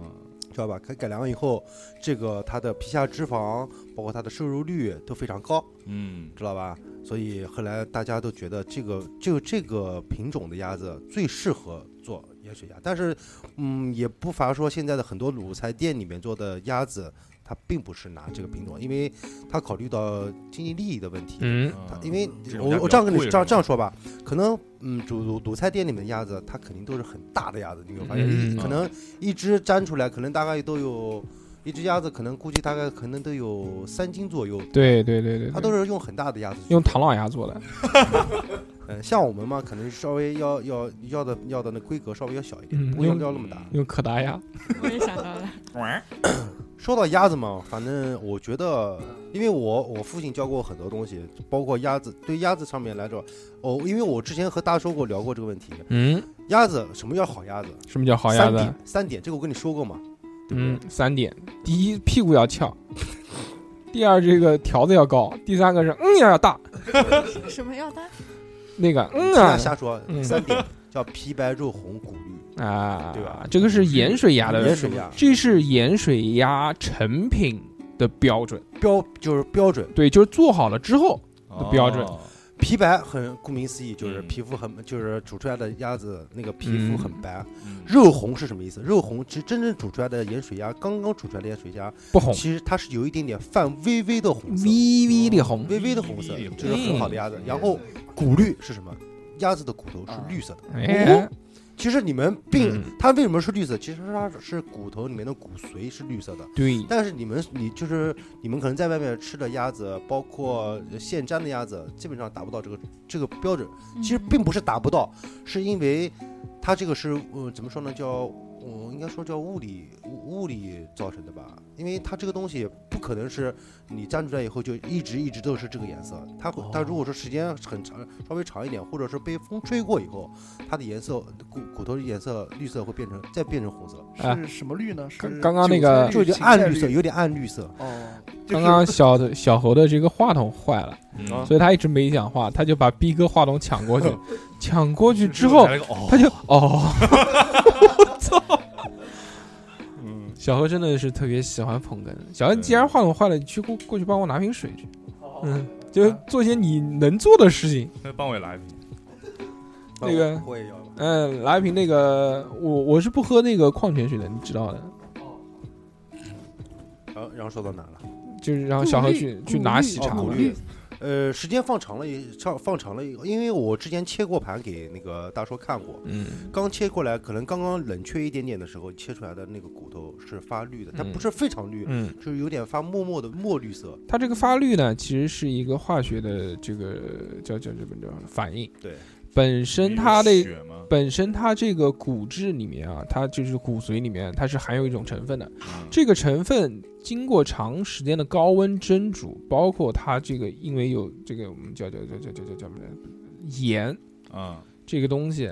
Speaker 6: 知道吧？改改良以后，这个它的皮下脂肪，包括它的摄入率都非常高，
Speaker 4: 嗯，
Speaker 6: 知道吧？所以后来大家都觉得这个就这个品种的鸭子最适合做鸭血鸭，但是嗯，也不乏说现在的很多卤菜店里面做的鸭子，它并不是拿这个品种，因为它考虑到经济利益的问题。
Speaker 2: 嗯，
Speaker 6: 它
Speaker 4: 嗯
Speaker 6: 因为
Speaker 4: 这种
Speaker 6: 我
Speaker 4: 鸭比较
Speaker 6: 我这样跟你
Speaker 4: 贵
Speaker 6: 这样
Speaker 4: 是
Speaker 6: 这样
Speaker 4: 吧
Speaker 6: 说吧，可能嗯，卤卤卤菜店里面的鸭子，它肯定都是很大的鸭子，你有没有发现？
Speaker 2: 嗯
Speaker 6: 一可能一只粘出来，可能大概都有一只鸭子，可能估计大概可能都有三斤左右。
Speaker 2: 对对对对，
Speaker 6: 它
Speaker 2: 对
Speaker 6: 都是用很大的鸭子去做，
Speaker 2: 用唐老鸭做的，
Speaker 6: 嗯，像我们嘛，可能稍微要要要的要的那规格稍微要小一点，
Speaker 2: 嗯
Speaker 6: 不会要
Speaker 2: 用
Speaker 6: 要那么大。
Speaker 2: 用可达鸭，
Speaker 3: 我也想到了，
Speaker 6: 说到鸭子嘛，反正我觉得，因为我我父亲教过我很多东西，包括鸭子。对鸭子上面来说，哦，因为我之前和大叔给我聊过这个问题，
Speaker 2: 嗯，
Speaker 6: 鸭子什么叫好鸭子？
Speaker 2: 什么叫好鸭
Speaker 6: 三
Speaker 2: 子
Speaker 6: 点？，三点，这个我跟你说过嘛，对不对？
Speaker 2: 嗯，三点：第一，屁股要翘； [LAUGHS] 第二，这个条子要高；第三个是嗯要大，
Speaker 3: 什么要它？
Speaker 2: 那个嗯
Speaker 6: 不要瞎
Speaker 2: 啊
Speaker 6: 说，
Speaker 2: 嗯
Speaker 6: 三点叫皮白肉红骨绿，
Speaker 2: 啊，
Speaker 6: 对吧
Speaker 2: 这个是盐水鸭的
Speaker 6: 盐，水鸭
Speaker 2: 这是盐水鸭成品的标准，
Speaker 6: 标就是标准。
Speaker 2: 对，就是做好了之后，
Speaker 4: 哦
Speaker 2: 标准
Speaker 6: 皮白很顾名思义，就是
Speaker 4: 嗯
Speaker 6: 皮肤很，就是煮出来的鸭子那个皮肤
Speaker 2: 嗯
Speaker 6: 很白，
Speaker 4: 嗯
Speaker 6: 肉红是什么意思？肉红其实真正煮出来的盐水鸭，刚刚煮出来的盐水鸭，
Speaker 2: 不红，
Speaker 6: 其实它是有一点点泛微微的红色，
Speaker 2: 微微的红，
Speaker 6: 微微的红色
Speaker 4: 微微的，红
Speaker 6: 这是很好的鸭
Speaker 2: 嗯
Speaker 6: 子。然后骨绿是什么？鸭子的骨头是绿色的。
Speaker 2: 哎，
Speaker 6: 哦其实你们并
Speaker 2: 啊嗯
Speaker 6: 它为什么是绿色？其实它是骨头里面的骨髓是绿色的。
Speaker 2: 对，
Speaker 6: 但是你们，你就是你们可能在外面吃的鸭子，包括现粘的鸭子，基本上达不到这个这个标准。
Speaker 2: 嗯
Speaker 6: 其实
Speaker 3: 嗯
Speaker 6: 并不是达不到，是因为它这个是呃怎么说呢？叫我、应该说叫物理物物理造成的吧，因为它这个东西不可能是你粘出来以后就一直一直都是这个颜色，它
Speaker 2: 哦
Speaker 6: 会它如果说时间很长，稍微长一点，或者是被风吹过以后，它的颜色骨骨头的颜色绿色会变成再变成红色，
Speaker 2: 哎
Speaker 7: 是什么绿呢？是
Speaker 2: 刚刚刚那个
Speaker 6: 就
Speaker 7: 韭
Speaker 6: 有点
Speaker 7: 菜
Speaker 6: 暗绿
Speaker 7: 芹
Speaker 6: 色，
Speaker 7: 菜绿
Speaker 6: 有点暗绿色。
Speaker 7: 哦，
Speaker 2: 刚刚小的小猴的这个话筒坏了，
Speaker 6: 嗯
Speaker 4: 啊
Speaker 2: 所以他一直没讲话，他就把逼哥话筒抢过
Speaker 6: [LAUGHS]
Speaker 2: 去，抢过去之后，他就哦，我操！
Speaker 6: 嗯
Speaker 2: 小何真的是特别喜欢捧哏。小何，既然话筒坏了，你去过过去帮我拿瓶水去。嗯，就做些你能做的事情。
Speaker 4: 那帮我也来一瓶，
Speaker 2: 那个
Speaker 6: 我也要吧。
Speaker 2: 嗯，拿一瓶那个，我我是不喝那个矿泉水的，你知道的。
Speaker 6: 然后然后说到哪了？
Speaker 2: 就是让小何去
Speaker 3: 鼓励
Speaker 2: 去拿喜
Speaker 6: 哦
Speaker 2: 茶
Speaker 6: 鼓
Speaker 2: 嘛。
Speaker 6: 励呃，时间放长了也，放放长了以后，因为我之前切过盘给那个大叔看过，
Speaker 2: 嗯，
Speaker 6: 刚切过来，可能刚刚冷却一点点的时候，切出来的那个骨头是发绿的，它
Speaker 2: 嗯
Speaker 6: 不是非常绿，
Speaker 2: 嗯，
Speaker 6: 就是有点发墨墨的墨绿色。
Speaker 2: 它这个发绿呢，其实是一个化学的这个叫叫这个叫反应。
Speaker 6: 对，
Speaker 2: 本身它的
Speaker 4: 血吗？
Speaker 2: 本身它这个骨质里面啊，它就是骨髓里面，它是含有一种成分的。
Speaker 4: 嗯
Speaker 2: 这个成分经过长时间的高温蒸煮，包括它这个因为有这个我们叫叫叫叫叫叫叫什么来着盐
Speaker 4: 啊，
Speaker 2: 这个东西，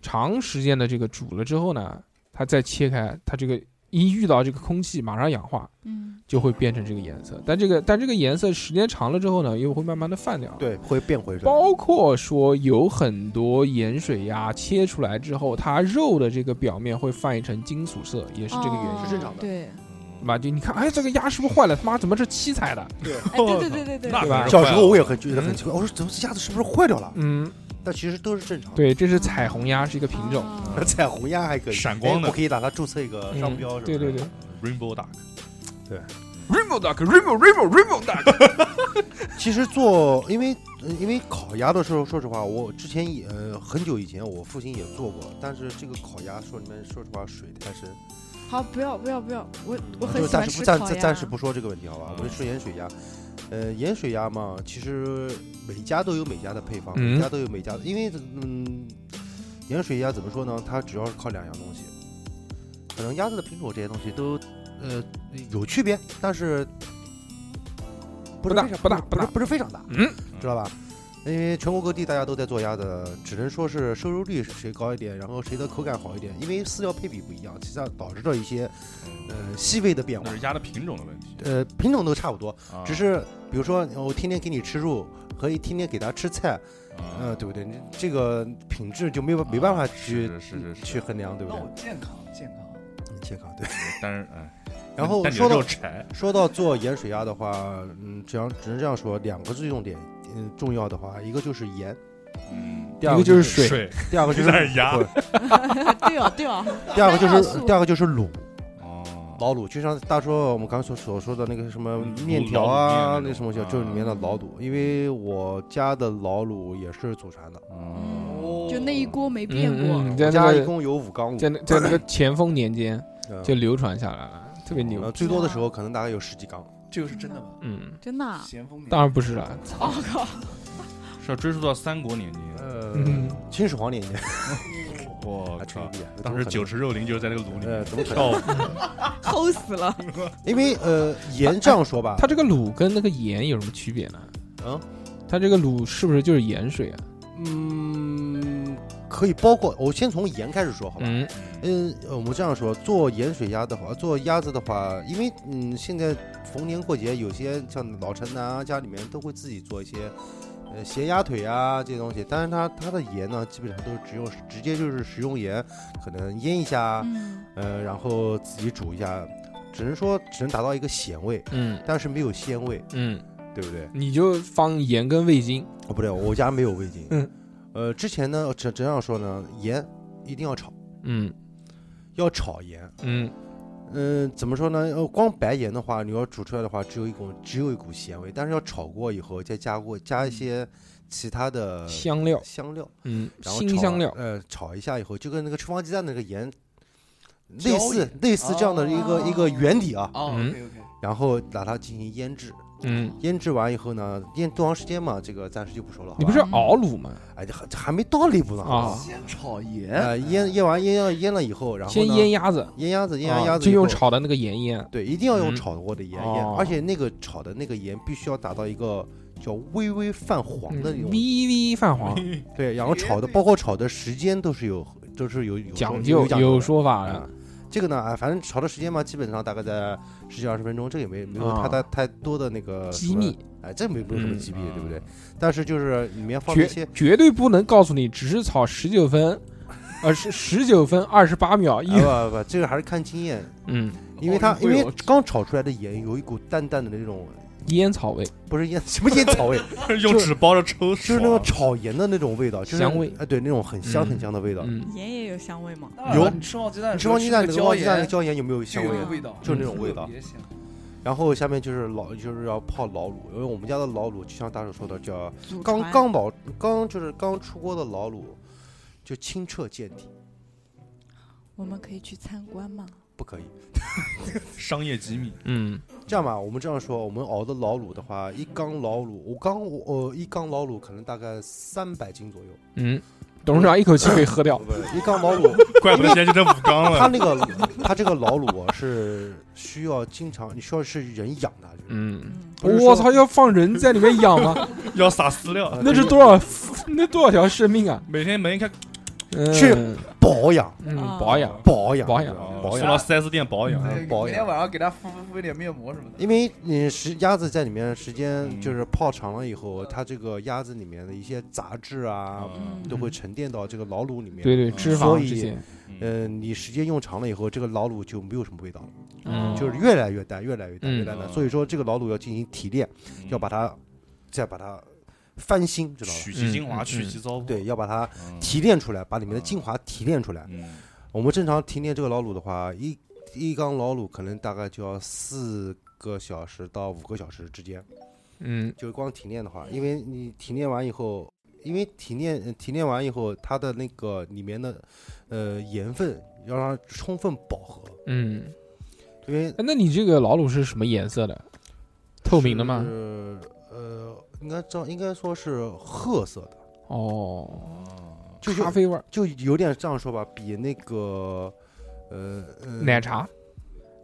Speaker 2: 长时间的这个煮了之后呢，它再切开，它这个一遇到这个空气马上氧化，
Speaker 3: 嗯，
Speaker 2: 就会变成这个颜
Speaker 6: 嗯
Speaker 2: 色。但这个但这个颜色时间长了之后呢，又会慢慢的泛掉。。
Speaker 6: 对，会变回来。
Speaker 2: 包括说有很多盐水鸭切出来之后，它肉的这个表面会泛一层金属色，也是这个原因。
Speaker 3: 哦
Speaker 6: 是正常的
Speaker 3: 对，
Speaker 4: 嗯
Speaker 2: 对吧？就你看，哎，这个鸭是不是坏了？他妈怎么是七彩的？
Speaker 3: 哎，对对对对对，
Speaker 4: 那
Speaker 2: 对吧
Speaker 4: 可是
Speaker 6: 小时
Speaker 4: 坏
Speaker 6: 候
Speaker 4: 了
Speaker 6: 我也很觉得很奇怪，我说怎么这鸭子是不是坏掉了？
Speaker 2: 嗯，
Speaker 6: 但其实都是正常的。
Speaker 2: 对，这是彩虹鸭，是一个品种。
Speaker 3: 哦。
Speaker 6: [LAUGHS] 彩虹鸭还可以
Speaker 4: 闪光的
Speaker 6: 哎我可以打它注册一个
Speaker 2: 嗯
Speaker 6: 商标，是吧？
Speaker 2: 对对对。
Speaker 4: Rainbow Duck，
Speaker 2: ，Rainbow Duck，Rainbow Rainbow Rainbow Duck。
Speaker 6: [LAUGHS] 其实做，因为呃因为烤鸭的时候，说实话，我之前也呃很久以前，我父亲也做过，但是这个烤鸭说里面说实话水太深，嗯
Speaker 3: 好，不要不要不要，我我很
Speaker 6: 就
Speaker 3: 喜欢
Speaker 6: 暂时
Speaker 3: 吃
Speaker 6: 不
Speaker 3: 烤
Speaker 6: 暂
Speaker 3: 鸭。
Speaker 6: 暂暂时不说这个问题，好吧
Speaker 4: 嗯？
Speaker 6: 我们说盐水鸭，呃，盐水鸭嘛，其实每家都有每家的配方，
Speaker 2: 嗯
Speaker 6: 每家都有每家的，因为嗯，盐水鸭怎么说呢？它主要是靠两样东西，可能鸭子的品种这些东西都呃有区别，但是不
Speaker 2: 不
Speaker 6: 是
Speaker 2: 大
Speaker 6: 非常
Speaker 2: 不大
Speaker 6: 不
Speaker 2: 不
Speaker 6: 是
Speaker 2: 大
Speaker 6: 是不是非常大，
Speaker 2: 嗯，
Speaker 6: 知道吧？因为全国各地大家都在做鸭子，只能说是收入率谁高一点，然后谁的口感好一点，因为饲料配比不一样，其实导致了一些
Speaker 4: 嗯
Speaker 6: 呃细微的变化
Speaker 4: 那。是鸭的品种的问题，
Speaker 6: 呃，品种都差不多，
Speaker 4: 啊
Speaker 6: 只是比如说我天天给你吃肉，和一天天给它吃菜，
Speaker 4: 啊
Speaker 6: 呃，对不对？你这个品质就没有没办法去
Speaker 4: 是是是是
Speaker 6: 去衡量，对不
Speaker 7: 那
Speaker 6: 对
Speaker 7: 我？健康健康。
Speaker 6: 你健康对。
Speaker 4: [LAUGHS] 但是哎，
Speaker 6: 然后
Speaker 4: 但你的
Speaker 6: 说到
Speaker 4: 肉柴，
Speaker 6: 说到做盐水鸭的话，嗯，只要只能这样说，两个最重点，嗯，重要的话，一个就是盐，
Speaker 4: 嗯，
Speaker 6: 第二
Speaker 2: 一个就是水
Speaker 4: 水
Speaker 6: 第二个就是
Speaker 4: 在那儿压
Speaker 6: 不
Speaker 3: 对哦对哦，
Speaker 6: 第二个就
Speaker 3: 三要
Speaker 6: 是
Speaker 3: 素
Speaker 6: 第二个就是卤
Speaker 4: 哦，
Speaker 6: 老卤，就像大叔我们刚才所所说的那个什么
Speaker 4: 嗯
Speaker 6: 面
Speaker 4: 卤
Speaker 6: 条
Speaker 4: 老卤
Speaker 6: 啊
Speaker 4: 面，那
Speaker 6: 那什么
Speaker 4: 种
Speaker 6: 叫就是里面的老卤，因为我家的老卤也是祖传的，
Speaker 4: 哦
Speaker 3: 就那一锅没变过。
Speaker 2: 嗯，嗯
Speaker 6: 我
Speaker 2: 在那
Speaker 6: 家一
Speaker 2: 个
Speaker 6: 共有五缸
Speaker 2: 在
Speaker 6: 卤，
Speaker 2: 那在那个前锋年间
Speaker 6: 嗯
Speaker 2: 就流传下来了，特别
Speaker 6: 呃
Speaker 2: 牛。
Speaker 6: 最多的时候可能大概有十几缸，
Speaker 7: 这个是真的吗？
Speaker 2: 嗯，
Speaker 3: 真的
Speaker 5: [LAUGHS]
Speaker 3: 啊，哦
Speaker 7: 咸丰年
Speaker 2: 当然不是了，
Speaker 3: 我靠！
Speaker 4: 是要追溯到三国年间。
Speaker 6: 呃
Speaker 2: 嗯，
Speaker 6: 秦始皇年
Speaker 4: 啊
Speaker 6: 间，
Speaker 4: 我
Speaker 6: 吹
Speaker 4: 操
Speaker 6: 牛！逼啊，
Speaker 4: 当时哦
Speaker 6: 怎么
Speaker 4: 酒池肉林就是在这个炉
Speaker 6: 可
Speaker 4: 里
Speaker 6: 能呃
Speaker 4: 面
Speaker 6: 怎么可
Speaker 4: 跳
Speaker 6: 能？
Speaker 3: 齁
Speaker 4: 舞，
Speaker 3: 死了！
Speaker 6: 因为呃盐这样说吧，
Speaker 2: 它这个卤跟那个盐有什么区别呢？
Speaker 6: 嗯，
Speaker 2: 它这个卤是不是就是盐水啊？
Speaker 6: 嗯可以包括我先从盐开始说好吧，
Speaker 2: 嗯，
Speaker 6: 嗯，呃我们这样说，做盐水鸭的话，做鸭子的话，因为嗯，现在逢年过节，有些像老城南啊，家里面都会自己做一些，呃，咸鸭腿啊这些东西。但是它它的盐呢，基本上都是只用直接就是食用盐，可能腌一下，
Speaker 3: 嗯，
Speaker 6: 呃，然后自己煮一下，只能说只能达到一个咸味，
Speaker 2: 嗯
Speaker 6: 但是没有鲜味，
Speaker 2: 嗯，
Speaker 6: 对不对？
Speaker 2: 你就放盐跟味精。
Speaker 6: 哦，不对，我家没有味精。
Speaker 2: 嗯。
Speaker 6: 呃，之前呢，只只样说呢，盐一定要炒，
Speaker 2: 嗯
Speaker 6: 要炒盐。
Speaker 2: 嗯
Speaker 6: 嗯，怎么说呢？呃，光白盐的话，你要煮出来的话，只有一股只有一股咸味，但是要炒过以后，再加过加一些其他的
Speaker 2: 嗯香料，
Speaker 6: 香料，
Speaker 2: 嗯，
Speaker 6: 嗯然后
Speaker 2: 新
Speaker 6: 炒
Speaker 2: 香料，
Speaker 6: 呃，炒一下以后，就跟那个吃放鸡蛋那个盐
Speaker 7: 椒
Speaker 6: 类似
Speaker 7: 盐
Speaker 6: 类似这样的一个、一个原理啊，
Speaker 7: 哦
Speaker 2: 嗯
Speaker 7: ，OK OK，
Speaker 6: 然后拿它进行腌制，
Speaker 2: 嗯，
Speaker 6: 腌制完以后呢，腌多长时间嘛？这个暂时就不说了，好
Speaker 2: 你
Speaker 6: 吧
Speaker 2: 不是熬卤吗？
Speaker 6: 哎，这还这还没到那一步呢
Speaker 2: 啊，
Speaker 7: 先炒盐，
Speaker 6: 呃，腌腌完腌了腌了以后，然后
Speaker 2: 先
Speaker 6: 呢
Speaker 2: 腌鸭子，
Speaker 6: 腌鸭子，腌
Speaker 2: 啊
Speaker 6: 完鸭子
Speaker 2: 就
Speaker 6: 以后
Speaker 2: 用炒的那个盐腌。
Speaker 6: 对，一定要用
Speaker 2: 嗯
Speaker 6: 炒过的盐
Speaker 2: 哦
Speaker 6: 腌，而且那个炒的那个盐必须要达到一个叫微微泛黄的哎那
Speaker 2: 嗯
Speaker 6: 种，
Speaker 2: 微微泛黄，
Speaker 6: 对，然后炒的包括炒的时间都是有都是有有
Speaker 2: 讲
Speaker 6: 究
Speaker 2: 究
Speaker 6: 讲
Speaker 2: 有
Speaker 6: 的
Speaker 2: 说法
Speaker 6: 啊
Speaker 2: 的。。
Speaker 6: 这个呢，啊，反正炒的时间嘛，基本上大概在十几二十分钟，这也没没有
Speaker 2: 啊
Speaker 6: 太大太多的那个
Speaker 2: 机密，
Speaker 6: 哎，这没没有什么
Speaker 2: 嗯
Speaker 6: 机密，
Speaker 4: 啊
Speaker 6: 对不对？但是就是里面放了
Speaker 2: 绝
Speaker 6: 一些，
Speaker 2: 绝对不能告诉你，只是炒十九
Speaker 6: [LAUGHS]
Speaker 2: 分，呃，是十九分二十八秒一，
Speaker 6: 啊不不，这个还是看经验，
Speaker 2: 嗯，
Speaker 6: 因为它
Speaker 4: 哦哎
Speaker 7: 奥运
Speaker 6: 因
Speaker 7: 会
Speaker 6: 为
Speaker 7: 我
Speaker 6: 刚炒出来的盐有一股淡淡的那种，
Speaker 2: 烟草味，
Speaker 6: 不是烟什么烟草味，
Speaker 4: 用纸包着抽，
Speaker 6: 就是那
Speaker 4: 爽
Speaker 6: 个炒盐的那种味道，就是
Speaker 2: 香味
Speaker 6: 哎，对，那种很香
Speaker 2: 嗯
Speaker 6: 很香的味道。
Speaker 2: 嗯，
Speaker 3: 盐也有香味吗？
Speaker 7: 当然
Speaker 6: 有
Speaker 7: 了你吃放鸡蛋
Speaker 6: 你
Speaker 7: 的
Speaker 6: 吃
Speaker 7: 时
Speaker 6: 完
Speaker 7: 候，
Speaker 6: 鸡蛋，那
Speaker 7: 吃
Speaker 6: 个
Speaker 7: 个
Speaker 6: 忘
Speaker 7: 椒
Speaker 6: 鸡蛋那个
Speaker 7: 盐
Speaker 6: 椒盐有没
Speaker 7: 就
Speaker 6: 有香
Speaker 7: 有
Speaker 6: 味
Speaker 7: 那
Speaker 6: 啊？
Speaker 7: 个味道，
Speaker 6: 就是那种味道
Speaker 5: 嗯
Speaker 7: 特别香
Speaker 6: 然后下面就是老，就是要泡老卤，因为我们家的老卤就像大手说的，叫
Speaker 3: 祖
Speaker 6: 刚
Speaker 3: 传
Speaker 6: 刚老刚就是刚出锅的老卤，就清澈见底，
Speaker 3: 我们可以去参观吗？
Speaker 6: 不可以。
Speaker 4: 商业机密，
Speaker 2: 嗯，
Speaker 6: 这样吧，我们这样说，我们熬的老卤的话，一缸老卤，我刚我呃一缸老卤可能大概三百斤左右，
Speaker 2: 嗯，董事长一口气可以喝掉
Speaker 6: 不。是一缸老卤，
Speaker 4: 怪不得现在就这五缸了。
Speaker 6: 它
Speaker 4: [LAUGHS]
Speaker 6: 那个它这个老卤啊是需要经常，你需要是人养它，就是
Speaker 2: 嗯，
Speaker 3: 嗯，
Speaker 6: 不是说
Speaker 2: 我操，要放人在里面养
Speaker 6: [LAUGHS]
Speaker 2: 吗？
Speaker 4: 要撒饲料，
Speaker 6: 呃
Speaker 2: 那是
Speaker 6: 啊对
Speaker 2: 多少，那多少条生命啊？
Speaker 4: 每天门一开，
Speaker 2: 嗯
Speaker 6: 去保养
Speaker 2: 嗯，
Speaker 3: 啊
Speaker 2: 保养，
Speaker 6: 保养
Speaker 2: 保养
Speaker 6: 你知道
Speaker 4: 哦
Speaker 6: 吗呃保
Speaker 4: 送
Speaker 6: 养嗯
Speaker 4: 到。四 S 店保养。
Speaker 7: 对
Speaker 6: 保
Speaker 7: 每
Speaker 6: 养
Speaker 7: 哎天晚上给它敷敷敷一点面膜什么的。
Speaker 6: 因为你时鸭子在里面时间
Speaker 4: 嗯
Speaker 6: 就是泡长了以后，它这个鸭子里面的一些杂质啊，
Speaker 4: 嗯
Speaker 6: 都会沉淀到这个老卤里面。
Speaker 2: 对对，
Speaker 4: 嗯
Speaker 2: 脂肪
Speaker 6: 所
Speaker 2: 这
Speaker 6: 以
Speaker 2: 些，
Speaker 6: 嗯、你时间用长了以后，这个老卤就没有什么味道了，
Speaker 2: 嗯
Speaker 6: 就是越来越淡，越来越淡，
Speaker 2: 嗯
Speaker 6: 越来越淡。所以说，这个老卤要进行提炼，
Speaker 4: 嗯
Speaker 6: 要把它再把它翻新，知道吧？
Speaker 4: 取其精华，
Speaker 2: 嗯
Speaker 4: 去其糟粕。
Speaker 6: 对，要把它
Speaker 4: 嗯，
Speaker 6: 提炼出来，把里面的精华提炼出来。
Speaker 4: 嗯，
Speaker 6: 我们正常提炼这个老卤的话，一一缸老卤可能大概就要四个小时到五个小时之间。
Speaker 2: 嗯
Speaker 6: 就是光提炼的话，因为你提炼完以后，因为提炼呃提炼完以后，它的那个里面的呃盐分要让它充分饱和，
Speaker 2: 嗯，
Speaker 6: 因为
Speaker 2: 哎那你这个老卤是什么颜色的？透明的吗？
Speaker 6: 是呃，应该这样应该说是褐色的，
Speaker 2: 哦，
Speaker 6: 就
Speaker 2: 咖
Speaker 6: 是
Speaker 2: 啡味儿，
Speaker 6: 就有点这样说吧，比那个呃呃
Speaker 2: 奶茶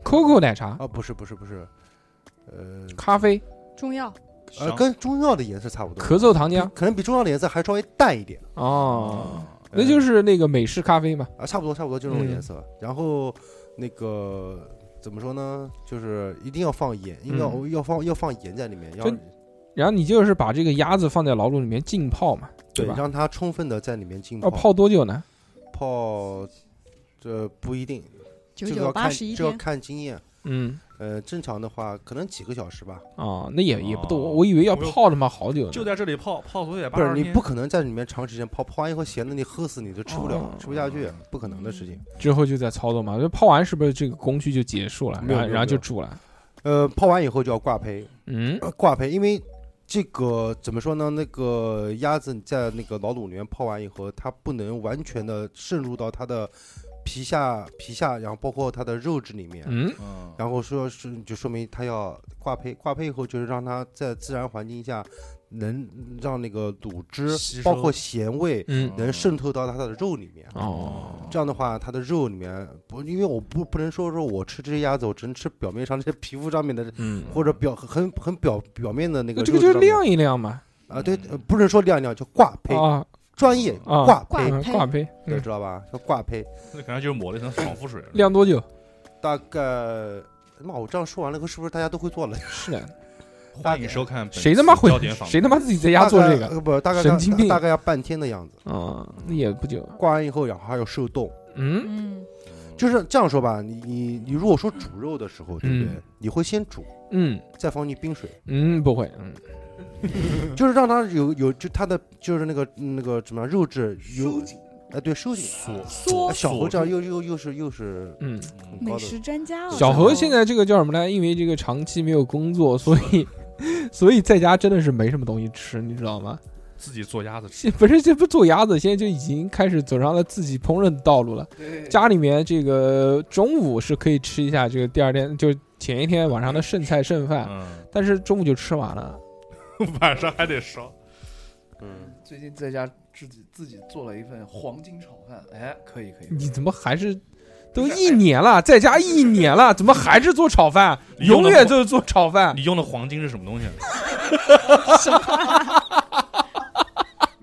Speaker 2: ，COCO 奶茶，
Speaker 6: 啊不是不是不是，呃
Speaker 2: 咖啡，
Speaker 3: 中药
Speaker 6: 呃
Speaker 4: 香
Speaker 6: 跟中药的颜色差不多，
Speaker 2: 咳嗽糖浆
Speaker 6: 比可能比中药的颜色还稍微淡一点。
Speaker 2: 哦，
Speaker 6: 呃
Speaker 2: 那就是那个美式咖啡嘛。
Speaker 6: 啊，差不多差不多就这种
Speaker 2: 嗯
Speaker 6: 颜色。然后那个怎么说呢？就是一定要放盐，应该要、
Speaker 2: 嗯
Speaker 6: 要放要放盐在里面，要
Speaker 2: 就然后你就是把这个鸭子放在老卤里面浸泡嘛，
Speaker 6: 对
Speaker 2: 吧？
Speaker 6: 让它充分的在里面浸泡。
Speaker 2: 要泡多久呢？
Speaker 6: 泡这不一定，
Speaker 3: 九
Speaker 6: 这个
Speaker 3: 九
Speaker 6: 要
Speaker 3: 八
Speaker 6: 看
Speaker 3: 十一
Speaker 6: 这要
Speaker 3: 天，
Speaker 6: 看经验。
Speaker 2: 嗯
Speaker 6: 呃，正常的话可能几个小时吧。
Speaker 2: 啊，那也也不多，
Speaker 4: 哦
Speaker 2: 我以为要
Speaker 4: 我又
Speaker 2: 泡他妈好久呢。
Speaker 4: 就在这里泡泡足也八
Speaker 6: 不是
Speaker 4: 十
Speaker 6: 你
Speaker 4: 天，
Speaker 6: 不可能在里面长时间泡，泡完以后咸的你喝死你都吃不了，
Speaker 2: 哦
Speaker 6: 吃不下去，不可能的事情。
Speaker 2: 之后就在操作嘛，就泡完是不是这个工序就结束了，
Speaker 6: 没有
Speaker 2: 然后
Speaker 6: 没有
Speaker 2: 然后就
Speaker 6: 没有
Speaker 2: 煮了？
Speaker 6: 呃，泡完以后就要挂胚，
Speaker 2: 嗯，
Speaker 6: 呃挂胚，因为这个怎么说呢？那个鸭子在那个老卤里面泡完以后，它不能完全的渗入到它的皮下、皮下，然后包括它的肉质里面。
Speaker 2: 嗯，
Speaker 4: 嗯，
Speaker 6: 然后说是就说明它要挂胚，挂胚以后就是让它在自然环境下能让那个卤汁
Speaker 4: 吸，
Speaker 6: 包
Speaker 4: 收
Speaker 6: 括咸味
Speaker 2: 嗯
Speaker 6: 能渗透到它的肉里面。
Speaker 2: 哦，
Speaker 6: 这样的话，它的肉里面不，因为我不不能说说我吃这些鸭子，我只能吃表面上这些皮肤上面的，
Speaker 2: 嗯，
Speaker 6: 或者表很很表表面的那个
Speaker 2: 那这
Speaker 6: 肉质
Speaker 2: 个
Speaker 6: 上面。
Speaker 2: 就是晾一晾嘛，
Speaker 6: 啊，对，呃不能说晾一晾，叫挂胚，
Speaker 2: 啊，
Speaker 6: 专业
Speaker 2: 啊
Speaker 6: 挂
Speaker 3: 挂
Speaker 6: 胚，
Speaker 2: 嗯
Speaker 3: 胚
Speaker 2: 挂胚，
Speaker 6: 对，
Speaker 2: 嗯，
Speaker 6: 知道吧？叫挂胚，
Speaker 4: 那感觉就是抹了一层防腐水了。
Speaker 2: 晾
Speaker 6: [LAUGHS]
Speaker 2: 多久？
Speaker 6: 大概。妈，我这样说完了以后，是不是大家都会做了？
Speaker 2: 是的，
Speaker 4: 欢迎收看本期
Speaker 2: 谁他妈会
Speaker 4: 焦点？访谈
Speaker 2: 谁他妈自己在家做这
Speaker 6: 大概
Speaker 2: 个？
Speaker 6: 呃不，大概
Speaker 2: 神经病
Speaker 6: 大概要半天的样子。
Speaker 2: 啊，那也不久。
Speaker 6: 挂完以后，然后还要受冻，
Speaker 2: 嗯，
Speaker 3: 嗯，
Speaker 6: 就是这样说吧。你你你，如果说煮肉的时候，对不对？
Speaker 2: 嗯
Speaker 6: 你会先煮，
Speaker 2: 嗯
Speaker 6: 再放进冰水，
Speaker 2: 嗯，不会，嗯
Speaker 6: 就是让它有有就它的就是那个那个什么肉质有哎对收紧
Speaker 4: 锁
Speaker 6: 哎
Speaker 3: 缩
Speaker 6: 小猴这样又又又是又是
Speaker 2: 嗯。
Speaker 4: 嗯
Speaker 6: 很高
Speaker 3: 美
Speaker 6: 的
Speaker 3: 食专家哦，
Speaker 2: 小
Speaker 3: 何
Speaker 2: 何现在这个叫什么呢？因为这个长期没有工作， [LAUGHS] 所以所以在家真的是没什么东西吃，你知道吗？
Speaker 4: 自己做鸭子吃，
Speaker 2: 现不是这不做鸭子，现在就已经开始走上了自己烹饪的道路了。
Speaker 7: 对
Speaker 2: 家里面这个中午是可以吃一下这个第二天就前一天晚上的剩菜剩
Speaker 6: 啊
Speaker 2: 饭，
Speaker 4: 嗯， [LAUGHS]
Speaker 2: 但是中午就吃完了。
Speaker 4: 晚上还得烧。
Speaker 6: 嗯
Speaker 7: 最近在家自己自己做了一份黄金炒饭，哎，可以可以，
Speaker 2: 你怎么还是都 [LAUGHS] 一年了，在家一年了，怎么还是做炒饭？
Speaker 4: 你用
Speaker 2: 永
Speaker 4: 的
Speaker 2: 远就是做炒饭。
Speaker 6: 啊
Speaker 4: 你用的黄金是什么东西？啊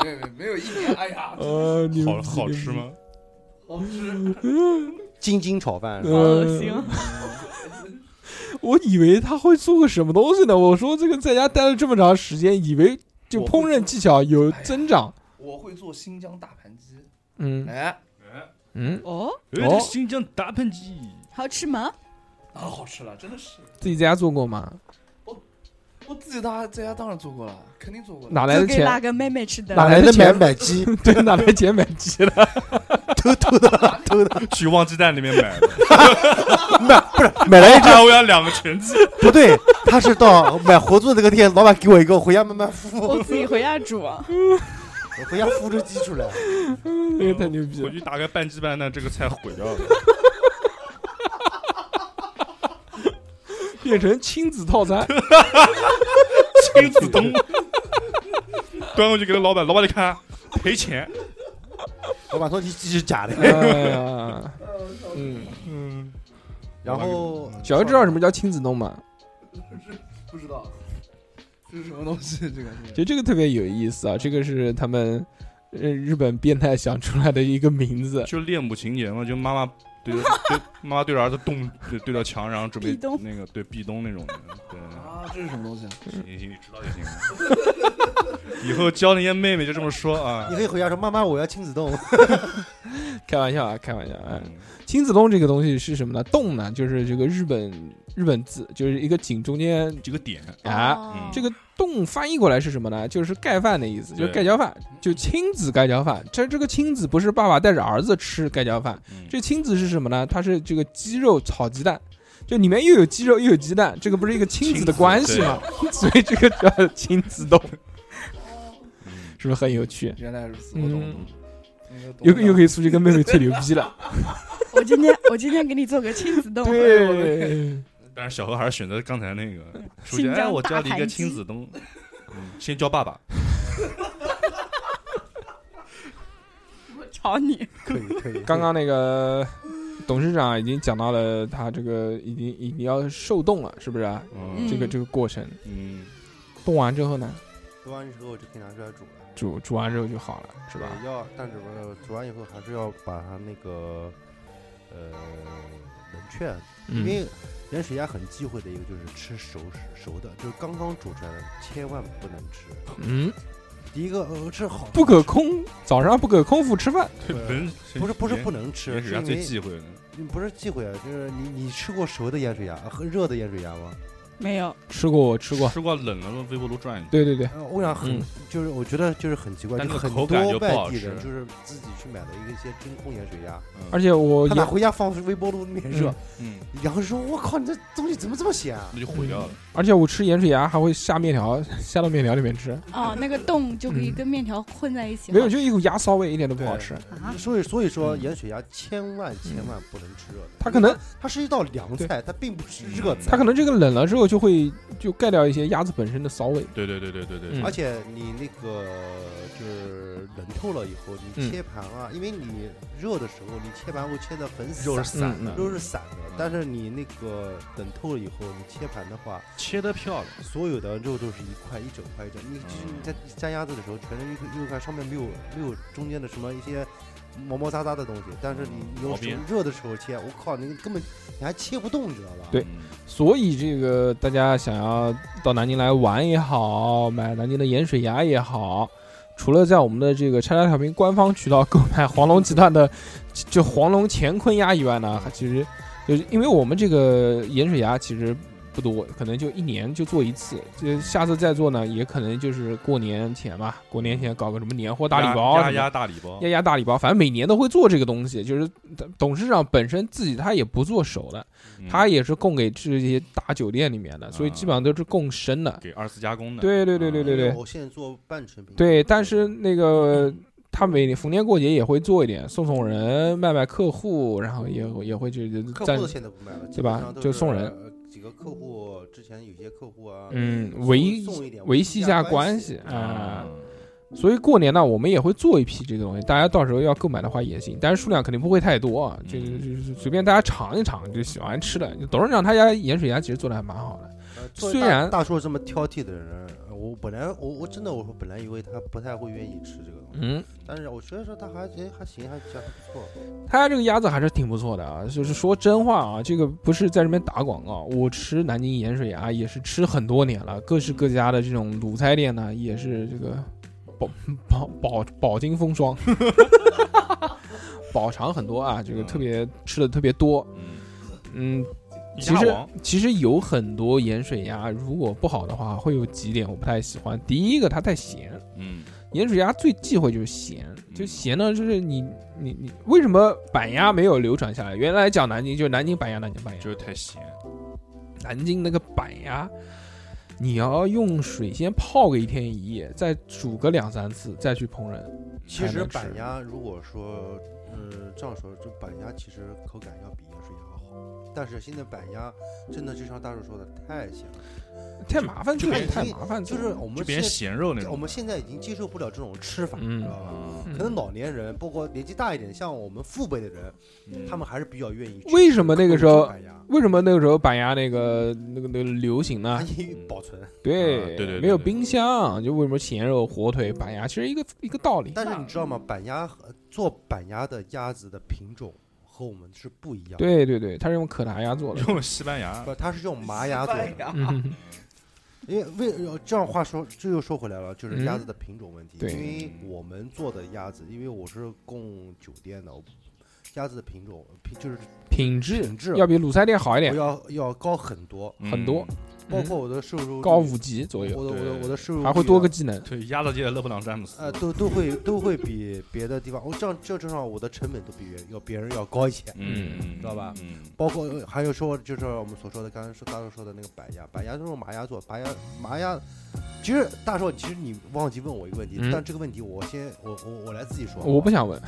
Speaker 7: 没有没有没有一年，哎呀，
Speaker 2: [LAUGHS] 呃，你
Speaker 4: 好好吃？吗？
Speaker 6: 哦
Speaker 7: 好吃，
Speaker 6: 金筋炒饭是吧？
Speaker 2: 恶心。啊我以为他会做个什么东西呢？我说这个在家待了这么长时间，以为就
Speaker 7: 我
Speaker 2: 烹饪技巧有
Speaker 7: 哎呀
Speaker 2: 增长。
Speaker 7: 我会做新疆大盘鸡，
Speaker 2: 嗯
Speaker 7: 哎，啊
Speaker 2: 嗯，
Speaker 3: 哦，
Speaker 4: 哎
Speaker 2: 哦
Speaker 4: 新疆大盘鸡， [LAUGHS]
Speaker 3: 好吃吗？
Speaker 7: 好吃了，真的是，
Speaker 2: 自己在家做过吗？ [LAUGHS]
Speaker 7: 我自己大在家当然做过了，肯定做过了，
Speaker 2: 哪来
Speaker 3: 就
Speaker 2: 的
Speaker 3: 给那
Speaker 2: 钱？
Speaker 3: 个妹妹吃的。
Speaker 2: 哪来的钱？
Speaker 6: 买鸡？
Speaker 2: 对，哪来钱买鸡
Speaker 7: [LAUGHS]
Speaker 2: 了？
Speaker 4: 去旺鸡蛋里面买
Speaker 6: [LAUGHS]
Speaker 4: 的，
Speaker 6: 买不是买来一只
Speaker 4: 啊我要两个全鸡。
Speaker 6: 不对，他是到买合作那个店，老板给我一个，回家慢慢孵，
Speaker 3: 我自己回家 [LAUGHS] 煮。
Speaker 6: 我回家孵只鸡出来。
Speaker 2: 那 [LAUGHS] 个太牛逼
Speaker 4: 回
Speaker 2: 了！
Speaker 4: 去打开半鸡半蛋，这个菜毁掉了。
Speaker 2: 变成亲子
Speaker 7: [LAUGHS]
Speaker 2: 套餐，
Speaker 4: 亲子冬，端过去给那老板，老板你看赔钱。
Speaker 6: 老板说你鸡是假的。
Speaker 2: 哎呀，嗯，
Speaker 6: 然后
Speaker 2: 小哥知道什么叫亲子弄吗？
Speaker 7: 不知道这是什么东西，这个这个
Speaker 2: 就这个特别有意思啊，这个是他们呃日本变态想出来的一个名
Speaker 7: [LAUGHS]
Speaker 2: 字。
Speaker 4: 就恋母情节嘛，就妈妈对
Speaker 6: [LAUGHS]
Speaker 4: 着对妈妈对着儿子动对对着墙，然后准备
Speaker 3: 壁咚
Speaker 4: 那个对壁咚那种的。
Speaker 7: 啊，这是什么东西？
Speaker 4: 对，你你知道就行了。以后教那些妹妹就这么说啊
Speaker 6: 你。可以回家说：“妈妈，我要亲子冻。
Speaker 2: 开玩笑啊，开玩笑啊！哎
Speaker 4: 嗯
Speaker 2: 亲子洞这个东西是什么呢？洞呢，就是这个日本日本字，就是一个井中间
Speaker 4: 这个点，
Speaker 2: 啊。
Speaker 3: 哦
Speaker 4: 嗯
Speaker 2: 这个洞翻译过来是什么呢？就是盖饭的意思，就是
Speaker 4: 对
Speaker 2: 盖浇饭，就亲子盖浇饭。这这个亲子不是爸爸带着儿子吃盖浇饭，
Speaker 4: 嗯
Speaker 2: 这亲子是什么呢？它是这个鸡肉炒鸡蛋，就里面又有鸡肉又有鸡蛋，这个不是一个亲子的关系吗？所以这个叫亲子洞， [LAUGHS] 是不是很有趣？
Speaker 7: 原来如此，我懂了
Speaker 2: 嗯，，
Speaker 7: 嗯
Speaker 2: 又又可以出去跟妹妹吹牛逼了。
Speaker 3: 我今天 [LAUGHS] 我今天给你做个亲子冻。
Speaker 2: 对，
Speaker 4: 嗯但是小何还是选择刚才那个，首
Speaker 3: 新
Speaker 4: 先哎，
Speaker 3: 疆
Speaker 4: 我
Speaker 3: 大
Speaker 4: 教了一个
Speaker 3: 盘
Speaker 4: 亲
Speaker 3: 鸡
Speaker 4: 子东，嗯先教爸爸，
Speaker 3: 我吵你。”
Speaker 6: 可以可以。
Speaker 2: 刚刚那个董事长已经讲到了，他这个已经已经要受冻了，是不是啊、
Speaker 4: 嗯
Speaker 2: 这个
Speaker 3: 嗯
Speaker 2: 这个过程
Speaker 4: 嗯，
Speaker 2: 冻完之后呢，
Speaker 6: 煮完之后就可以拿出来煮了，
Speaker 2: 煮煮完之后就好了，是
Speaker 6: 是
Speaker 2: 吧？？
Speaker 6: 要，但是我煮完以后还是要把它那个呃冷却，因
Speaker 2: 嗯
Speaker 6: 为人水鸭很忌讳的一个就是吃熟食熟的，就是刚刚煮出来的，千万不能吃。
Speaker 2: 嗯，
Speaker 6: 第一个呃吃好
Speaker 2: 不可空，早上不可空腹吃饭。
Speaker 4: 对人
Speaker 6: 不是不是
Speaker 4: 人
Speaker 6: 不能吃，
Speaker 4: 盐
Speaker 6: 是
Speaker 4: 水鸭
Speaker 6: 因
Speaker 4: 最
Speaker 6: 为
Speaker 4: 忌讳的，
Speaker 6: 嗯不是忌讳啊，就是你你吃过熟的盐水鸭和热的盐水啊鸭吗？
Speaker 3: 没有，
Speaker 2: 吃过，我吃过。
Speaker 4: 吃过冷的微波炉转一圈。
Speaker 2: 对对对，
Speaker 6: 呃，我想很
Speaker 4: 嗯
Speaker 6: 就是我觉得就是很奇怪，
Speaker 4: 但
Speaker 6: 就
Speaker 4: 那个
Speaker 6: 很
Speaker 4: 口感
Speaker 6: 多
Speaker 4: 就不
Speaker 6: 外
Speaker 4: 好
Speaker 6: 地
Speaker 4: 吃
Speaker 6: 人就是自己去买的一个一些真空盐水鸭，
Speaker 2: 而且我
Speaker 6: 他拿
Speaker 2: 也
Speaker 6: 回家放微波炉里面热，
Speaker 4: 嗯，
Speaker 6: 然后说我靠，你这东西怎么这么咸啊？
Speaker 4: 那就毁掉了。
Speaker 2: 而且我吃盐水鸭还会下面条， [LAUGHS] 下到面条里面吃，
Speaker 3: 哦，那个冻就可以
Speaker 2: 嗯
Speaker 3: 跟面条混在一起。
Speaker 2: 没有就一股鸭骚味，一点都不好
Speaker 6: 对
Speaker 2: 吃。
Speaker 3: 啊，
Speaker 6: 所以所以说
Speaker 4: 嗯
Speaker 6: 盐水鸭千万千万不能吃热的，
Speaker 2: 它可能
Speaker 6: 它是一道凉
Speaker 2: 对
Speaker 6: 菜，它并不是热菜，
Speaker 2: 它可能这个冷了之后就会就盖掉一些鸭子本身的骚味。
Speaker 4: 对对对对对对
Speaker 2: 嗯，
Speaker 6: 而且你那个就是冷透了以后，你
Speaker 2: 嗯
Speaker 6: 切盘啊，因为你热的时候，你切盘会切的很散，
Speaker 4: 肉是散
Speaker 2: 嗯
Speaker 4: 的，
Speaker 6: 肉是散的。但是你那个冷透了以后，你切盘的话，
Speaker 4: 切的漂亮。
Speaker 6: 所有的肉都是一块一整块一整。你其实你在蘸鸭子的时候，全是一块一块，上面没有没有中间的什么一些毛毛扎扎的东西。但是你你用
Speaker 4: 毛
Speaker 6: 手
Speaker 4: 边
Speaker 6: 热的时候切，我靠，你根本你还切不动，你知道吧？
Speaker 2: 对
Speaker 4: 嗯，
Speaker 2: 所以这个大家想要到南京来玩也好，买南京的盐水鸭也好，除了在我们的这个叉叉调频官方渠道购买黄龙集团的 [LAUGHS] 就就黄龙乾坤鸭以外呢，还其实就是因为我们这个盐水鸭其实不多，可能就一年就做一次，就下次再做呢，也可能就是过年前吧，过年前搞个什么年货大礼包啊
Speaker 4: 鸭
Speaker 2: 什么的
Speaker 4: 鸭大礼包啊
Speaker 2: 鸭，鸭大礼包，反正每年都会做这个东西。就是董事长本身自己他也不做熟的，
Speaker 4: 嗯
Speaker 2: 他也是供给这些大酒店里面的，
Speaker 6: 啊
Speaker 2: 所以基本上都是供生的。
Speaker 4: 给二次加工的。
Speaker 2: 对对对对对对
Speaker 6: 我现在做半成品。
Speaker 2: 对，但是那个他每年逢年过节也会做一点，送送人，卖卖客户，然后也也会就就
Speaker 6: 客
Speaker 2: 赞
Speaker 6: 户现在不卖了，
Speaker 2: 对吧
Speaker 6: 基本上都
Speaker 2: 就是送人。
Speaker 6: 呃几个客户之前有些客户啊，
Speaker 2: 嗯
Speaker 6: 送
Speaker 2: 维
Speaker 6: 送一点
Speaker 2: 维系一下关
Speaker 6: 关
Speaker 2: 系
Speaker 4: 嗯
Speaker 2: 啊。所以过年呢，我们也会做一批这个东西，大家到时候要购买的话也行，但是数量肯定不会太多，
Speaker 6: 嗯
Speaker 2: 啊，就就就是随便大家尝一尝，就喜欢吃的。董事长他家盐水鸭其实做的还蛮好的。
Speaker 6: 呃作为
Speaker 2: 虽
Speaker 6: 大
Speaker 2: 然
Speaker 6: 大硕这么挑剔的人，呃我本来我我真的我说本来以为他不太会愿意吃这个东西，
Speaker 2: 嗯，
Speaker 6: 但是我觉得说他还哎还行，还还不错。
Speaker 2: 他家这个鸭子还是挺不错的啊。就是说真话啊，这个不是在这边打广告，我吃南京盐水鸭也是吃很多年了，各式各家的这种卤菜店呢，也是这个饱饱饱饱经风霜，饱尝很多啊，这个特别吃的特别多。
Speaker 4: 嗯，
Speaker 2: 嗯，其
Speaker 4: 鸭
Speaker 2: 实
Speaker 4: 王
Speaker 2: 其实有很多盐水鸭，如果不好的话，会有几点我不太喜欢。第一个，它太咸。
Speaker 4: 嗯，
Speaker 2: 盐水鸭最忌讳就是咸，就咸呢，就是你你你为什么板鸭没有流传下来？原来讲南京就是南京板鸭，南京板鸭
Speaker 4: 就，是太咸。
Speaker 2: 南京那个板鸭，你要用水先泡个一天一夜，再煮个两三次，再去烹饪。
Speaker 6: 其
Speaker 2: 还
Speaker 6: 实
Speaker 2: 能吃
Speaker 6: 板鸭如果说，嗯，这样说，就板鸭其实口感要比盐水鸭好，但是现在板鸭真的就像大叔说的太咸了，
Speaker 2: 太麻烦，这
Speaker 6: 就
Speaker 2: 个
Speaker 6: 是
Speaker 2: 太麻烦，
Speaker 6: 就是我们
Speaker 4: 就变成
Speaker 6: 现
Speaker 4: 咸肉那
Speaker 6: 我
Speaker 4: 种。
Speaker 6: 们现在已经接受不了这种吃法，
Speaker 2: 嗯
Speaker 6: 你知道吧？
Speaker 4: 嗯
Speaker 2: 嗯
Speaker 6: 可能老年人，包括年纪大一点，像我们父辈的人，
Speaker 4: 嗯
Speaker 6: 他们还是比较愿意去吃。
Speaker 2: 为什么那个时候
Speaker 6: 板鸭？
Speaker 2: 为什么那个时候板鸭那个那个那个流行呢
Speaker 6: [LAUGHS] 它？易保存，
Speaker 2: 对、
Speaker 4: 啊对对对
Speaker 2: 没有
Speaker 4: 对
Speaker 2: 冰箱，就为什么咸肉、火腿、板鸭，其实一个一个道理。
Speaker 6: 但是你知道
Speaker 4: 嗯
Speaker 6: 吗？板鸭和做板鸭的鸭子的品种和我们是不一样的。，
Speaker 2: 对对对，它是用可达鸭
Speaker 4: [LAUGHS]
Speaker 2: 做的。
Speaker 4: [LAUGHS] 用西班牙
Speaker 6: 不，它是用麻鸭
Speaker 7: [LAUGHS]
Speaker 6: 做的。
Speaker 2: 嗯，
Speaker 6: 因为为呃这样话说，这又说回来了，就是
Speaker 2: 嗯
Speaker 6: 鸭子的品种问题。
Speaker 2: 对
Speaker 6: 因为我们做的鸭子，因为我是供酒店的，我鸭子的品种品就是
Speaker 2: 品质
Speaker 6: 品质
Speaker 2: 要比鲁菜店好一
Speaker 6: 我
Speaker 2: 点，
Speaker 6: 要要高很多，
Speaker 2: [LAUGHS] 很多，
Speaker 4: 嗯
Speaker 6: 包括我的摄入率
Speaker 2: 嗯高五级左
Speaker 6: 我的
Speaker 2: 右，
Speaker 6: 我的我的啊摄入率
Speaker 2: 还会多个技能
Speaker 4: 嗯。对鸭子界的勒布朗詹姆斯。
Speaker 6: 呃都都会都会比别的地方，我、这样这正好我的成本都比别人要别人要高一些。
Speaker 4: 嗯，
Speaker 6: 知道吧
Speaker 4: 嗯，
Speaker 6: [LAUGHS] 包括呃还有说，就是我们所说的刚才说大叔说的那个板鸭，板鸭就是用麻鸭做，板鸭麻鸭。其实大叔，其实你忘记问我一个问题，
Speaker 2: 嗯
Speaker 6: 但这个问题我先我我我来自己说。
Speaker 2: 我不，想问，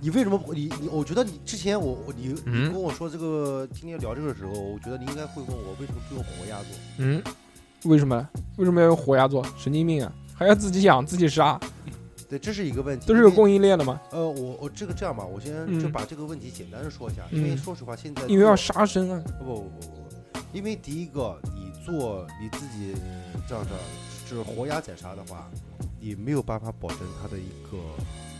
Speaker 6: 你为什么不你你？我觉得你之前我我你你
Speaker 2: 嗯
Speaker 6: 跟我说这个今天聊这个的时候，我觉得你应该会问我为什么不用活鸭做。
Speaker 2: 嗯，为什么？为什么要用活鸭做？神经病啊！还要自己养自己杀，
Speaker 6: 对，这是一个问题。
Speaker 2: 都是
Speaker 6: 因
Speaker 2: 有
Speaker 6: 为
Speaker 2: 供应链的嘛。
Speaker 6: 呃，我我这个这样吧，我先就
Speaker 2: 嗯
Speaker 6: 把这个问题简单的说一下，
Speaker 2: 嗯
Speaker 6: 因为说实话，现在
Speaker 2: 因为要
Speaker 6: 做
Speaker 2: 杀生啊，
Speaker 6: 不不不不，不，因为第一个，你做你自己这样的就是活鸭宰杀的话，你没有办法保证它的一个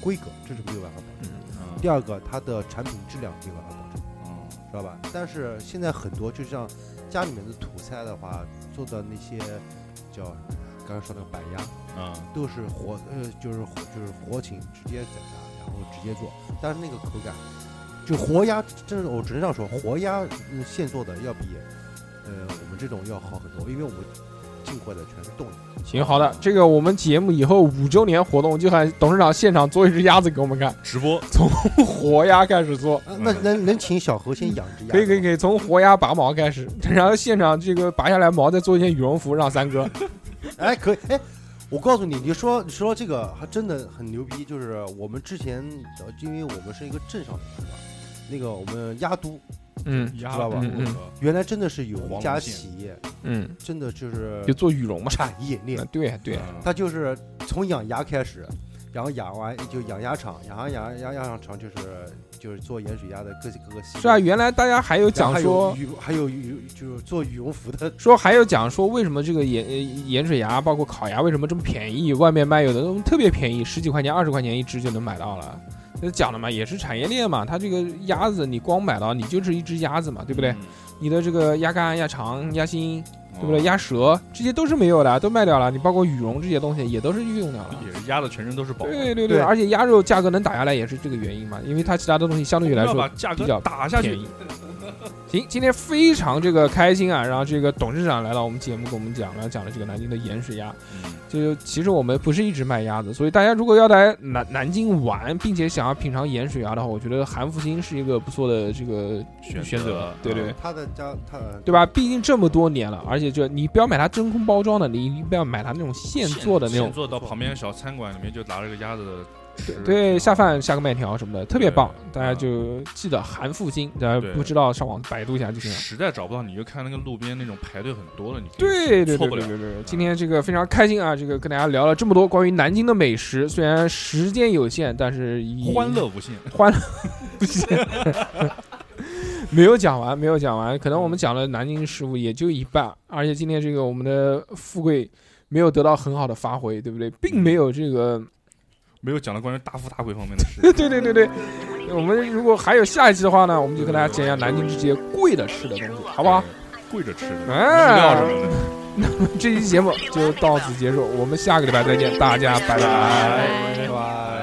Speaker 6: 规格，这是没有办法保证。
Speaker 4: 嗯
Speaker 6: 第二个，它的产品质量没有办法保证，
Speaker 4: 嗯
Speaker 6: 知道吧？但是现在很多就像家里面的土菜的话，做的那些叫什么呀刚才说那个板鸭，
Speaker 4: 啊，
Speaker 2: 嗯
Speaker 6: 都是活呃就是活就是活禽直接宰杀，然后直接做，但是那个口感，就活鸭，真是我只能这样说，活鸭、嗯现做的要比呃我们这种要好很多，因为我们进货的全是冻的。
Speaker 2: 行，好的，这个我们节目以后五周年活动就喊董事长现场做一只鸭子给我们看，
Speaker 4: 直播
Speaker 2: 活鸭开始做，
Speaker 6: 啊那能能请小何先养只鸭？
Speaker 2: 可以可以可以，从活鸭拔毛开始，然后现场这个拔下来毛再做一件羽绒服让三哥，
Speaker 6: 哎，可以，哎，我告诉你，你说你说这个还真的很牛逼，就是我们之前，呃因为我们是一个镇上的地方，那个我们鸭都
Speaker 2: 嗯
Speaker 4: 知
Speaker 6: 知道吧
Speaker 2: 嗯嗯
Speaker 6: 原来真的是有一
Speaker 4: 黄
Speaker 6: 家
Speaker 4: 龙县
Speaker 6: 企业，
Speaker 2: 嗯，
Speaker 6: 真的就是
Speaker 2: 就做羽绒嘛，
Speaker 6: 产业链
Speaker 2: 嗯，对对，
Speaker 6: 它就是从养鸭开始，然后养完就养鸭场，养完养养鸭场就是就是做盐水鸭的各各个系列
Speaker 2: 是啊，原来大家还有
Speaker 6: 然后
Speaker 2: 讲说
Speaker 6: 还有羽还有羽就是做羽绒服的，
Speaker 2: 说还有讲说为什么这个盐呃盐水鸭包括烤鸭为什么这么便宜？外面卖有的都特别便宜，十几块钱、二十块钱一只就能买到了。那讲了嘛，也是产业链嘛，它这个鸭子你光买到你就是一只鸭子嘛，对不
Speaker 4: 嗯
Speaker 2: 对？？你的这个鸭肝、鸭肠、鸭心，对
Speaker 4: 哦
Speaker 2: 不对？鸭舌这些都是没有的，都卖掉了。你包括羽绒这些东西也都是运用掉了。
Speaker 4: 也是鸭的全身都是宝。
Speaker 2: 对对
Speaker 6: 对
Speaker 2: 而且鸭肉价格能打下来也是这个原因嘛，因为它其他的东西相对于来
Speaker 4: 要
Speaker 2: 说
Speaker 4: 把价
Speaker 2: 比
Speaker 4: 格
Speaker 2: 较
Speaker 4: 打下
Speaker 2: 便
Speaker 4: 去
Speaker 2: 宜。 [LAUGHS] 行，今天非常这个开心啊！然后这个董事长来到我们节目，跟我们讲了讲了这个南京的盐水鸭。
Speaker 4: 嗯
Speaker 2: 就其实我们不是一直卖鸭子，所以大家如果要来南南京玩，并且想要品尝盐水鸭的话，我觉得韩复兴是一个不错的这个
Speaker 4: 选
Speaker 2: 选择
Speaker 4: 择，
Speaker 2: 对对
Speaker 6: 它的家它
Speaker 2: 对吧？毕竟这么多年了，而且就你不要买它真空包装的，你一定不要买它那种现做的那种
Speaker 4: 现，做到旁边小餐馆里面就拿了个鸭子吃。
Speaker 2: 对，下饭下个面条什么的，特别棒。
Speaker 4: 对
Speaker 2: 大家就记得韩复兴，大家
Speaker 4: 对
Speaker 2: 不知道上网百度一下就行了。
Speaker 4: 实在找不到，你就看那个路边那种排队很多的，你可以
Speaker 2: 对对对
Speaker 4: 错
Speaker 2: 对
Speaker 4: 不
Speaker 2: 对
Speaker 4: 了
Speaker 2: 对对，今天这个非常开心啊！这个跟大家聊了这么多关于南京的美食，虽然时间有限，但是以
Speaker 4: 欢乐无限。 [LAUGHS]
Speaker 2: 欢乐不是，没有讲完，没有讲完，可能我们讲了南京食物也就一半，而且今天这个我们的富贵没有得到很好的发挥，对不
Speaker 4: 嗯
Speaker 2: 对？并没有这个，。
Speaker 4: 没有讲到关于大富大贵方面的事
Speaker 2: 对对对对，我们如果还有下一期的话呢，我们就跟大家讲一下南京这些贵的吃的东西，好不好？
Speaker 4: 跪着吃的，日料什
Speaker 2: 哎，
Speaker 4: 么的。
Speaker 2: 这期节目就到此结束，我们下个礼拜再见，大家拜拜
Speaker 3: 拜拜
Speaker 6: 拜拜。